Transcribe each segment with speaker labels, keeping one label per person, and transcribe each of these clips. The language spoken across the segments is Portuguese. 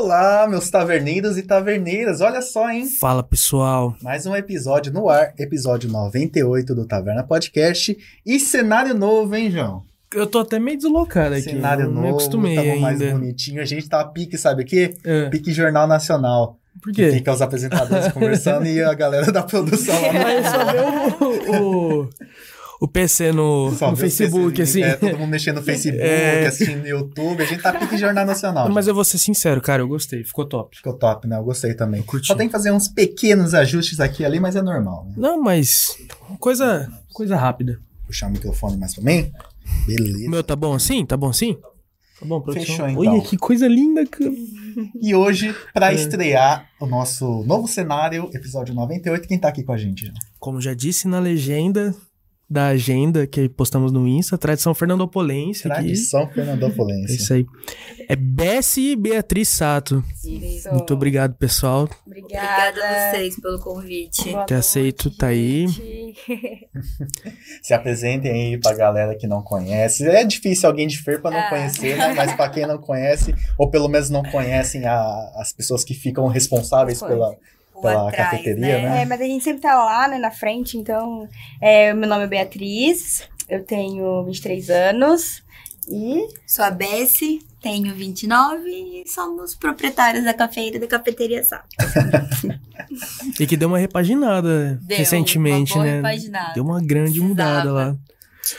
Speaker 1: Olá, meus taverneiros e taverneiras, olha só, hein?
Speaker 2: Fala pessoal,
Speaker 1: Mais um episódio no ar, episódio 98 do Taverna Podcast. E cenário novo, hein, João?
Speaker 2: eu tô até meio deslocado aqui.
Speaker 1: cenário
Speaker 2: não
Speaker 1: novo,
Speaker 2: me acostumei
Speaker 1: tava mais
Speaker 2: ainda.
Speaker 1: bonitinho. A gente tava pique, sabe o quê?
Speaker 2: É,
Speaker 1: Pique Jornal Nacional.
Speaker 2: por
Speaker 1: Que
Speaker 2: quê?
Speaker 1: fica os apresentadores conversando e a galera da produção lá no-
Speaker 2: Aí só vê o, o, o PC no,
Speaker 1: Só
Speaker 2: no
Speaker 1: vê os
Speaker 2: Facebook,
Speaker 1: PCzinho,
Speaker 2: assim.
Speaker 1: né? todo mundo mexendo no Facebook,
Speaker 2: É.
Speaker 1: assistindo no YouTube. A gente tá pique Jornal Nacional.
Speaker 2: Mas eu vou ser sincero, cara, eu gostei, ficou top.
Speaker 1: Ficou top, né? Eu gostei também.
Speaker 2: Curti.
Speaker 1: Só tem que fazer uns pequenos ajustes aqui e ali, mas é normal, né?
Speaker 2: Não, mas coisa, coisa rápida.
Speaker 1: Puxar o microfone mais pra mim. Beleza.
Speaker 2: O meu tá bom assim? Tá bom assim? Tá bom, produção?
Speaker 1: Fechou, então.
Speaker 2: Olha que coisa linda, cara.
Speaker 1: E hoje, pra
Speaker 2: É.
Speaker 1: estrear o nosso novo cenário, episódio 98, quem tá aqui com a gente? João?
Speaker 2: Como já disse na legenda da agenda que postamos no Insta, tradição Fernandopolência. aqui.
Speaker 1: Tradição
Speaker 2: É
Speaker 1: Fernandopolense.
Speaker 2: isso aí. É Bessie e Beatriz Sato.
Speaker 3: Isso.
Speaker 2: Muito obrigado, pessoal,
Speaker 3: Obrigada.
Speaker 4: Obrigada a vocês pelo convite.
Speaker 3: Boa
Speaker 2: ter aceito, tá aí.
Speaker 3: noite.
Speaker 1: Se apresentem aí pra galera que não conhece. É difícil alguém de Ferpa não
Speaker 4: Ah.
Speaker 1: conhecer, né? Mas pra quem não conhece, ou pelo menos não conhecem a- as pessoas que ficam responsáveis
Speaker 3: Pois.
Speaker 1: pela.
Speaker 4: Rua
Speaker 1: Pela
Speaker 4: atrás,
Speaker 1: cafeteria, né?
Speaker 3: É, mas a gente sempre tá lá, né, na frente, então. é, meu nome é Beatriz, eu tenho 23 anos e.
Speaker 4: Sou a Bessie, tenho 29 e somos proprietários da cafeira da cafeteria Sato.
Speaker 2: E que deu uma repaginada
Speaker 4: Deu
Speaker 2: recentemente,
Speaker 4: uma boa
Speaker 2: né?
Speaker 4: repaginada.
Speaker 2: Deu uma grande mudada lá.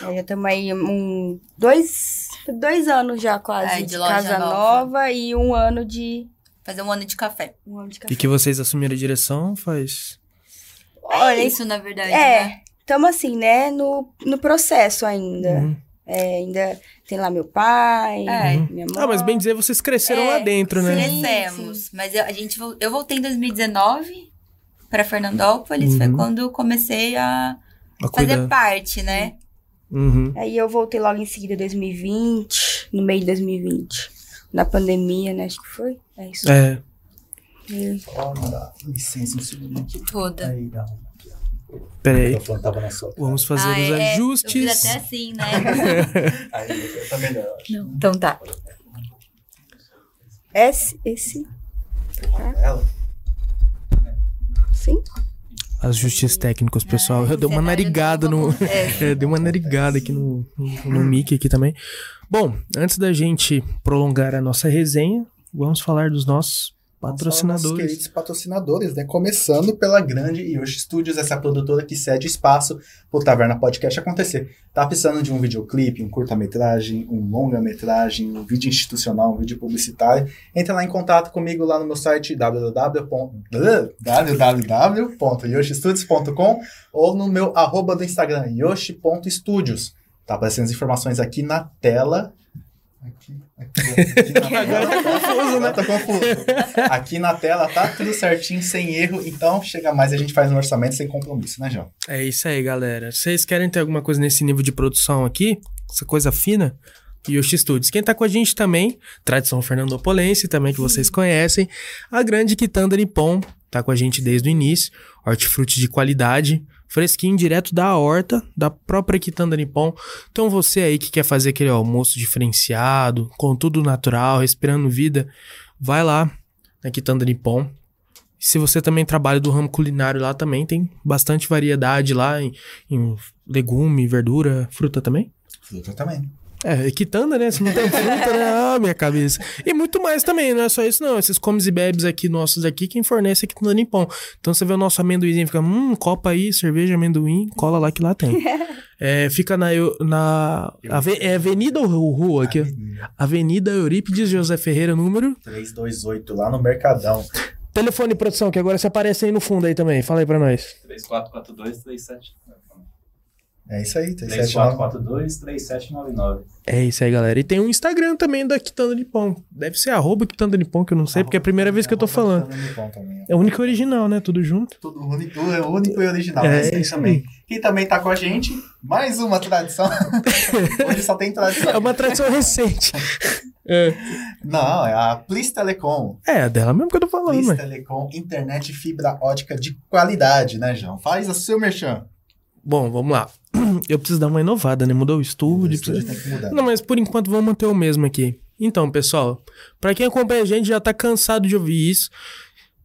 Speaker 3: é, já estamos aí um, dois, dois anos já quase
Speaker 4: É, de
Speaker 3: de,
Speaker 4: loja
Speaker 3: casa
Speaker 4: nova.
Speaker 3: nova. e um ano de.
Speaker 4: Fazer um ano de café.
Speaker 3: Um ano de
Speaker 2: E
Speaker 3: café.
Speaker 2: que vocês assumiram a direção faz.
Speaker 3: Olha,
Speaker 4: é isso, na verdade, né?
Speaker 3: É, estamos assim, né, no, no processo ainda.
Speaker 2: Uhum.
Speaker 3: É, ainda tem lá meu pai,
Speaker 4: É.
Speaker 3: minha mãe.
Speaker 2: Ah, mas bem dizer, vocês cresceram
Speaker 4: É,
Speaker 2: lá dentro, né?
Speaker 3: sim.
Speaker 4: Crescemos. Mas eu, a gente, vol- eu voltei em 2019 para Fernandópolis. Foi
Speaker 2: Uhum.
Speaker 4: quando eu comecei a
Speaker 2: A
Speaker 4: fazer
Speaker 2: cuidar.
Speaker 4: parte, né?
Speaker 2: Uhum.
Speaker 3: Aí eu voltei logo em seguida, 2020, no meio de 2020. Na pandemia, né? Acho que foi. É isso.
Speaker 2: É.
Speaker 3: E-
Speaker 4: É.
Speaker 1: Olha, licença, um segundo aqui.
Speaker 4: Toda.
Speaker 1: Aí, galera. O
Speaker 2: Peraí.
Speaker 1: microfone tava na sua. cara.
Speaker 2: Vamos fazer
Speaker 4: Ah,
Speaker 2: os
Speaker 4: é, Eu
Speaker 2: ajustes.
Speaker 4: fiz até assim, né?
Speaker 1: Aí, tá melhor, eu acho.
Speaker 4: então tá.
Speaker 3: Esse, esse,
Speaker 1: Ela?
Speaker 3: sim.
Speaker 2: Ajustes técnicos, pessoal.
Speaker 4: Ah,
Speaker 2: eu dei uma
Speaker 4: cenário
Speaker 2: narigada
Speaker 4: novo
Speaker 2: no.
Speaker 4: acontece.
Speaker 2: É, deu uma narigada aqui no, no, no mic aqui também. Bom, antes da gente prolongar a nossa resenha, vamos falar dos nossos
Speaker 1: Vamos falar dos Nossos
Speaker 2: patrocinadores.
Speaker 1: queridos patrocinadores, né? Começando pela grande Yoshi Studios, essa produtora que cede espaço pro Taverna Podcast acontecer. Tá precisando de um videoclipe, um curta-metragem, um longa-metragem, um vídeo institucional, um vídeo publicitário? Entra lá em contato comigo lá no meu site www.yoshistudios.com ou no meu arroba do Instagram, yoshi.studios. Tá aparecendo as informações aqui na tela. Aqui, aqui, aqui na tela.
Speaker 2: Agora tá confuso, né?
Speaker 1: Tá confuso. Aqui na tela tá tudo certinho, sem erro. Então, chega mais e a gente faz um orçamento sem compromisso, né, João?
Speaker 2: É isso aí, galera. Vocês querem ter alguma coisa nesse nível de produção aqui? Essa coisa fina? Yoshi Studios. Quem tá com a gente também, Tradição Fernandopolense, também que vocês conhecem. A grande Quitanda Nippon, tá com a gente desde o início. Hortifruti de qualidade, fresquinho, direto da horta, da própria Quitanda Nippon. Então você aí que quer fazer aquele almoço diferenciado, com tudo natural, respirando vida, vai lá na Quitanda Nippon. Se você também trabalha do ramo culinário lá também, tem bastante variedade lá em, em legume, verdura, fruta também.
Speaker 1: Fruta também.
Speaker 2: É, é quitanda, né? Se não tem fruta, né? Ah, minha cabeça. E muito mais também, não é só isso não. Esses comes e bebes aqui nossos aqui, quem fornece é quitanda Nippon. Então você vê o nosso amendoinzinho, fica, hum, copa aí, cerveja, amendoim, cola lá que lá tem. É, fica na, Eu- na ave- é Avenida ou Ru- Rua aqui? ó.
Speaker 1: Avenida
Speaker 2: Avenida Eurípides José Ferreira, número.
Speaker 1: 328, lá no Mercadão.
Speaker 2: Telefone, produção, que agora você aparece aí no fundo aí também. Fala aí pra nós.
Speaker 5: 3442 37
Speaker 1: É isso aí, 379.
Speaker 5: 3442 3799.
Speaker 2: É isso aí, galera. E tem um Instagram também da Quitanda Nippon. Deve ser arroba Quitanda Nippon, que eu não sei, porque é a primeira vez que
Speaker 1: Tá
Speaker 2: eu tô falando. É o único original, né? Tudo junto.
Speaker 1: Tudo único, é o único e original.
Speaker 2: É,
Speaker 1: É, isso aí
Speaker 2: isso
Speaker 1: também. Quem também tá com a gente, mais uma tradição. Hoje só tem tradição.
Speaker 2: É uma tradição recente. É.
Speaker 1: Não, é a Plis Telecom.
Speaker 2: é, é dela mesmo que eu tô falando,
Speaker 1: Plis
Speaker 2: mano.
Speaker 1: Telecom, internet e fibra ótica de qualidade, né, João? Faz o seu merchan.
Speaker 2: Bom, vamos lá. Eu preciso dar uma inovada, né? Mudou o estúdio.
Speaker 1: Isso
Speaker 2: precisa-
Speaker 1: tem que mudar.
Speaker 2: Não, mas por enquanto vamos manter o mesmo aqui. Então, pessoal, pra quem acompanha a gente já tá cansado de ouvir isso.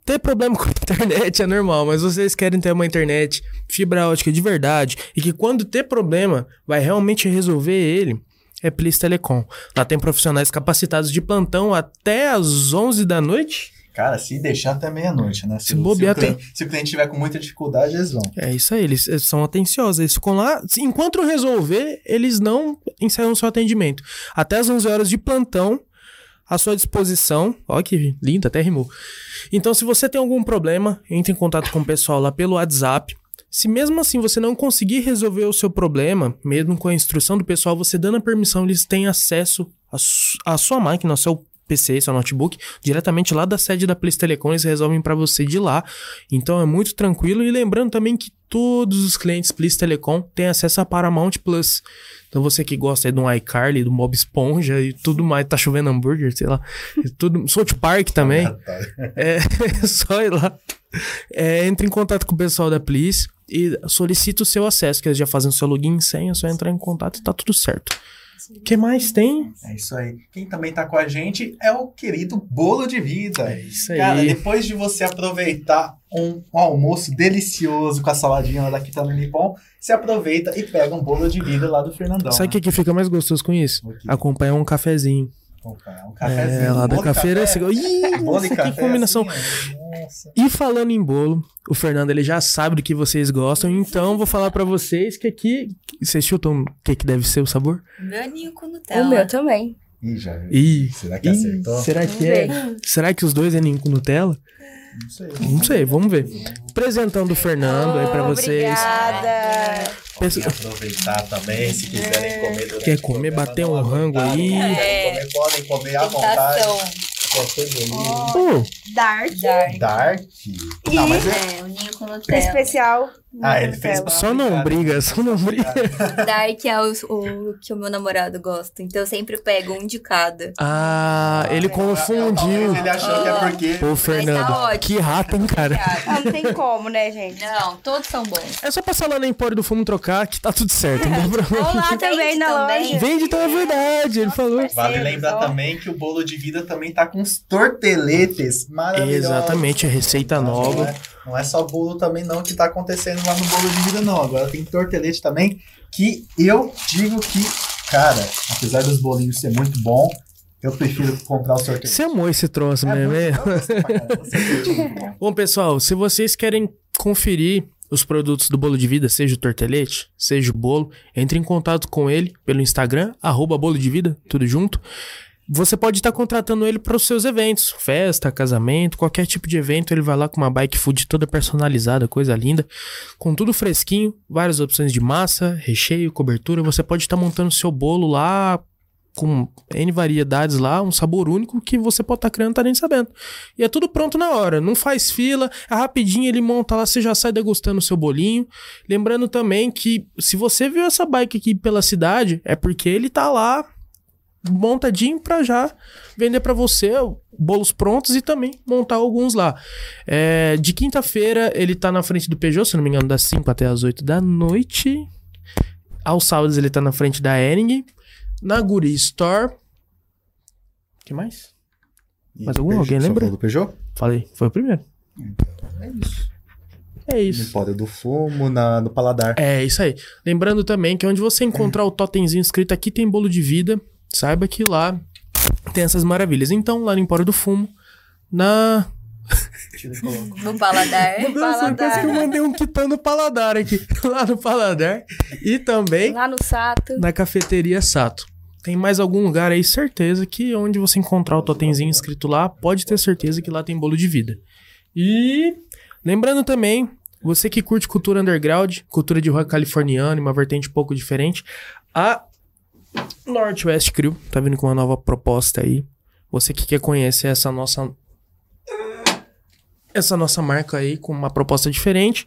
Speaker 2: Ter problema com a internet é normal, mas vocês querem ter uma internet fibra ótica de verdade e que quando ter problema vai realmente resolver ele, é Plis Telecom. Lá tem profissionais capacitados de plantão até às 11 da noite.
Speaker 1: Cara, se deixar até meia-noite, né?
Speaker 2: Se bobear,
Speaker 1: o cliente, se o cliente tiver com muita dificuldade, eles vão.
Speaker 2: É isso aí, eles eh, são atenciosos. Eles ficam lá. se- Enquanto resolver, eles não encerram seu atendimento. Até as 11 horas de plantão, à sua disposição. Olha que lindo, até rimou. Então, se você tem algum problema, entre em contato com o pessoal lá pelo WhatsApp. Se mesmo assim você não conseguir resolver o seu problema, mesmo com a instrução do pessoal, você dando a permissão, eles têm acesso à su- à sua máquina, ao seu PC, seu notebook, diretamente lá da sede da Plis Telecom, eles resolvem para você de lá. Então é muito tranquilo. E lembrando também que todos os clientes Plis Telecom têm acesso a Paramount Plus. Então você que gosta aí do iCarly, do Bob Esponja e tudo mais, tá chovendo hambúrguer, sei lá. e tudo, South Park também. É, é só ir lá. É, entre em contato com o pessoal da Plis e solicita o seu acesso, que eles já fazem o seu login e senha, é só entrar em contato e tá tudo certo. O que mais tem?
Speaker 1: É isso aí. Quem também tá com a gente é o querido Bolo de Vida.
Speaker 2: É isso aí.
Speaker 1: Cara, depois de você aproveitar um, um almoço delicioso com a saladinha lá da Kitana Nippon, você aproveita e pega um bolo de vida lá do Fernandão. né?
Speaker 2: Sabe o que, que fica mais gostoso com isso?
Speaker 1: O quê?
Speaker 2: Acompanhar um cafezinho.
Speaker 1: Opa, um
Speaker 2: É,
Speaker 1: cafezinho.
Speaker 2: lá
Speaker 1: um
Speaker 2: da
Speaker 1: bolo e
Speaker 2: cafeira.
Speaker 1: café.
Speaker 2: Café. Ih,
Speaker 1: Bolo e
Speaker 2: nossa, que
Speaker 1: café,
Speaker 2: combinação.
Speaker 1: assim, ó. Nossa.
Speaker 2: E falando em bolo, o Fernando ele já sabe do que vocês gostam, então vou falar pra vocês que aqui. Vocês chutam o que, que deve ser o sabor?
Speaker 4: Meu ninho com Nutella.
Speaker 3: O meu também.
Speaker 1: Ih, já.
Speaker 2: Ih,
Speaker 1: Será que
Speaker 2: ih,
Speaker 1: acertou?
Speaker 2: será
Speaker 3: Vamos
Speaker 2: que é? Será que os dois é ninho com Nutella?
Speaker 1: Não sei.
Speaker 2: Não sei, vamos ver. Presentão do Fernando aí é pra
Speaker 3: Oh,
Speaker 2: vocês.
Speaker 3: Obrigada.
Speaker 2: Pesso-
Speaker 1: Podem aproveitar também, se
Speaker 3: É.
Speaker 1: quiserem comer durante
Speaker 2: Quer
Speaker 1: o
Speaker 2: comer,
Speaker 1: programa,
Speaker 2: bater
Speaker 1: não
Speaker 2: um rango
Speaker 1: aguentar,
Speaker 2: aí?
Speaker 1: não
Speaker 4: É.
Speaker 1: querem comer, podem comer à vontade.
Speaker 4: Tentação.
Speaker 1: Gostou de ouvir?
Speaker 2: Pô,
Speaker 4: Dark. Dark.
Speaker 1: Dark.
Speaker 3: E
Speaker 1: Não, mas é-
Speaker 4: É, o ninho com Nutella.
Speaker 3: especial.
Speaker 1: Ah,
Speaker 3: na
Speaker 1: ele fez
Speaker 3: Nutella.
Speaker 2: só não briga, só não briga.
Speaker 4: Dark é o, o que o meu namorado gosta. Então eu sempre pego um de cada.
Speaker 2: Ah, ele confundiu.
Speaker 1: Talvez ele achou que é porque
Speaker 2: Pô, Fernando,
Speaker 4: ótimo.
Speaker 2: que rato, hein, cara?
Speaker 4: Obrigada.
Speaker 3: Ah, não tem como, né, gente?
Speaker 4: Não, todos são bons.
Speaker 2: É só passar lá na Empório do Fumo trocar que tá tudo
Speaker 1: É.
Speaker 2: certo. Não dá problema.
Speaker 4: Olá
Speaker 3: Vende também na loja.
Speaker 2: Vende, então é verdade, ele falou.
Speaker 1: Vale
Speaker 3: Sim,
Speaker 1: lembrar
Speaker 3: ó.
Speaker 1: também que o bolo de vida também tá com uns torteletes maravilhosos.
Speaker 2: Exatamente, é receita
Speaker 1: Não
Speaker 2: nova.
Speaker 1: é, não é só bolo também não que tá acontecendo lá no bolo de vida não. Agora tem tortelete também que eu digo que, cara, apesar dos bolinhos ser muito bom, eu prefiro comprar o sorvete.
Speaker 2: Você amou esse troço
Speaker 1: É
Speaker 2: mesmo,
Speaker 1: muito-
Speaker 2: hein?
Speaker 1: eu gosto pra caramba, o sorvete é muito bom.
Speaker 2: Bom, pessoal, se vocês querem conferir os produtos do Bolo de Vida, seja o tortelete, seja o bolo, entre em contato com ele pelo Instagram, arroba bolo de vida, tudo junto. Você pode estar contratando ele para os seus eventos, festa, casamento, qualquer tipo de evento. Ele vai lá com uma bike food toda personalizada, coisa linda, com tudo fresquinho, várias opções de massa, recheio, cobertura. Você pode estar montando seu bolo lá com N variedades lá, um sabor único que você pode estar criando e tá nem sabendo. E é tudo pronto na hora, não faz fila, é rapidinho, ele monta lá, você já sai degustando o seu bolinho. Lembrando também que se você viu essa bike aqui pela cidade, é porque ele tá lá montadinho pra já vender pra você bolos prontos e também montar alguns lá. É, de quinta-feira ele tá na frente do Peugeot, se não me engano, das 5 até as 8 da noite. Aos sábados ele tá na frente da Ering, na Guri Store. O que mais? Mas algum- alguém
Speaker 1: Só
Speaker 2: lembra?
Speaker 1: falou do Peugeot?
Speaker 2: Falei, foi o primeiro.
Speaker 1: É isso.
Speaker 2: É isso.
Speaker 1: No pódio do fumo, na, no paladar.
Speaker 2: É, isso aí. Lembrando também que onde você encontrar o totemzinho escrito aqui tem bolo de vida, saiba que lá tem essas maravilhas. Então, lá no Empório do Fumo, na...
Speaker 4: No paladar.
Speaker 2: Nossa, parece que eu mandei um quitando paladar aqui. Lá no paladar. E também
Speaker 3: Lá no Sato.
Speaker 2: na cafeteria Sato. Tem mais algum lugar aí, certeza, que onde você encontrar o totemzinho escrito lá, pode ter certeza que lá tem bolo de vida. E lembrando também, você que curte cultura underground, cultura de rua californiana, uma vertente um pouco diferente, a Northwest Crew tá vindo com uma nova proposta aí. Você que quer conhecer essa nossa essa nossa marca aí com uma proposta diferente,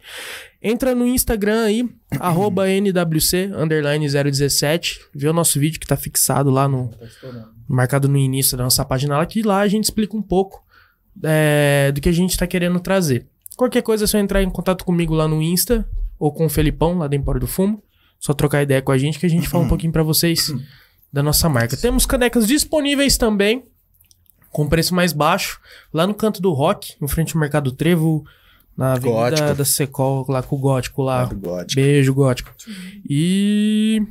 Speaker 2: entra no Instagram aí, arroba NWC underline 017, vê o nosso vídeo que tá fixado lá no, marcado no início da nossa página lá, que lá a gente explica um pouco é, do que a gente tá querendo trazer. Qualquer coisa é só entrar em contato comigo lá no Insta ou com o Felipão lá do Empório do Fumo. Só trocar ideia com a gente que a gente fala um pouquinho pra vocês da nossa marca. Temos canecas disponíveis também, com preço mais baixo, lá no canto do Rock, em frente ao Mercado Trevo, na Avenida
Speaker 1: Gótico.
Speaker 2: da Secol, lá com o Gótico Uhum. lá.
Speaker 1: Do gótico.
Speaker 2: Beijo, Gótico. E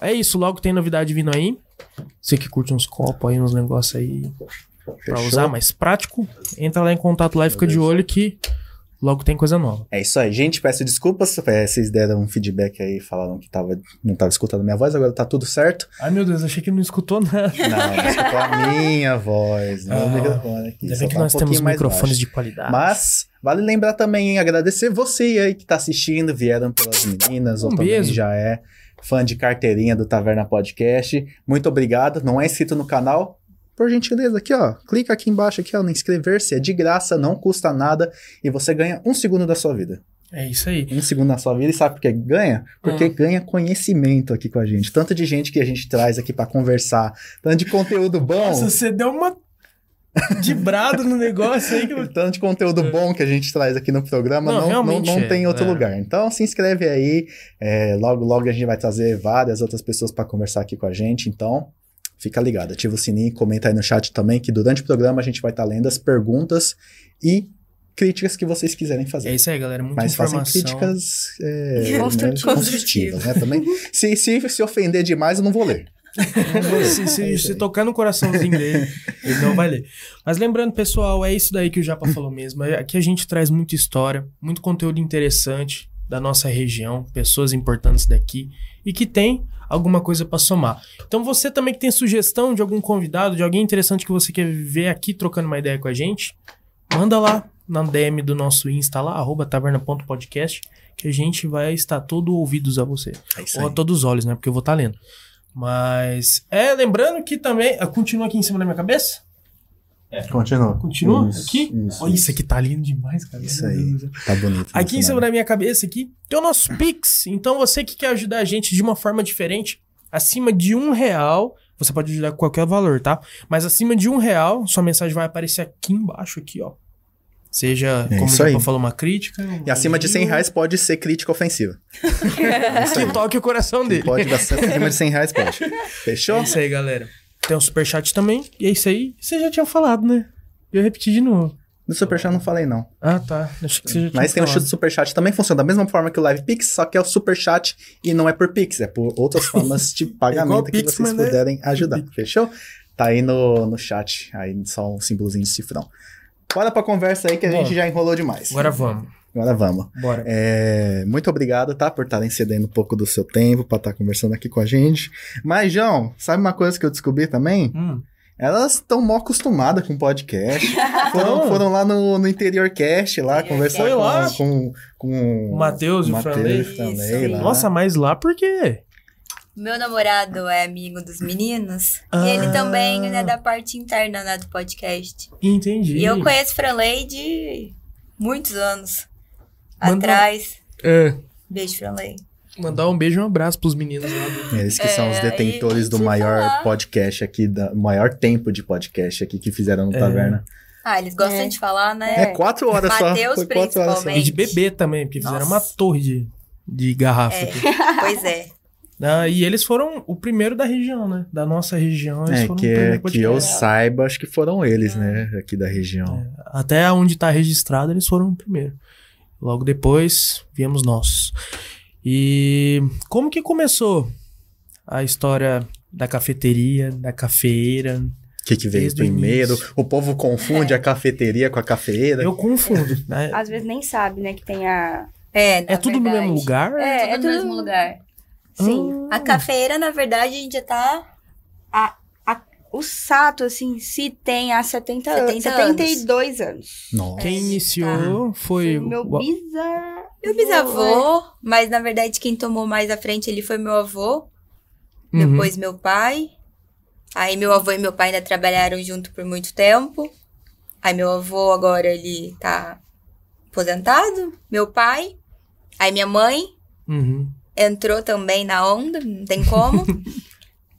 Speaker 2: é isso, logo tem novidade vindo aí. Você que curte uns copos aí, uns negócios aí pra
Speaker 1: Fechou?
Speaker 2: usar mais prático, entra lá em contato lá e fica de
Speaker 1: Beleza.
Speaker 2: olho que logo tem coisa nova.
Speaker 1: É isso aí, gente. Peço desculpas. é, vocês deram um feedback aí, falaram que tava, não tava escutando minha voz, agora tá tudo certo.
Speaker 2: Ai meu Deus, achei que não escutou nada.
Speaker 1: Não, escutou a minha voz, não é
Speaker 2: Ah,
Speaker 1: o microfone aqui.
Speaker 2: Ainda
Speaker 1: só
Speaker 2: bem que
Speaker 1: tá um
Speaker 2: nós temos
Speaker 1: pouquinho mais
Speaker 2: microfones
Speaker 1: baixo.
Speaker 2: de qualidade.
Speaker 1: Mas vale lembrar também, hein, agradecer você aí que tá assistindo, vieram pelas meninas, ou
Speaker 2: Um
Speaker 1: também
Speaker 2: beijo.
Speaker 1: já é fã de carteirinha do Taverna Podcast. Muito obrigado. Não é inscrito no canal? Por gentileza, aqui ó, clica aqui embaixo aqui ó, no inscrever-se, é de graça, não custa nada e você ganha um segundo da sua vida.
Speaker 2: É isso aí.
Speaker 1: Um segundo na sua vida e sabe por que ganha? Porque
Speaker 2: Hum.
Speaker 1: ganha conhecimento aqui com a gente. Tanto de gente que a gente traz aqui pra conversar, tanto de conteúdo bom.
Speaker 2: Nossa, você deu uma de brado no negócio aí que
Speaker 1: O um tanto de conteúdo bom que a gente traz aqui no programa
Speaker 2: É. Não,
Speaker 1: não, não, não,
Speaker 2: realmente é,
Speaker 1: tem em outro
Speaker 2: é.
Speaker 1: lugar. Então se inscreve aí. é, logo, logo a gente vai trazer várias outras pessoas para conversar aqui com a gente. Então, fica ligado, ativa o sininho, comenta aí no chat também, que durante o programa a gente vai estar lendo as perguntas e críticas que vocês quiserem fazer.
Speaker 2: É isso aí, galera. Muita
Speaker 1: Mas façam
Speaker 2: informação.
Speaker 1: críticas é, né,
Speaker 3: Construtivas.
Speaker 1: construtivas, né? Também. Se, se, se ofender demais, eu não vou ler.
Speaker 2: se, se-
Speaker 1: É isso
Speaker 2: se
Speaker 1: aí.
Speaker 2: tocar no coraçãozinho dele, ele não vai ler. Mas lembrando, pessoal, é isso daí que o Japa falou mesmo. É- Aqui a gente traz muita história, muito conteúdo interessante da nossa região, pessoas importantes daqui e que tem alguma coisa pra somar. Então você também que tem sugestão de algum convidado, de alguém interessante que você quer ver aqui trocando uma ideia com a gente, manda lá na DM do nosso Insta lá, arroba taverna.podcast, que a gente vai estar todo ouvidos a você.
Speaker 1: É isso
Speaker 2: Ou a todos os olhos, né? Porque eu vou estar lendo. Mas. É, lembrando que também. ah, Continua aqui em cima da minha cabeça?
Speaker 1: Continua.
Speaker 2: Continua? aqui?
Speaker 1: Isso,
Speaker 2: Olha, isso aqui tá lindo demais, cara.
Speaker 1: Isso
Speaker 2: Meu
Speaker 1: aí.
Speaker 2: Deus do céu.
Speaker 1: Tá bonito.
Speaker 2: Aqui em
Speaker 1: Bolsonaro.
Speaker 2: cima da minha cabeça aqui, tem o nosso Pix. Então você que quer ajudar a gente de uma forma diferente, acima de um real, você pode ajudar com qualquer valor, tá? Mas acima de um real, sua mensagem vai aparecer aqui embaixo, aqui, ó. Seja,
Speaker 1: É
Speaker 2: como
Speaker 1: isso
Speaker 2: já
Speaker 1: aí.
Speaker 2: falou, uma crítica. um
Speaker 1: E acima de 100
Speaker 2: Uhum.
Speaker 1: reais pode ser crítica ofensiva. É isso aí.
Speaker 2: Que toque o coração dele.
Speaker 1: Pode dar acima de 100 reais, pode. Fechou?
Speaker 2: É isso aí, galera. Tem um superchat também. E é isso aí. Você já tinha falado, né? Eu repeti de novo.
Speaker 1: No Superchat eu não falei, não.
Speaker 2: Ah, tá. Achei que você já tinha
Speaker 1: Mas tem o
Speaker 2: falado.
Speaker 1: chute do Superchat também funciona da mesma forma que o Live Pix, só que é o Superchat e não é por Pix, é por outras formas de
Speaker 2: Igual o
Speaker 1: pagamento que
Speaker 2: Pix,
Speaker 1: vocês
Speaker 2: mas não é
Speaker 1: puderem ajudar.
Speaker 2: Pix.
Speaker 1: Fechou? Tá aí no, no chat, aí só um símbolozinho de cifrão. Bora pra conversa aí que a
Speaker 2: Bora.
Speaker 1: gente já enrolou demais.
Speaker 2: Agora vamos.
Speaker 1: Agora vamos.
Speaker 2: Bora.
Speaker 1: É, muito obrigado, tá? Por estarem cedendo um pouco do seu tempo pra estar conversando aqui com a gente. Mas, João, sabe uma coisa que eu descobri também?
Speaker 2: Hum.
Speaker 1: Elas estão mal acostumadas com podcast. foram, foram lá no, no interior cast lá conversar
Speaker 2: Foi
Speaker 1: com,
Speaker 2: lá.
Speaker 1: com com
Speaker 2: O Matheus e o Franley.
Speaker 1: Franley lá.
Speaker 2: Nossa, mas lá por quê?
Speaker 4: Meu namorado é amigo dos meninos.
Speaker 2: Ah.
Speaker 4: E ele também é da parte interna né, do podcast.
Speaker 2: Entendi.
Speaker 4: E eu conheço Franley de muitos anos
Speaker 2: Manda- um
Speaker 4: atrás.
Speaker 2: É,
Speaker 4: Beijo, Franley.
Speaker 2: mandar um beijo e um abraço pros meninos lá do...
Speaker 1: eles que são os
Speaker 4: É,
Speaker 1: detentores
Speaker 4: e
Speaker 1: do
Speaker 4: te
Speaker 1: maior
Speaker 4: falar.
Speaker 1: podcast aqui, da o maior tempo de podcast aqui que fizeram no
Speaker 2: É.
Speaker 1: Taverna.
Speaker 4: Ah, eles gostam
Speaker 3: É.
Speaker 4: de falar, né?
Speaker 1: É, quatro horas só.
Speaker 4: Mateus,
Speaker 1: Foi quatro horas só.
Speaker 2: E de
Speaker 4: Gente.
Speaker 2: bebê também, porque fizeram
Speaker 4: Nossa.
Speaker 2: uma torre de, de garrafa.
Speaker 4: É.
Speaker 2: aqui.
Speaker 4: Pois é.
Speaker 2: Ah, e eles foram o primeiro da região, né? Da nossa região. Eles
Speaker 1: É,
Speaker 2: foram
Speaker 1: que,
Speaker 2: o
Speaker 1: é-
Speaker 2: primeiro
Speaker 1: que eu
Speaker 2: podcast.
Speaker 1: saiba, acho que foram eles,
Speaker 4: Ah.
Speaker 1: né? Aqui da região.
Speaker 2: Até onde tá registrado, eles foram o primeiro. Logo depois, viemos nós. E como que começou a história da cafeteria, da cafeeira?
Speaker 1: O que, que veio
Speaker 2: Desde o
Speaker 1: primeiro?
Speaker 2: início.
Speaker 1: O povo confunde a cafeteria com a cafeira.
Speaker 2: Eu confundo, né?
Speaker 3: Às vezes nem sabe, né, que tem a...
Speaker 4: É, na
Speaker 2: É tudo no
Speaker 4: verdade.
Speaker 2: mesmo lugar? Ah,
Speaker 4: É,
Speaker 3: É
Speaker 4: é
Speaker 3: tudo
Speaker 4: tudo
Speaker 3: no
Speaker 4: no mesmo lugar.
Speaker 3: Sim.
Speaker 4: A cafeira, na verdade, a gente já tá.
Speaker 2: Ah.
Speaker 3: O Sato, assim, se tem há 70 anos.
Speaker 4: 70 anos.
Speaker 3: 72 anos.
Speaker 1: Nossa.
Speaker 2: Quem iniciou
Speaker 4: Tá.
Speaker 2: foi,
Speaker 3: Foi meu
Speaker 2: o-
Speaker 3: bisavô.
Speaker 4: Meu bisavô, mas na verdade quem tomou mais à frente ali foi meu avô,
Speaker 2: Uhum.
Speaker 4: depois meu pai. Aí meu avô e meu pai ainda trabalharam junto por muito tempo. Aí meu avô agora ele tá aposentado, meu pai. Aí minha mãe
Speaker 2: Uhum.
Speaker 4: entrou também na onda, não tem como.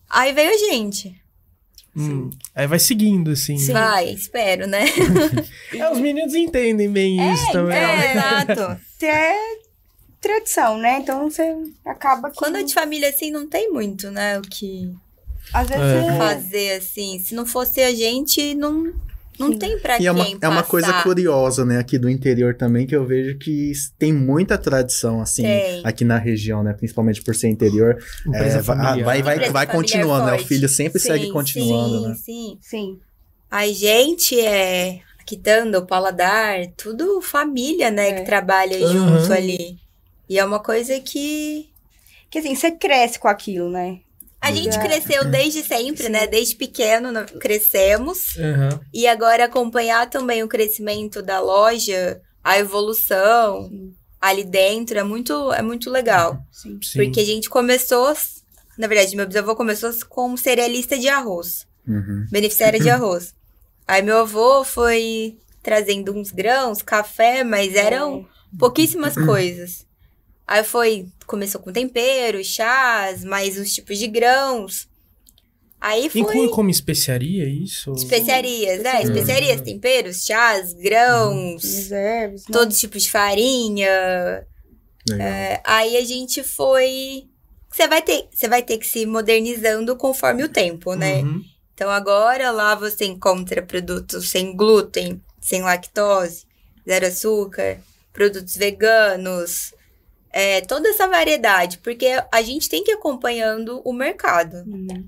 Speaker 4: Aí veio a gente.
Speaker 2: Hum. Aí vai seguindo, assim.
Speaker 4: Vai, espero, né?
Speaker 2: É, os meninos entendem bem isso também.
Speaker 4: É, exato.
Speaker 3: É tradição, né? Então você acaba que...
Speaker 4: Quando é de família assim, não tem muito, né? O que.
Speaker 3: Às vezes
Speaker 2: É.
Speaker 3: é.
Speaker 4: fazer, assim. Se não fosse a gente, não, não
Speaker 3: Sim.
Speaker 4: tem pra
Speaker 1: E
Speaker 4: quem
Speaker 1: é uma, é uma
Speaker 4: passar.
Speaker 1: coisa curiosa, né, aqui do interior também, que eu vejo que s- tem muita tradição, assim,
Speaker 4: Tem.
Speaker 1: aqui na região, né, principalmente por ser interior.
Speaker 2: Empresa
Speaker 1: É, vai- vai,
Speaker 2: familiar.
Speaker 1: vai,
Speaker 4: Empresa
Speaker 1: vai
Speaker 4: familiar
Speaker 1: continuando, né, o
Speaker 4: forte.
Speaker 1: filho sempre
Speaker 4: Sim,
Speaker 1: segue continuando,
Speaker 4: sim,
Speaker 1: né.
Speaker 4: Sim,
Speaker 3: Sim.
Speaker 4: A gente é quitando o paladar, tudo família, né,
Speaker 3: É.
Speaker 4: que trabalha
Speaker 2: Aham.
Speaker 1: Uhum.
Speaker 4: junto ali. E é uma coisa que
Speaker 3: Que assim, você cresce com aquilo, né?
Speaker 4: a gente
Speaker 3: É.
Speaker 4: cresceu desde sempre, né? Desde pequeno nós crescemos.
Speaker 2: Aham.
Speaker 4: E agora acompanhar também o crescimento da loja, a evolução ali dentro é muito é muito legal,
Speaker 3: Sim.
Speaker 2: Sim.
Speaker 4: porque a gente começou, na verdade, meu bisavô começou como cerealista de arroz.
Speaker 1: Uhum.
Speaker 4: beneficiária de arroz. Aí meu avô foi trazendo uns grãos, café, mas
Speaker 3: É.
Speaker 4: eram pouquíssimas coisas. Aí foi, começou com tempero, chás, mais uns tipos de grãos. Aí foi
Speaker 2: Inclui como especiaria isso?
Speaker 4: especiarias, né?
Speaker 3: Hum.
Speaker 4: Especiarias, temperos, chás, grãos,
Speaker 3: Reservas. né?
Speaker 4: todo tipo de farinha.
Speaker 1: Legal.
Speaker 4: Aí a gente foi você vai ter, você vai ter que se modernizando conforme o tempo, né?
Speaker 2: Uhum.
Speaker 4: Então agora lá você encontra produtos sem glúten, sem lactose, zero açúcar, produtos veganos, é, toda essa variedade, porque a gente tem que ir acompanhando o mercado.
Speaker 3: Uhum.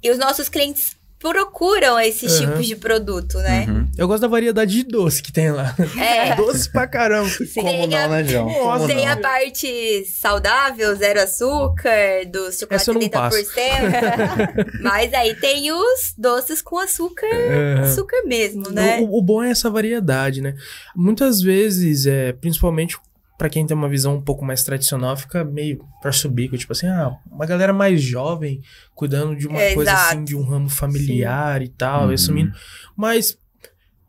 Speaker 4: E os nossos clientes procuram esses
Speaker 2: Aham.
Speaker 4: tipos de produto, né?
Speaker 1: Uhum.
Speaker 2: Eu gosto da variedade de doce que tem lá.
Speaker 4: É.
Speaker 2: Doce pra caramba.
Speaker 1: Como
Speaker 4: Tem a-
Speaker 1: não, né, João? Como
Speaker 2: Nossa,
Speaker 4: Tem
Speaker 1: não?
Speaker 4: a parte saudável, zero açúcar, do chocolate
Speaker 2: Essa eu não
Speaker 4: 30%. mas aí tem os doces com açúcar,
Speaker 2: Aham.
Speaker 4: açúcar mesmo, né?
Speaker 2: O, o bom é essa variedade, né? Muitas vezes, é, principalmente pra quem tem uma visão um pouco mais tradicional, fica meio pra subir, tipo assim, ah, uma galera mais jovem cuidando de uma
Speaker 4: É,
Speaker 2: coisa assim,
Speaker 4: exato.
Speaker 2: de um ramo familiar e tal,
Speaker 1: Uhum.
Speaker 2: e assumindo. Mas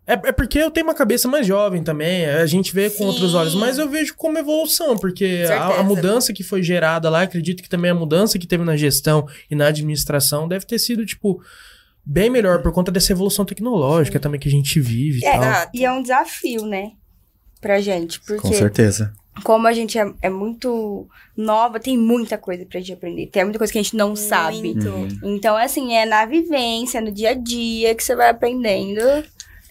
Speaker 2: é, é porque eu tenho uma cabeça mais jovem também, a gente vê com
Speaker 4: Sim.
Speaker 2: outros olhos, mas eu vejo como evolução, porque a- a,
Speaker 4: Certeza.
Speaker 2: mudança que foi gerada lá, acredito que também é a mudança que teve na gestão e na administração deve ter sido, tipo, bem melhor por conta dessa evolução tecnológica também que a gente vive e
Speaker 3: É,
Speaker 2: tal.
Speaker 4: Exato.
Speaker 3: E é um desafio, né? Pra gente.
Speaker 1: Com
Speaker 3: Porque
Speaker 1: certeza.
Speaker 3: como a gente é, é muito nova, tem muita coisa pra gente aprender. Tem muita coisa que a gente não sabe.
Speaker 4: Muito.
Speaker 1: Uhum.
Speaker 3: Então, assim, é na vivência, no dia a dia que você vai aprendendo.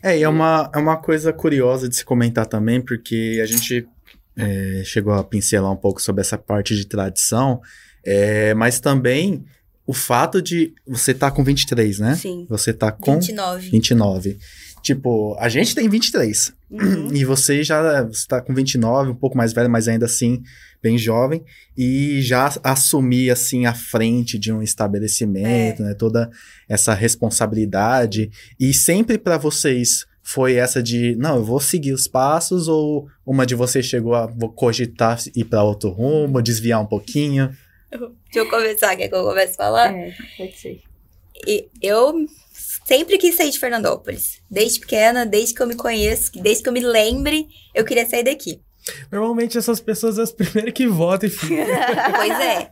Speaker 1: É, e é uma, é uma coisa curiosa de se comentar também, porque a gente é, chegou a pincelar um pouco sobre essa parte de tradição, é, mas também o fato de você tá com 23, né?
Speaker 3: Sim.
Speaker 1: Você tá com
Speaker 4: 29.
Speaker 1: 29. Tipo, a gente tem 23.
Speaker 3: Uhum.
Speaker 1: E você já está com 29, um pouco mais velho, mas ainda assim bem jovem, e já assumir assim a frente de um estabelecimento, né, toda essa responsabilidade. E sempre para vocês foi essa de, não, eu vou seguir os passos ou uma de vocês chegou a vou cogitar ir para outro rumo, desviar um pouquinho.
Speaker 4: Deixa eu começar, quer que eu comece a falar?
Speaker 3: É, pode ser.
Speaker 4: E Eu sempre quis sair de Fernandópolis. Desde pequena, desde que eu me conheço, desde que eu me lembre, eu queria sair daqui.
Speaker 2: Normalmente essas pessoas são as primeiras que votam e ficam.
Speaker 4: Pois é.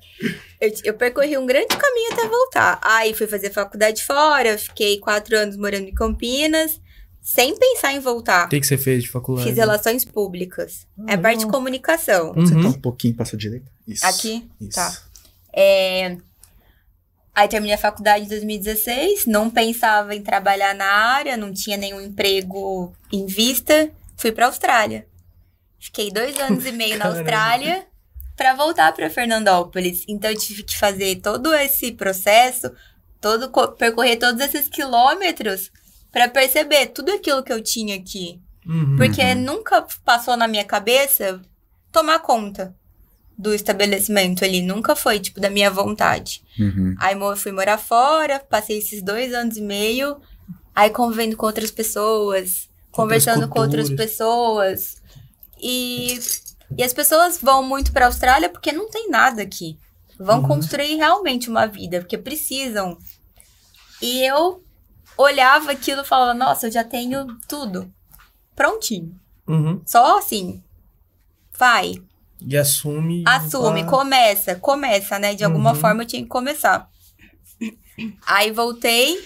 Speaker 4: Eu, eu percorri um grande caminho até voltar. Aí fui fazer faculdade fora, fiquei quatro anos morando em Campinas, sem pensar em
Speaker 2: O
Speaker 4: voltar.
Speaker 2: que, que você fez de faculdade?
Speaker 4: Fiz relações públicas.
Speaker 2: Ah,
Speaker 4: É a parte de
Speaker 2: legal.
Speaker 4: comunicação.
Speaker 1: Você tá
Speaker 2: Uhum.
Speaker 1: um pouquinho para sua direita? Isso.
Speaker 4: Aqui.
Speaker 1: Isso.
Speaker 4: tá. Aí terminei a faculdade em 2016, não pensava em trabalhar na área, não tinha nenhum emprego em vista. Fui pra Austrália. Fiquei dois anos e meio na
Speaker 2: Caramba.
Speaker 4: Austrália pra voltar pra Fernandópolis. Então eu tive que fazer todo esse processo, todo co- percorrer todos esses quilômetros pra perceber tudo aquilo que eu tinha aqui,
Speaker 2: Uhum.
Speaker 4: porque nunca passou na minha cabeça tomar conta do estabelecimento ali, nunca foi tipo da minha vontade.
Speaker 1: Uhum.
Speaker 4: Aí mo- fui morar fora, passei esses dois anos e meio, aí convivendo com outras pessoas, conversando com outras
Speaker 2: culturas.
Speaker 4: pessoas. E, e as pessoas vão muito para a Austrália porque não tem nada aqui. Vão
Speaker 2: Uhum.
Speaker 4: construir realmente uma vida, porque precisam. E eu olhava aquilo e falava, nossa, eu já tenho tudo. Prontinho.
Speaker 2: Uhum.
Speaker 4: Só assim. Vai,
Speaker 2: E assume.
Speaker 4: Assume,
Speaker 2: Ah,
Speaker 4: começa, começa, né? De alguma
Speaker 2: Uhum.
Speaker 4: forma eu tinha que começar. Aí voltei,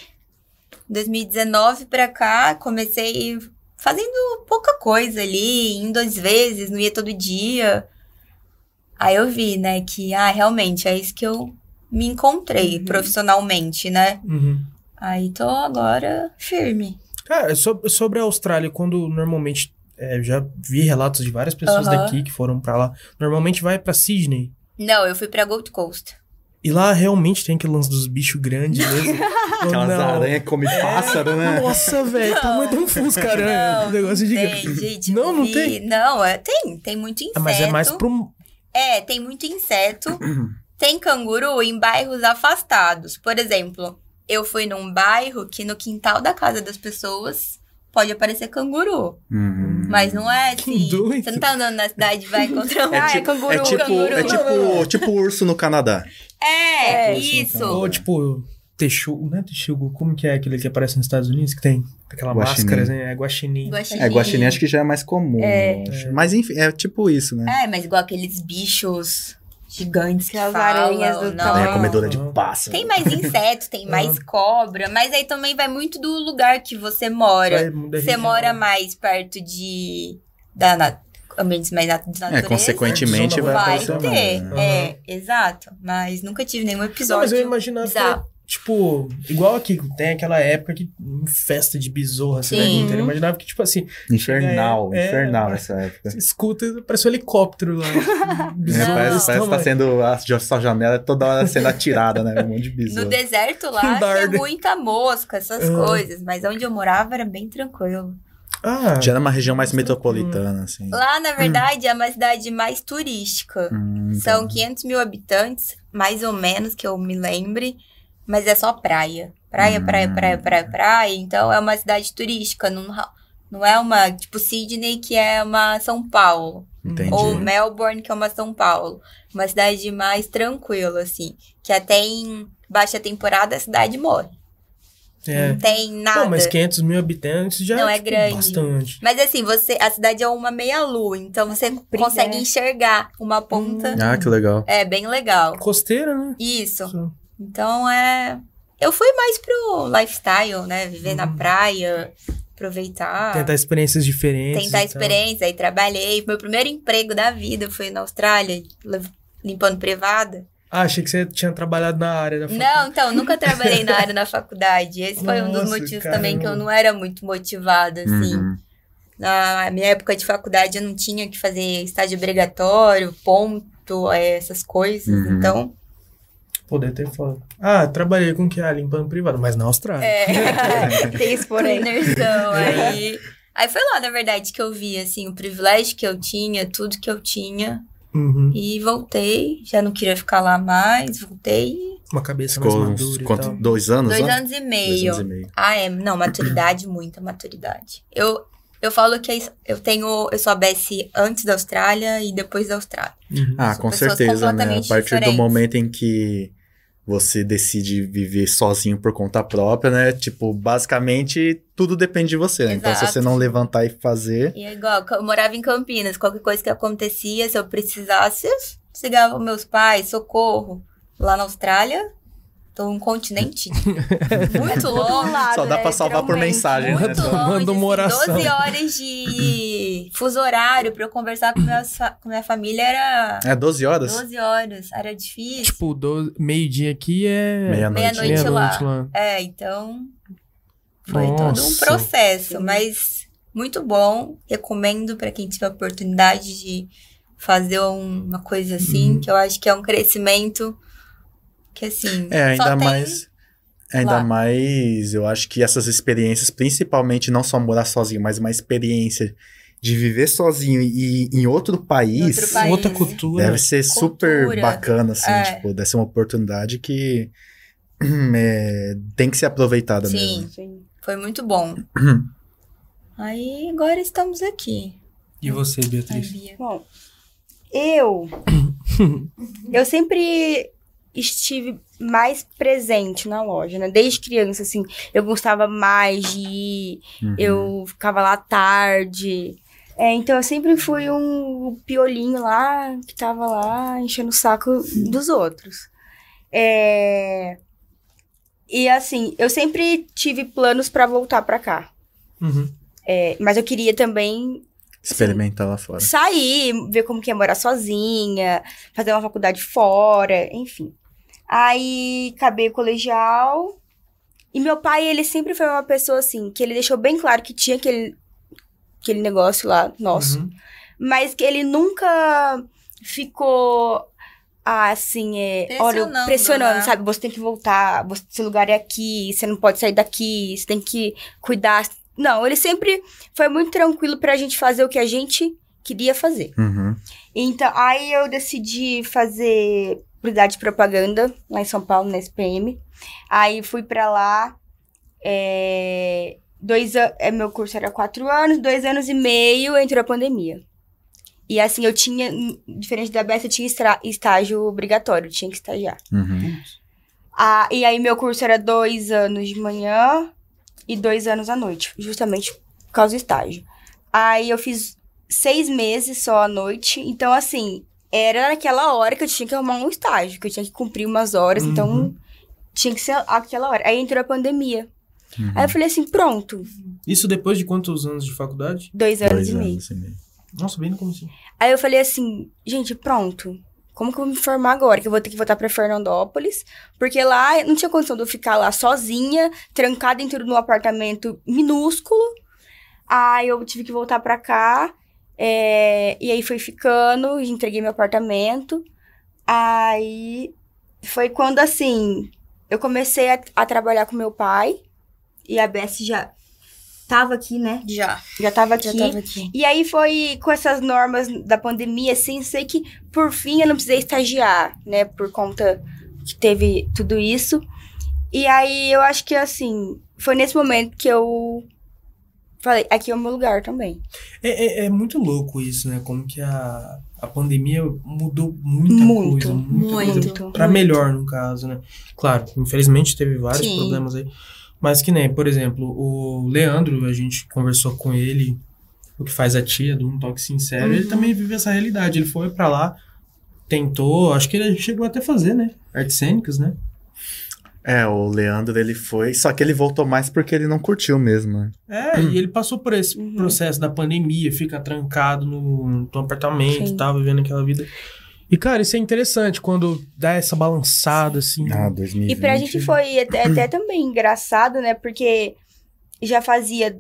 Speaker 4: 2019 pra cá, comecei fazendo pouca coisa ali, indo às vezes, não ia todo dia. Aí eu vi, né, que, ah, realmente, é isso que eu me encontrei profissionalmente, né?
Speaker 2: Uhum.
Speaker 4: Aí tô agora firme.
Speaker 2: Cara, so- sobre a Austrália, quando normalmente. é, eu já vi relatos de várias pessoas
Speaker 4: Aham.
Speaker 2: daqui que foram pra lá. Normalmente vai pra Sydney.
Speaker 4: Não, eu fui pra Gold Coast.
Speaker 2: E lá realmente tem aquele lance dos bichos grandes mesmo. Ou
Speaker 1: Aquelas
Speaker 2: não? É.
Speaker 1: aranhas que comem pássaro, né?
Speaker 2: Nossa, velho,
Speaker 4: Não.
Speaker 2: tamanho de um fusca aranha.
Speaker 4: Não,
Speaker 2: um negócio de.
Speaker 4: Tem, gente.
Speaker 2: Não, não
Speaker 4: vi.
Speaker 2: tem?
Speaker 4: Não, é, tem. Tem muito inseto.
Speaker 2: Ah, mas é mais pro.
Speaker 4: É, tem muito inseto. tem canguru em bairros afastados. Por exemplo, eu fui num bairro que no quintal da casa das pessoas pode aparecer canguru.
Speaker 1: Hum.
Speaker 4: Mas não é assim.
Speaker 2: doido.
Speaker 4: Você não tá andando na cidade e vai encontrar um.
Speaker 3: É
Speaker 4: Ah,
Speaker 3: tipo-
Speaker 4: canguru,
Speaker 1: É tipo,
Speaker 4: canguru.
Speaker 1: é tipo, tipo urso no Canadá.
Speaker 4: É,
Speaker 1: É,
Speaker 4: isso.
Speaker 1: isso.
Speaker 2: Ou tipo, texugo. Não é texugo? Como que é aquele que aparece nos Estados Unidos que tem? Aquela
Speaker 1: Guaxinim.
Speaker 2: máscara, né? É guaxinim.
Speaker 4: Guaxinim.
Speaker 1: É, guaxinim acho que já é mais comum.
Speaker 3: É.
Speaker 1: eu acho. Mas enfim, é tipo isso, né?
Speaker 4: É, mas igual aqueles bichos gigantes que
Speaker 3: Aquelas
Speaker 4: falam,
Speaker 3: aranhas do
Speaker 4: não.
Speaker 1: Ela é comedora de
Speaker 2: Não.
Speaker 1: pássaro.
Speaker 4: Tem mais inseto, tem mais cobra, mas aí também vai muito do lugar que você mora.
Speaker 2: Vai mudar a
Speaker 4: Você
Speaker 2: região.
Speaker 4: mora mais perto de. da na- ambientes mais nat de
Speaker 1: É,
Speaker 4: natureza.
Speaker 1: consequentemente vai,
Speaker 4: Vai,
Speaker 1: aparecer
Speaker 4: ter.
Speaker 1: uma, né?
Speaker 4: É, exato. Mas nunca tive nenhum
Speaker 2: Não, mas
Speaker 4: episódio.
Speaker 2: eu imaginava. que
Speaker 4: bizarro.
Speaker 2: Tipo, igual aqui, tem aquela época que hum, festa de assim, besoura, você vai
Speaker 4: Sim.
Speaker 2: inteiro. Eu imaginava que, tipo assim,
Speaker 1: Infernal,
Speaker 2: É, é.
Speaker 1: infernal essa época.
Speaker 2: você escuta e parece um helicóptero lá.
Speaker 1: É, parece
Speaker 4: Não.
Speaker 1: parece que tá
Speaker 2: Tamanho.
Speaker 1: sendo a a sua janela toda hora sendo atirada, né? Um monte de
Speaker 4: No
Speaker 1: bisu.
Speaker 4: deserto lá tinha
Speaker 2: Dardo.
Speaker 4: muita mosca, essas
Speaker 2: Ah.
Speaker 4: coisas. Mas onde eu morava era bem tranquilo.
Speaker 2: Ah,
Speaker 1: Já era uma região mais metropolitana, assim.
Speaker 4: Lá,
Speaker 2: Hum.
Speaker 4: na verdade, é uma cidade mais turística.
Speaker 1: Hum,
Speaker 4: São
Speaker 1: então.
Speaker 4: 500 mil habitantes, mais ou menos, que eu me lembre. Mas é só praia. Praia,
Speaker 1: Hum.
Speaker 4: praia, praia, praia, praia. Então é uma cidade turística. Não, não é uma. Tipo, Sydney, que é uma São Paulo.
Speaker 1: Entendi.
Speaker 4: Ou Melbourne, que é uma São Paulo. Uma cidade mais tranquila, assim. Que até em baixa temporada a cidade morre.
Speaker 2: é.
Speaker 4: Não tem nada.
Speaker 2: Pô, mas 500 mil habitantes já
Speaker 4: Não, é
Speaker 2: tipo,
Speaker 4: grande.
Speaker 2: bastante.
Speaker 4: Mas assim, você a cidade é uma meia-lua, então você
Speaker 3: comprida,
Speaker 4: consegue
Speaker 3: né?
Speaker 4: enxergar uma ponta.
Speaker 1: Ah, que legal.
Speaker 4: É bem legal.
Speaker 2: Costeira, né?
Speaker 4: Isso.
Speaker 2: Só.
Speaker 4: Então é. Eu fui mais pro lifestyle, né? Viver na
Speaker 2: Hum.
Speaker 4: praia, aproveitar.
Speaker 2: Tentar experiências diferentes.
Speaker 4: Ah. tentar
Speaker 2: e tal.
Speaker 4: experiência, aí trabalhei. Meu primeiro emprego da vida foi na Austrália, lev- limpando privada.
Speaker 2: Ah, achei que você tinha trabalhado na área da
Speaker 4: Não, então, nunca trabalhei na área na faculdade. Esse foi um dos
Speaker 2: Nossa,
Speaker 4: motivos
Speaker 2: caramba.
Speaker 4: também que eu não era muito motivada, assim.
Speaker 1: Uhum.
Speaker 4: Na minha época de faculdade, eu não tinha que fazer estágio obrigatório, ponto, eh, essas coisas.
Speaker 1: Uhum.
Speaker 4: Então,
Speaker 2: Poder ter falado. Ah, trabalhei com que? Ah, limpando privado, mas na Austrália.
Speaker 4: é.
Speaker 3: Tem isso, porém.
Speaker 4: Cleanerzão, então, aí. Aí foi lá, na verdade, que eu vi, assim, o privilégio que eu tinha, tudo que eu tinha.
Speaker 2: Uhum.
Speaker 4: E voltei, já não queria ficar lá mais, voltei.
Speaker 2: Uma cabeça
Speaker 1: Ficou
Speaker 2: mais
Speaker 1: uns
Speaker 2: madura
Speaker 1: quanto-
Speaker 2: e tal.
Speaker 1: dois anos,
Speaker 4: Dois
Speaker 1: né?
Speaker 4: anos e
Speaker 1: Dois
Speaker 4: meio.
Speaker 1: anos e meio.
Speaker 4: Ah, é. Não, maturidade, muita maturidade. Eu, eu falo que é eu tenho. Eu sou a Bessie antes da Austrália e depois da Austrália.
Speaker 2: Uhum.
Speaker 1: Ah,
Speaker 4: São
Speaker 1: com
Speaker 4: pessoas
Speaker 1: certeza, né? A
Speaker 4: completamente
Speaker 1: partir do
Speaker 4: diferentes.
Speaker 1: momento em que você decide viver sozinho por conta própria, né? Tipo, basicamente tudo depende de você, né? Então, se
Speaker 4: Exato.
Speaker 1: você não levantar e fazer.
Speaker 4: E é igual, eu morava em Campinas, qualquer coisa que acontecia, se eu precisasse, eu ligava aos meus pais, socorro. Lá na Austrália, tô um continente muito longe.
Speaker 3: Lado,
Speaker 1: Só dá
Speaker 3: né,
Speaker 1: pra salvar por
Speaker 3: literalmente.
Speaker 1: mensagem, né?
Speaker 4: Muito
Speaker 1: Só-
Speaker 2: Manda
Speaker 4: longe,
Speaker 2: uma
Speaker 4: assim,
Speaker 2: oração.
Speaker 4: 12 horas de fuso horário pra eu conversar com, minhas fa- com minha família era
Speaker 1: É 12 horas?
Speaker 4: 12 horas, era difícil.
Speaker 2: Tipo, do- meio-dia aqui é.
Speaker 1: Meia-noite.
Speaker 4: meia-noite assim,
Speaker 2: Meia-noite lá.
Speaker 4: É, então foi todo um
Speaker 2: Nossa.
Speaker 4: processo,
Speaker 3: Sim.
Speaker 4: mas muito bom. Recomendo pra quem tiver a oportunidade de fazer um- uma coisa assim,
Speaker 2: Uhum.
Speaker 4: que eu acho que é um crescimento que assim,
Speaker 1: É, ainda
Speaker 4: só tem-
Speaker 1: mais. Ainda
Speaker 4: lá.
Speaker 1: mais, eu acho que essas experiências, principalmente não só morar sozinho, mas uma experiência de viver sozinho e em outro país,
Speaker 4: outro país.
Speaker 2: Outra cultura.
Speaker 1: deve ser super
Speaker 4: Cultura.
Speaker 1: bacana, assim,
Speaker 4: É.
Speaker 1: tipo, deve ser uma oportunidade que é, tem que ser aproveitada
Speaker 4: Sim,
Speaker 1: mesmo.
Speaker 3: Sim.
Speaker 4: foi muito bom. Aí agora estamos aqui.
Speaker 2: E você,
Speaker 4: Ai,
Speaker 2: Beatriz?
Speaker 4: Bia.
Speaker 3: Bom, eu. eu sempre estive mais presente na loja, né? Desde criança, assim. Eu gostava mais de ir
Speaker 1: Uhum.
Speaker 3: Eu ficava lá tarde. É, então eu sempre fui um piolinho lá, que tava lá enchendo o saco dos outros. É, E assim, eu sempre tive planos pra voltar pra cá.
Speaker 2: Uhum.
Speaker 3: É, mas eu queria também
Speaker 1: Experimentar lá fora.
Speaker 3: sair, ver como que é morar sozinha, fazer uma faculdade fora, enfim. Aí acabei o colegial. E meu pai, ele sempre foi uma pessoa assim, que ele deixou bem claro que tinha aquele, aquele negócio lá nosso.
Speaker 2: Uhum.
Speaker 3: Mas que ele nunca ficou ah, assim, é, olha,
Speaker 4: Pressionando,
Speaker 3: pressionando,
Speaker 4: né?
Speaker 3: sabe? Você tem que voltar, você, seu lugar é aqui, você não pode sair daqui, você tem que cuidar. Não, ele sempre foi muito tranquilo pra gente fazer o que a gente queria fazer.
Speaker 6: Uhum.
Speaker 3: Então, aí eu decidi fazer publicidade de propaganda lá em São Paulo, na SPM. Aí fui pra lá. é, dois an- é, meu curso era quatro anos, dois anos e meio entrou a pandemia. E assim, eu tinha, n- diferente da Bessa, eu tinha estra- estágio obrigatório, eu tinha que estagiar.
Speaker 6: Uhum.
Speaker 3: Ah, e aí meu curso era dois anos de manhã e dois anos à noite, justamente por causa do estágio. Aí eu fiz seis meses só à noite, então assim, era naquela hora que eu tinha que arrumar um estágio, que eu tinha que cumprir umas horas, então
Speaker 2: Uhum.
Speaker 3: tinha que ser aquela hora. Aí entrou a pandemia.
Speaker 6: Uhum.
Speaker 3: Aí eu falei assim, pronto,
Speaker 2: Isso depois de quantos anos de faculdade?
Speaker 3: dois anos
Speaker 6: Dois
Speaker 3: e meio.
Speaker 6: anos e meio.
Speaker 2: Nossa, bem no começo.
Speaker 3: Aí eu falei assim, gente, pronto. Como que eu vou me formar agora? Que eu vou ter que voltar pra Fernandópolis. Porque lá não tinha condição de eu ficar lá sozinha, trancada dentro de um apartamento minúsculo. Aí eu tive que voltar pra cá. é, e aí foi ficando, entreguei meu apartamento. Aí foi quando assim eu comecei a, a trabalhar com meu pai. E a Bess já tava aqui, né?
Speaker 4: Já.
Speaker 3: Já tava aqui.
Speaker 4: Já tava aqui.
Speaker 3: E aí foi com essas normas da pandemia, assim, sei que por fim eu não precisei estagiar, né? Por conta que teve tudo isso. E aí eu acho que assim, foi nesse momento que eu falei, aqui é o meu lugar também.
Speaker 2: É, é- é muito louco isso, né? Como que a, a pandemia mudou muita
Speaker 3: Muito,
Speaker 2: coisa. Muita coisa.
Speaker 3: Muito.
Speaker 2: Pra melhor, no caso, né? Claro, infelizmente teve vários
Speaker 4: Sim.
Speaker 2: problemas aí. Mas que nem, por exemplo, o Leandro, a gente conversou com ele, o que faz a tia do Um Toque Sincero, ele
Speaker 3: Uhum.
Speaker 2: também vive essa realidade. Ele foi pra lá, tentou, acho que ele chegou até a fazer, né? Artes cênicas, né?
Speaker 6: É, o Leandro, ele foi. Só que ele voltou mais porque ele não curtiu mesmo. né?
Speaker 2: É, e ele passou por esse
Speaker 3: Uhum.
Speaker 2: processo da pandemia, fica trancado no, no apartamento
Speaker 3: Sim.
Speaker 2: e tal, vivendo aquela vida. E, cara, isso é interessante quando dá essa balançada, assim.
Speaker 6: Ah,
Speaker 3: E
Speaker 6: 2020.
Speaker 3: pra gente foi até, até também engraçado, né? Porque já fazia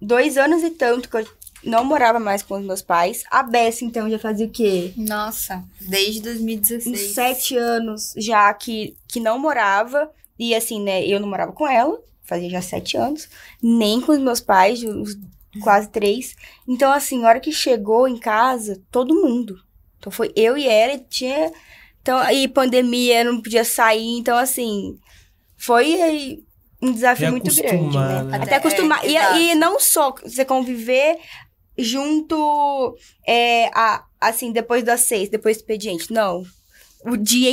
Speaker 3: dois anos e tanto que eu não morava mais com os meus pais. A Bessa, então, já fazia o quê?
Speaker 4: Nossa, desde 2016.
Speaker 3: uns sete anos já que, que não morava. E assim, né, eu não morava com ela, fazia já sete anos, nem com os meus pais, uns quase três. Então, assim, a hora que chegou em casa, todo mundo. Então foi eu e ela, e tinha. Então, aí pandemia, não podia sair. Então, assim, foi aí, um desafio muito grande, né?
Speaker 2: acostumar, né?
Speaker 3: Até acostumar.
Speaker 4: É,
Speaker 3: E-
Speaker 4: exato.
Speaker 3: e, não só você conviver junto, é, a- assim, depois das seis, depois do expediente. Não. O dia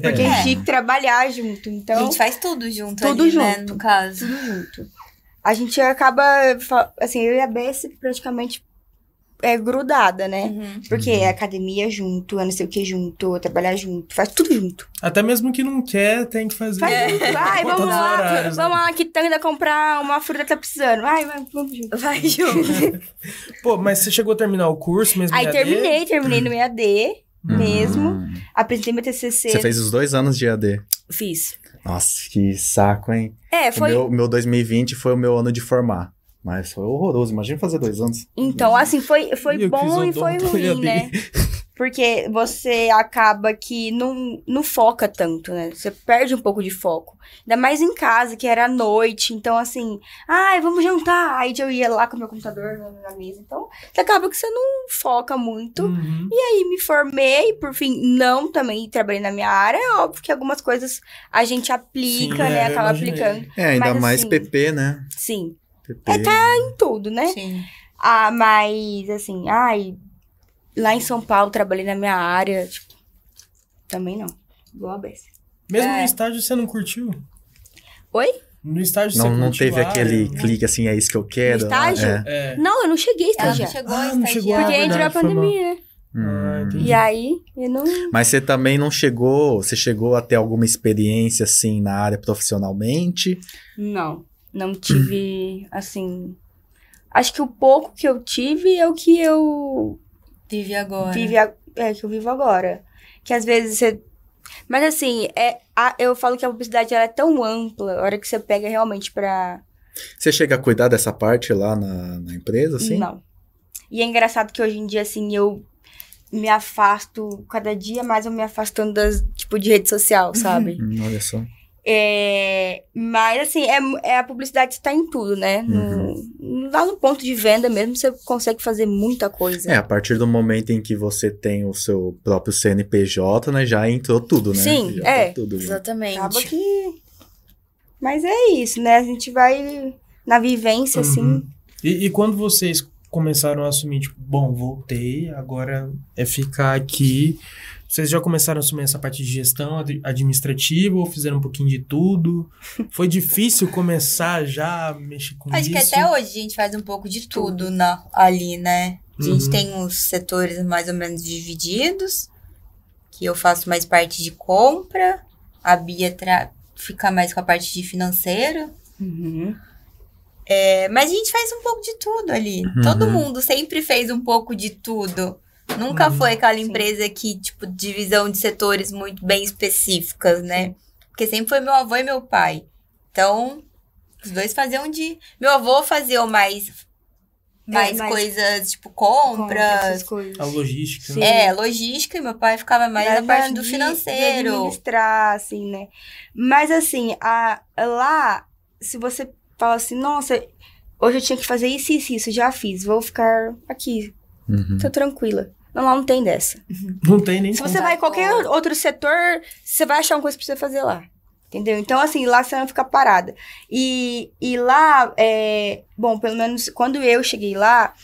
Speaker 3: porque a gente tinha que trabalhar junto.
Speaker 4: É. A
Speaker 3: Então,
Speaker 4: gente faz tudo junto
Speaker 3: Tudo
Speaker 4: ali, né?
Speaker 3: junto.
Speaker 4: No caso.
Speaker 3: tudo junto. A gente acaba, fa- assim, eu e a Bessie praticamente é grudada, né?
Speaker 4: Uhum.
Speaker 3: Porque é academia junto, é não sei o que junto, é trabalhar junto, faz tudo junto.
Speaker 2: Até mesmo que não quer, tem que fazer.
Speaker 4: É.
Speaker 3: Faz junto. Ai,
Speaker 2: É. Todos
Speaker 3: vamos
Speaker 2: os
Speaker 3: lá,
Speaker 2: horários, né?
Speaker 3: vamos lá, que tanda comprar uma fruta tá precisando. Ai, vai, vamos junto.
Speaker 4: Vai junto.
Speaker 2: Pô, mas você chegou a terminar o curso mesmo?
Speaker 3: Aí
Speaker 2: EAD?
Speaker 3: terminei, terminei no EAD
Speaker 6: Uhum.
Speaker 3: mesmo. Apresentei meu TCC.
Speaker 6: Você fez os dois anos de AD.
Speaker 3: Fiz.
Speaker 6: Nossa, que saco, hein?
Speaker 3: É,
Speaker 6: O
Speaker 3: foi.
Speaker 6: meu, meu 2020 foi o meu ano de formar. Mas foi horroroso. Imagina fazer dois anos.
Speaker 2: Uhum.
Speaker 3: Então, assim, foi, foi
Speaker 2: Eu quis
Speaker 3: bom e
Speaker 2: odonto,
Speaker 3: foi
Speaker 2: eu
Speaker 3: ruim,
Speaker 2: dei.
Speaker 3: né? Porque você acaba que não, não foca tanto, né? Você perde um pouco de foco. Ainda mais em casa, que era à noite. Então, assim, ai, vamos jantar. Aí eu ia lá com meu computador na- na mesa. Então, acaba que você não foca muito.
Speaker 2: Uhum.
Speaker 3: aí me formei, por fim, não também trabalhei na minha área. É óbvio que algumas coisas a gente aplica,
Speaker 2: Sim,
Speaker 3: né?
Speaker 2: é, eu
Speaker 3: Acaba
Speaker 2: imaginei.
Speaker 3: aplicando.
Speaker 6: É, ainda
Speaker 3: Mas,
Speaker 6: mais
Speaker 3: assim,
Speaker 6: PP, né?
Speaker 3: Sim,
Speaker 6: PP.
Speaker 3: É,
Speaker 6: tá.
Speaker 3: em tudo, né?
Speaker 4: Sim.
Speaker 3: Ah, mas assim, ai, lá em São Paulo trabalhei na minha área, tipo, também não. Igual a Bessie.
Speaker 2: Mesmo
Speaker 4: É.
Speaker 2: no estágio você não curtiu?
Speaker 3: Oi?
Speaker 2: No estágio
Speaker 6: Não,
Speaker 2: você né?
Speaker 6: não
Speaker 2: curtiu
Speaker 6: teve
Speaker 2: a
Speaker 6: aquele
Speaker 2: área?
Speaker 6: clique assim, é isso que eu quero.
Speaker 3: No estágio?
Speaker 6: É.
Speaker 2: É.
Speaker 3: Não, eu não cheguei a
Speaker 4: Ela não
Speaker 3: estagiar.
Speaker 4: chegou
Speaker 2: Ah,
Speaker 4: a
Speaker 2: não chegou.
Speaker 4: estagiar.
Speaker 3: Porque
Speaker 2: Ah,
Speaker 3: entrou a
Speaker 2: verdade, foi mal.
Speaker 3: pandemia, né?
Speaker 2: Ah,
Speaker 6: Hum.
Speaker 2: entendi.
Speaker 3: E aí, eu não.
Speaker 6: Mas você também não chegou, você chegou a ter alguma experiência assim na área profissionalmente?
Speaker 3: Não. Não tive, assim. Acho que o pouco que eu tive é o que eu
Speaker 4: Vive agora.
Speaker 3: vive a- é, que eu vivo agora. Que às vezes você Mas assim, é, a- eu falo que a publicidade ela é tão ampla, a hora que você pega realmente pra.
Speaker 6: Você chega a cuidar dessa parte lá na, na empresa, assim?
Speaker 3: Não. E é engraçado que hoje em dia, assim, eu me afasto, cada dia mais eu me afastando das, tipo, de rede social, sabe?
Speaker 6: Hum, olha só.
Speaker 3: É, mas, assim, é, é a publicidade está em tudo, né? No-
Speaker 6: Uhum.
Speaker 3: lá no ponto de venda mesmo, você consegue fazer muita coisa.
Speaker 6: É, a partir do momento em que você tem o seu próprio CNPJ, né? Já entrou tudo, né?
Speaker 3: Sim,
Speaker 6: já tá
Speaker 3: é.
Speaker 6: tudo, né?
Speaker 3: Acaba
Speaker 4: Exatamente.
Speaker 3: que... Mas é isso, né? A gente vai na vivência, assim.
Speaker 2: Uhum. E, e quando vocês começaram a assumir, tipo, bom, voltei, agora é ficar aqui. Vocês já começaram a assumir essa parte de gestão ad- administrativa ou fizeram um pouquinho de tudo? Foi difícil começar já a mexer com
Speaker 4: Acho
Speaker 2: isso?
Speaker 4: que até hoje a gente faz um pouco de tudo na, ali, né? A gente
Speaker 2: Uhum.
Speaker 4: tem os setores mais ou menos divididos, que eu faço mais parte de compra, a Bia tra- fica mais com a parte de financeiro.
Speaker 3: Uhum.
Speaker 4: É, mas a gente faz um pouco de tudo ali.
Speaker 6: Uhum.
Speaker 4: Todo mundo sempre fez um pouco de tudo. Nunca
Speaker 2: Uhum.
Speaker 4: foi aquela
Speaker 3: Sim.
Speaker 4: empresa que, tipo, divisão de setores muito bem específicas, né? Porque sempre foi meu avô e meu pai. Então, os dois faziam de. Meu avô fazia mais, mais
Speaker 3: É, mais
Speaker 4: coisas, tipo,
Speaker 3: Compra,
Speaker 4: compras.
Speaker 3: essas coisas.
Speaker 2: A logística.
Speaker 3: Sim.
Speaker 2: né?
Speaker 4: É, logística, e meu pai ficava mais
Speaker 3: da
Speaker 4: na parte
Speaker 3: parte
Speaker 4: do
Speaker 3: é de- De
Speaker 4: financeiro.
Speaker 3: administrar, assim, né? Mas assim, a- lá, se você fala assim, nossa, hoje eu tinha que fazer isso, isso, isso, já fiz, vou ficar aqui,
Speaker 6: Uhum.
Speaker 3: tô tranquila. Não, lá não tem dessa.
Speaker 2: Não tem nem.
Speaker 3: Se você vai em qualquer outro setor, você vai achar uma coisa pra você fazer lá. Entendeu? Então, assim, lá você não fica parada. E, e lá, é, bom, pelo menos quando eu cheguei lá,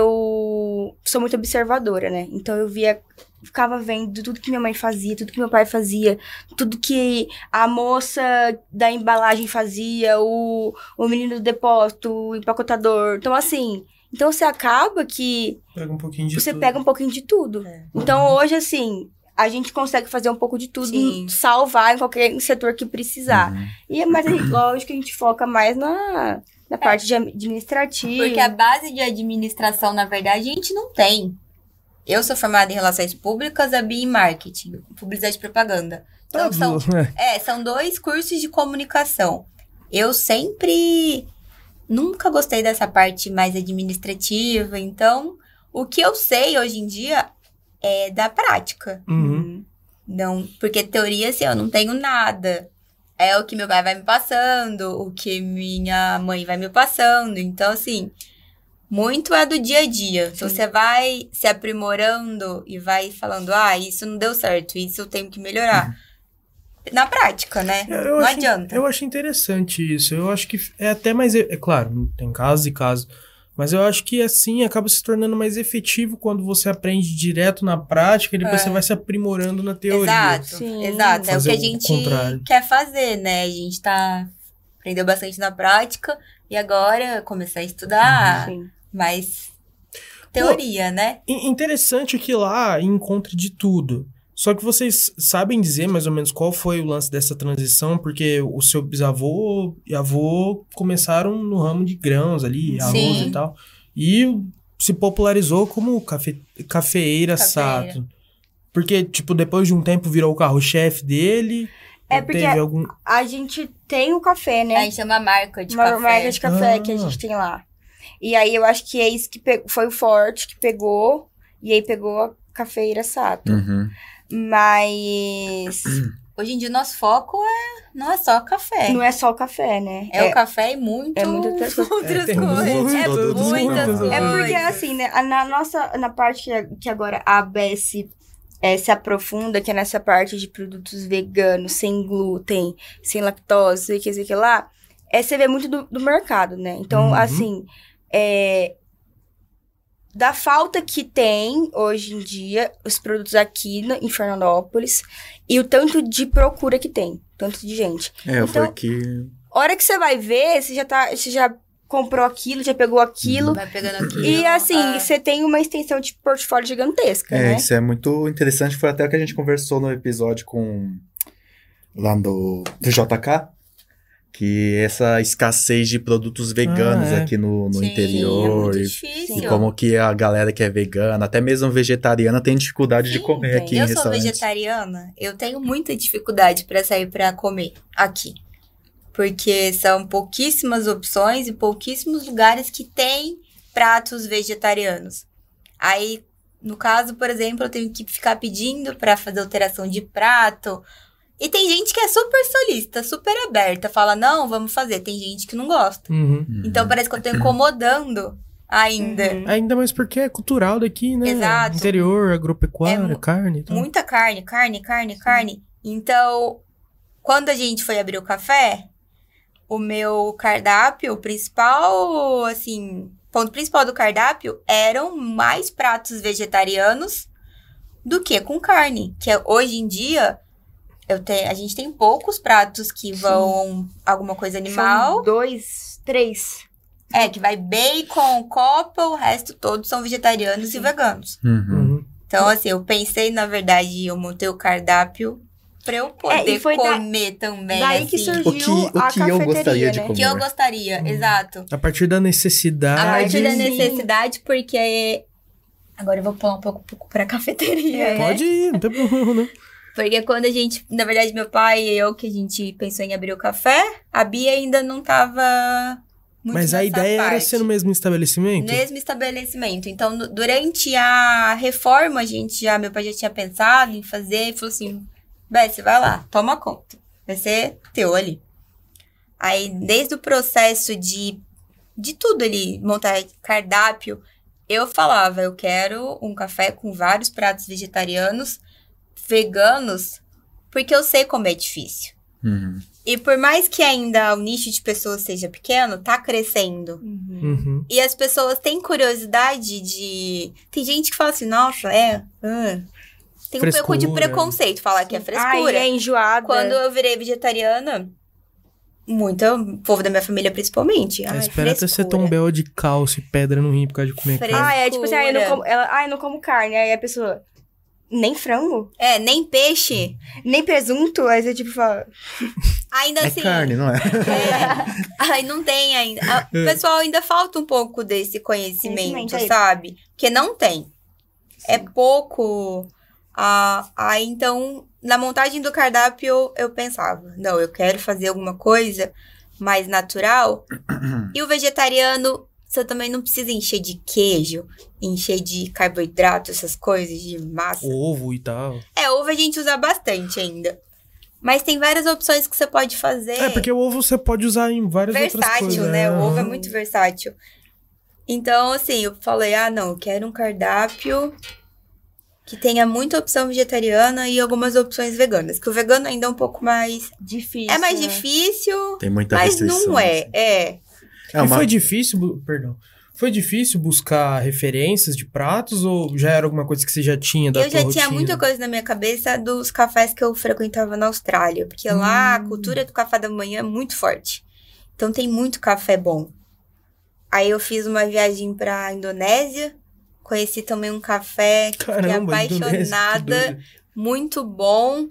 Speaker 3: eu sou muito observadora, né? Então eu via, ficava vendo tudo que minha mãe fazia, tudo que meu pai fazia, tudo que a moça da embalagem fazia, o, o menino do depósito, o empacotador. Então, assim, então você acaba que
Speaker 2: Pega um pouquinho de
Speaker 3: você
Speaker 2: tudo.
Speaker 3: pega um pouquinho de tudo.
Speaker 4: É.
Speaker 3: Então hoje, assim, a gente consegue fazer um pouco de tudo,
Speaker 4: Sim.
Speaker 3: salvar em qualquer setor que precisar.
Speaker 6: Uhum.
Speaker 3: E, mas é lógico que a gente foca mais na, na parte de administrativa.
Speaker 4: É. Porque a base de administração, na verdade, a gente não tem. Eu sou formada em relações públicas, a Bia em marketing, publicidade e propaganda. Então,
Speaker 2: Tá
Speaker 4: são, é, são dois cursos de comunicação. Eu sempre nunca gostei dessa parte mais administrativa, então o que eu sei hoje em dia é da prática.
Speaker 2: Uhum.
Speaker 4: Não, porque teoria, assim, eu não tenho nada. É o que meu pai vai me passando, o que minha mãe vai me passando. Então, assim, muito é do dia a dia. Então, você vai se aprimorando e vai falando, ah, isso não deu certo, isso eu tenho que melhorar. Na prática, né?
Speaker 2: Eu- eu
Speaker 4: não
Speaker 2: acho-
Speaker 4: adianta.
Speaker 2: Eu acho interessante isso. Eu acho que é até mais. e- É claro, tem casos e casos. Mas eu acho que assim acaba se tornando mais efetivo quando você aprende direto na prática e depois
Speaker 4: É.
Speaker 2: você vai se aprimorando na teoria.
Speaker 4: Exato,
Speaker 3: Sim.
Speaker 4: exato. É o que
Speaker 2: Fazer
Speaker 4: a
Speaker 2: o
Speaker 4: gente
Speaker 2: contrário.
Speaker 4: quer fazer, né? A gente tá. Aprendeu bastante na prática e agora começar a estudar
Speaker 3: Sim.
Speaker 4: mais teoria, né?
Speaker 2: In- Interessante que lá encontre de tudo. Só que vocês sabem dizer mais ou menos qual foi o lance dessa transição, porque o seu bisavô e avô começaram no ramo de grãos ali, arroz
Speaker 4: Sim.
Speaker 2: e tal. E se popularizou como cafe, cafeeira
Speaker 4: Cafeeira.
Speaker 2: sato. Porque, tipo, depois de um tempo virou o carro-chefe dele.
Speaker 3: É
Speaker 2: ou
Speaker 3: porque-
Speaker 2: Teve algum...
Speaker 3: A gente tem o café, né?
Speaker 4: A gente chama marca de
Speaker 3: uma
Speaker 4: café.
Speaker 3: marca de café que a
Speaker 2: Ah.
Speaker 3: gente tem lá. E aí eu acho que é isso que pe- foi o forte que pegou. E aí pegou a cafeira Sato.
Speaker 6: Uhum.
Speaker 3: Mas
Speaker 2: Uhum.
Speaker 4: Hoje em dia o nosso foco é não é só café.
Speaker 3: não é só o café, né?
Speaker 4: É, o café e muito,
Speaker 3: é muitas outras coisas.
Speaker 4: outras
Speaker 2: É, tem
Speaker 4: coisas.
Speaker 2: muitos
Speaker 4: é
Speaker 6: produtos
Speaker 4: muitas
Speaker 6: combinados.
Speaker 4: coisas.
Speaker 3: É porque, assim, né, a- na nossa, na parte que- que agora a ABS eh, se aprofunda, que é nessa parte de produtos veganos, sem glúten, sem lactose, sei que sei que lá, é, você vê muito do, do mercado, né? Então,
Speaker 2: Uhum.
Speaker 3: assim, é, da falta que tem hoje em dia os produtos aqui no- em Fernandópolis e o tanto de procura que tem, tanto de gente.
Speaker 6: É,
Speaker 3: Então-
Speaker 6: foi que.
Speaker 3: Hora que você vai ver, você já tá, você já comprou aquilo, já pegou aquilo,
Speaker 4: Vai pegando aqui.
Speaker 3: e
Speaker 1: Uhum.
Speaker 3: assim,
Speaker 4: Ah,
Speaker 3: você tem uma extensão de portfólio gigantesca,
Speaker 6: É,
Speaker 3: né?
Speaker 6: isso é muito interessante. Foi até o que a gente conversou no episódio com. Lá do, do JK.
Speaker 1: que essa escassez de produtos veganos
Speaker 2: Ah, é.
Speaker 1: aqui no, no
Speaker 4: Sim, É
Speaker 1: interior.
Speaker 4: muito
Speaker 1: e-
Speaker 4: difícil.
Speaker 1: e como que a galera que é vegana, até mesmo vegetariana, tem dificuldade de
Speaker 4: Sim,
Speaker 1: comer
Speaker 4: tem.
Speaker 1: aqui em
Speaker 4: Eu sou
Speaker 1: restaurantes.
Speaker 4: vegetariana, eu tenho muita dificuldade pra sair pra comer aqui. Porque são pouquíssimas opções e pouquíssimos lugares que têm pratos vegetarianos. Aí, no caso, por exemplo, eu tenho que ficar pedindo pra fazer alteração de prato. E tem gente que é super solista, super aberta, fala: não, vamos fazer. Tem gente que não gosta.
Speaker 2: Uhum.
Speaker 1: Uhum.
Speaker 4: Então parece que eu tô incomodando ainda.
Speaker 3: Uhum.
Speaker 2: Ainda mais porque é cultural daqui, né?
Speaker 4: Exato.
Speaker 2: Interior,
Speaker 4: É
Speaker 2: agropecuária,
Speaker 4: mu-
Speaker 2: carne e tal.
Speaker 4: Muita carne, carne, carne, carne. Então, quando a gente foi abrir o café, o meu cardápio, o principal, assim, ponto principal do cardápio eram mais pratos vegetarianos do que com carne. Que é- hoje em dia, eu tenho, a gente tem poucos pratos que vão alguma coisa animal.
Speaker 3: São dois, três.
Speaker 4: É, que vai bacon, copa, o resto todos são vegetarianos e veganos.
Speaker 1: Uhum.
Speaker 2: Uhum.
Speaker 4: Então, assim, eu pensei, na verdade, eu montei o cardápio pra eu poder
Speaker 3: e foi da-
Speaker 4: comer também.
Speaker 3: Daí que
Speaker 4: assim,
Speaker 3: surgiu
Speaker 1: O que, o
Speaker 3: a
Speaker 1: que eu
Speaker 3: cafeteria,
Speaker 1: gostaria de
Speaker 3: né?
Speaker 1: comer?
Speaker 4: que eu gostaria,
Speaker 2: Hum.
Speaker 4: exato.
Speaker 2: A partir da necessidade.
Speaker 4: A partir da
Speaker 3: sim.
Speaker 4: necessidade, porque. Agora eu vou pular um pouco pouco pra cafeteria. né?
Speaker 2: Pode ir, não tem problema, né? não.
Speaker 4: Porque quando a gente, na verdade, meu pai e eu, que a gente pensou em abrir o café, a Bia ainda não tava muito
Speaker 2: Mas a
Speaker 4: nessa
Speaker 2: ideia era
Speaker 4: parte. Né?
Speaker 2: ser no mesmo estabelecimento?
Speaker 4: Mesmo estabelecimento. Então, no- durante a reforma, a gente já, meu pai já tinha pensado em fazer e falou assim: Bé, você vai lá, toma conta. Vai ser teu ali. Aí, desde o processo de, de tudo ali, montar cardápio, eu falava: eu quero um café com vários pratos vegetarianos, veganos, porque eu sei como é difícil.
Speaker 1: Uhum.
Speaker 4: E por mais que ainda o nicho de pessoas seja pequeno, tá crescendo.
Speaker 2: Uhum.
Speaker 4: E as pessoas têm curiosidade de. Tem gente que fala assim, nossa, é. ah, Tem um pouco de
Speaker 2: Frescura.
Speaker 4: preconceito falar que é frescura.
Speaker 3: Ai, é enjoada.
Speaker 4: Quando eu virei vegetariana, muito o povo da minha família principalmente.
Speaker 2: Ela
Speaker 4: Ai,
Speaker 2: espera até você
Speaker 4: frescura.
Speaker 2: tombar de calça e pedra no rim por causa de comer
Speaker 4: Frescura.
Speaker 2: carne.
Speaker 3: Ah, é tipo assim, ai, eu não
Speaker 4: frescura.
Speaker 3: como, ela, ai, eu não como carne. Aí a pessoa, nem frango,
Speaker 4: É, nem peixe.
Speaker 3: nem presunto. Aí você tipo fala,
Speaker 4: Ainda
Speaker 1: É
Speaker 4: assim.
Speaker 1: carne, não é?
Speaker 4: É. Ai, não tem ainda. Ah,
Speaker 2: É.
Speaker 4: O pessoal ainda falta um pouco desse conhecimento,
Speaker 3: Conhecimento aí.
Speaker 4: sabe? Porque não tem. É pouco. Ah, ah, então, na montagem do cardápio, eu, eu pensava: não, eu quero fazer alguma coisa mais natural. e o vegetariano, você também não precisa encher de queijo, encher de carboidrato, essas coisas, de massa.
Speaker 2: Ovo e tal.
Speaker 4: É, ovo a gente usa bastante ainda. Mas tem várias opções que você pode fazer
Speaker 2: É, porque o ovo você pode usar em várias outras
Speaker 4: versátil,
Speaker 2: coisas.
Speaker 4: né? O ovo é
Speaker 2: Ah.
Speaker 4: muito versátil. Então, assim, eu falei, ah, não, eu quero um cardápio que tenha muita opção vegetariana e algumas opções veganas. Que o vegano ainda é um pouco mais.
Speaker 3: difícil.
Speaker 4: É mais
Speaker 3: né?
Speaker 4: difícil,
Speaker 1: Tem muita
Speaker 4: mas
Speaker 1: restrição.
Speaker 4: não é. É.
Speaker 1: É
Speaker 2: E
Speaker 1: uma...
Speaker 2: foi difícil, bu- perdão. Foi difícil buscar referências de pratos ou já era alguma coisa que você já tinha da
Speaker 4: Eu já
Speaker 2: tua
Speaker 4: tinha
Speaker 2: rotina?
Speaker 4: muita coisa na minha cabeça dos cafés que eu frequentava na Austrália. Porque lá a
Speaker 2: Hum.
Speaker 4: cultura do café da manhã é muito forte. Então tem muito café bom. Aí eu fiz uma viagem pra Indonésia. Conheci também um café que fiquei
Speaker 2: Caramba, Indonésia, que
Speaker 4: apaixonada.
Speaker 2: doido.
Speaker 4: muito bom.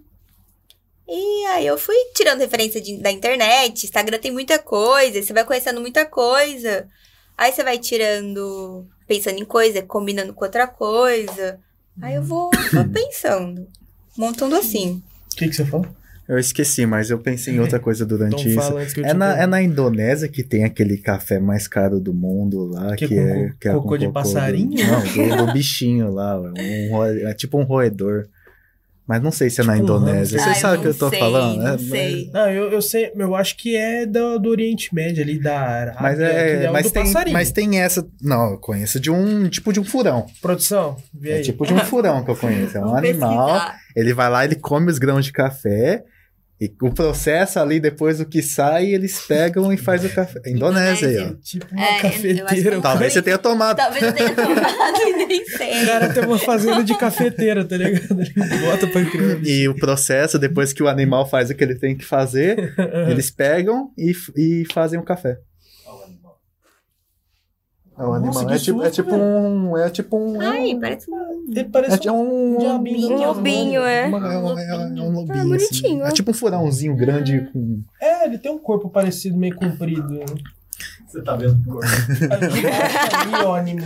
Speaker 4: E aí eu fui tirando referência de- da internet, Instagram tem muita coisa, você vai conhecendo muita coisa. Aí você vai tirando, pensando em coisa, combinando com outra coisa. Aí eu
Speaker 1: Uhum.
Speaker 4: vou, vou pensando, montando assim.
Speaker 2: O que, que você falou?
Speaker 1: Eu esqueci, mas eu pensei em outra coisa durante
Speaker 2: Então
Speaker 1: isso.
Speaker 2: fala antes que eu
Speaker 1: É
Speaker 2: te
Speaker 1: na, é
Speaker 2: interrompa.
Speaker 1: na Indonésia que tem aquele café mais caro do mundo lá,
Speaker 2: Que
Speaker 1: que,
Speaker 2: é com
Speaker 1: é,
Speaker 2: co-
Speaker 1: que é com
Speaker 2: cocô de
Speaker 1: do-
Speaker 2: passarinho?
Speaker 1: não, do, do bichinho lá, ué, um roe- é tipo um roedor. Mas não sei se é na
Speaker 2: Tipo um
Speaker 1: Indonésia.
Speaker 2: hamster.
Speaker 1: Você
Speaker 4: Ah,
Speaker 1: sabe o que
Speaker 4: não
Speaker 1: eu tô
Speaker 4: sei,
Speaker 1: falando?
Speaker 4: Não
Speaker 1: né?
Speaker 4: sei.
Speaker 2: Não, eu, eu sei, eu acho que é do, do Oriente Médio ali, da Arábia.
Speaker 1: Mas,
Speaker 2: que
Speaker 1: é,
Speaker 2: o
Speaker 1: mas,
Speaker 2: do
Speaker 1: tem,
Speaker 2: passarinho.
Speaker 1: mas tem essa. Não, eu conheço de um tipo de um furão.
Speaker 2: Produção, vê aí.
Speaker 1: É tipo de um furão que eu conheço. É um animal. Ele vai lá, ele come os grãos de café. E o processo ali, depois o que sai, eles pegam e faz o café. Indonésia aí, ó.
Speaker 2: Tipo uma
Speaker 4: É, eu acho que
Speaker 2: cafeteira.
Speaker 4: não-
Speaker 1: Talvez você tenha tomado.
Speaker 4: Talvez eu tenha tomado e nem
Speaker 2: O
Speaker 4: sei.
Speaker 2: cara tem uma fazenda de cafeteira, tá ligado? Ele bota pra criar.
Speaker 1: E o processo, depois que o animal faz o que ele tem que fazer, eles pegam e, f- e fazem o café.
Speaker 5: Olha o animal.
Speaker 1: É um
Speaker 2: Nossa,
Speaker 1: animal.
Speaker 2: que
Speaker 1: É tipo, é
Speaker 2: susto,
Speaker 1: tipo
Speaker 2: velho.
Speaker 1: um. É tipo um.
Speaker 4: Ai, parece um
Speaker 2: Ele parece
Speaker 1: É um
Speaker 2: diabinho.
Speaker 3: Um lobinho, é.
Speaker 1: Uma- é um- é um- é um lobinho,
Speaker 3: Ah, bonitinho,
Speaker 1: assim. É
Speaker 3: ó.
Speaker 1: tipo um furãozinho grande com.
Speaker 2: É, ele tem um corpo parecido, meio comprido. né?
Speaker 5: Você tá vendo o corpo?
Speaker 2: Iônimo.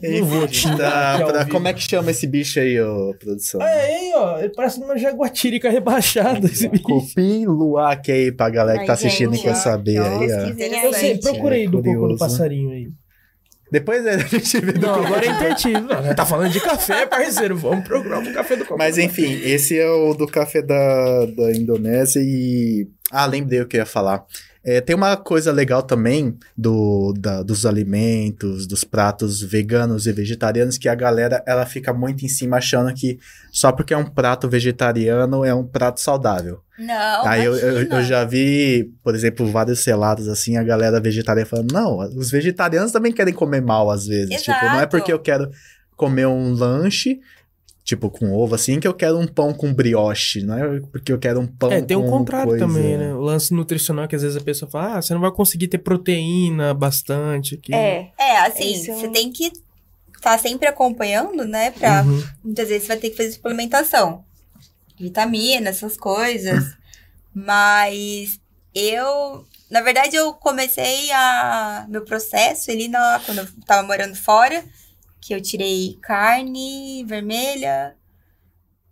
Speaker 2: Não vou te
Speaker 1: Tá,
Speaker 2: dar
Speaker 1: pra-
Speaker 2: ao vivo.
Speaker 1: como é que chama esse bicho aí, ô, produção?
Speaker 2: Ah, é, hein, ó. Ele parece uma jaguatirica rebaixada, esse bicho.
Speaker 1: Cupim Luac aí pra galera que tá
Speaker 3: Ai, gente,
Speaker 1: assistindo e quer
Speaker 3: ó,
Speaker 1: saber aí, ó.
Speaker 4: pesquisei
Speaker 3: Interessante.
Speaker 2: Eu sei, procura aí
Speaker 1: É,
Speaker 2: do cocô do
Speaker 1: curioso.
Speaker 2: passarinho aí.
Speaker 1: Depois é, a gente vê do
Speaker 2: Não,
Speaker 1: que-
Speaker 2: agora é interativo. Não, tá falando de café, parceiro. Vamos procurar um café do cocô.
Speaker 1: Mas enfim, esse é o do café da, da Indonésia e. Ah, lembrei o que eu ia falar. É, tem uma coisa legal também do, da- dos alimentos, dos pratos veganos e vegetarianos, que a galera ela fica muito em cima achando que só porque é um prato vegetariano é um prato saudável.
Speaker 4: Não,
Speaker 1: Aí eu, eu,
Speaker 4: imagina.
Speaker 1: eu já vi, por exemplo, vários relatos assim, a galera vegetariana falando, não, os vegetarianos também querem comer mal às vezes. Tipo, não é
Speaker 4: Exato.
Speaker 1: porque eu quero comer um lanche, tipo, com ovo assim, que eu quero um pão com brioche, não é porque eu quero um pão
Speaker 2: É, tem o
Speaker 1: com
Speaker 2: contrário
Speaker 1: coisa.
Speaker 2: também, né? O lance nutricional que às vezes a pessoa fala, ah, você não vai conseguir ter proteína bastante. Uhum. Que...
Speaker 3: É.
Speaker 4: É, assim,
Speaker 3: Isso é
Speaker 4: você
Speaker 3: um-
Speaker 4: tem que estar sempre acompanhando, né? Pra...
Speaker 2: Uhum.
Speaker 4: Muitas vezes você vai ter que fazer suplementação. Vitamina, essas coisas. Mas eu... Na verdade, eu comecei a... Meu processo ali na... quando eu tava morando fora. Que eu tirei carne vermelha,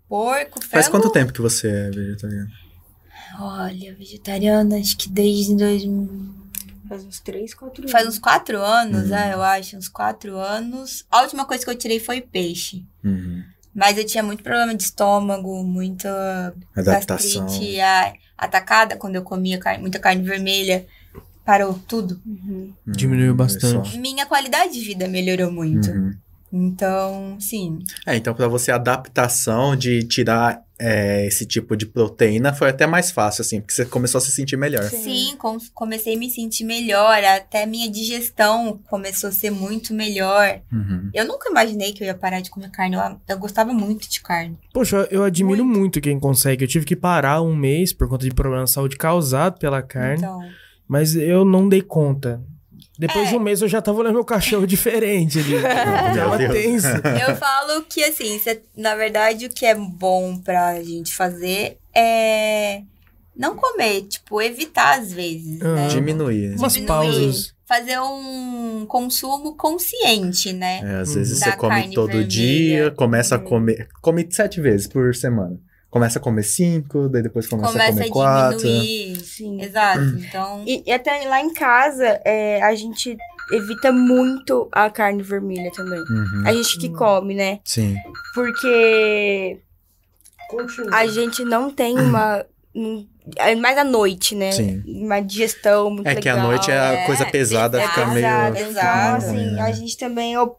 Speaker 4: porco, frango.
Speaker 1: Faz quanto tempo que você é vegetariano?
Speaker 4: Olha, vegetariana, acho que desde dois...
Speaker 3: Faz uns 3, 4 anos.
Speaker 4: Faz uns quatro anos,
Speaker 1: Hum.
Speaker 4: é, eu acho, uns quatro anos. A última coisa que eu tirei foi peixe.
Speaker 1: Uhum.
Speaker 4: Mas eu tinha muito problema de estômago, muita
Speaker 1: Adaptação.
Speaker 4: gastrite a- atacada quando eu comia carne- muita carne vermelha. Parou tudo.
Speaker 3: Uhum.
Speaker 1: Hum,
Speaker 2: Diminuiu
Speaker 1: olha
Speaker 2: bastante.
Speaker 1: só.
Speaker 4: Minha qualidade de vida melhorou muito.
Speaker 1: Uhum.
Speaker 4: Então, sim.
Speaker 1: É, então pra você a adaptação de tirar é, esse tipo de proteína foi até mais fácil, assim, porque você começou a se sentir melhor.
Speaker 3: Sim.
Speaker 4: Sim, com- comecei a me sentir melhor. Até minha digestão começou a ser muito melhor.
Speaker 1: Uhum.
Speaker 4: Eu nunca imaginei que eu ia parar de comer carne. Eu, eu gostava muito de carne.
Speaker 2: Poxa, eu admiro muito. quem consegue. Eu tive que parar um mês por conta de problema de saúde causado pela carne,
Speaker 4: Então,
Speaker 2: mas eu não dei conta. Depois
Speaker 4: É.
Speaker 2: de um mês eu já tava olhando meu cachorro diferente ali. tava
Speaker 1: Deus.
Speaker 2: tenso.
Speaker 4: Eu falo que, assim, cê- na verdade, o que é bom pra gente fazer é não comer, tipo, evitar às vezes,
Speaker 2: Ah.
Speaker 4: né?
Speaker 1: Diminuir. né?
Speaker 2: Umas
Speaker 4: Diminuir.
Speaker 2: pausas.
Speaker 4: Fazer um consumo consciente, né?
Speaker 1: É, às vezes
Speaker 4: Da
Speaker 1: você come
Speaker 4: carne
Speaker 1: todo
Speaker 4: vermelha.
Speaker 1: dia, começa a
Speaker 3: Uhum.
Speaker 1: comer. Come sete vezes por semana. Começa a comer cinco, daí depois começa, É, a comer
Speaker 4: Começa a
Speaker 1: quatro. é.
Speaker 4: diminuir.
Speaker 3: Sim.
Speaker 4: Exato. Então,
Speaker 3: E, e até lá em casa, é, a gente evita muito a carne vermelha também.
Speaker 1: Uhum,
Speaker 3: A gente que come, né?
Speaker 1: Sim.
Speaker 3: Porque
Speaker 2: Continua.
Speaker 3: a gente não tem uma. um- é mais à noite, né?
Speaker 1: Sim.
Speaker 3: Uma digestão muito
Speaker 1: É
Speaker 3: legal.
Speaker 1: que a noite a
Speaker 4: é,
Speaker 1: coisa pesada,
Speaker 4: pesada,
Speaker 1: fica meio.
Speaker 3: Exato,
Speaker 1: fica
Speaker 3: então,
Speaker 4: pesado,
Speaker 1: meio
Speaker 3: assim,
Speaker 1: ruim, né?
Speaker 3: a gente também ó,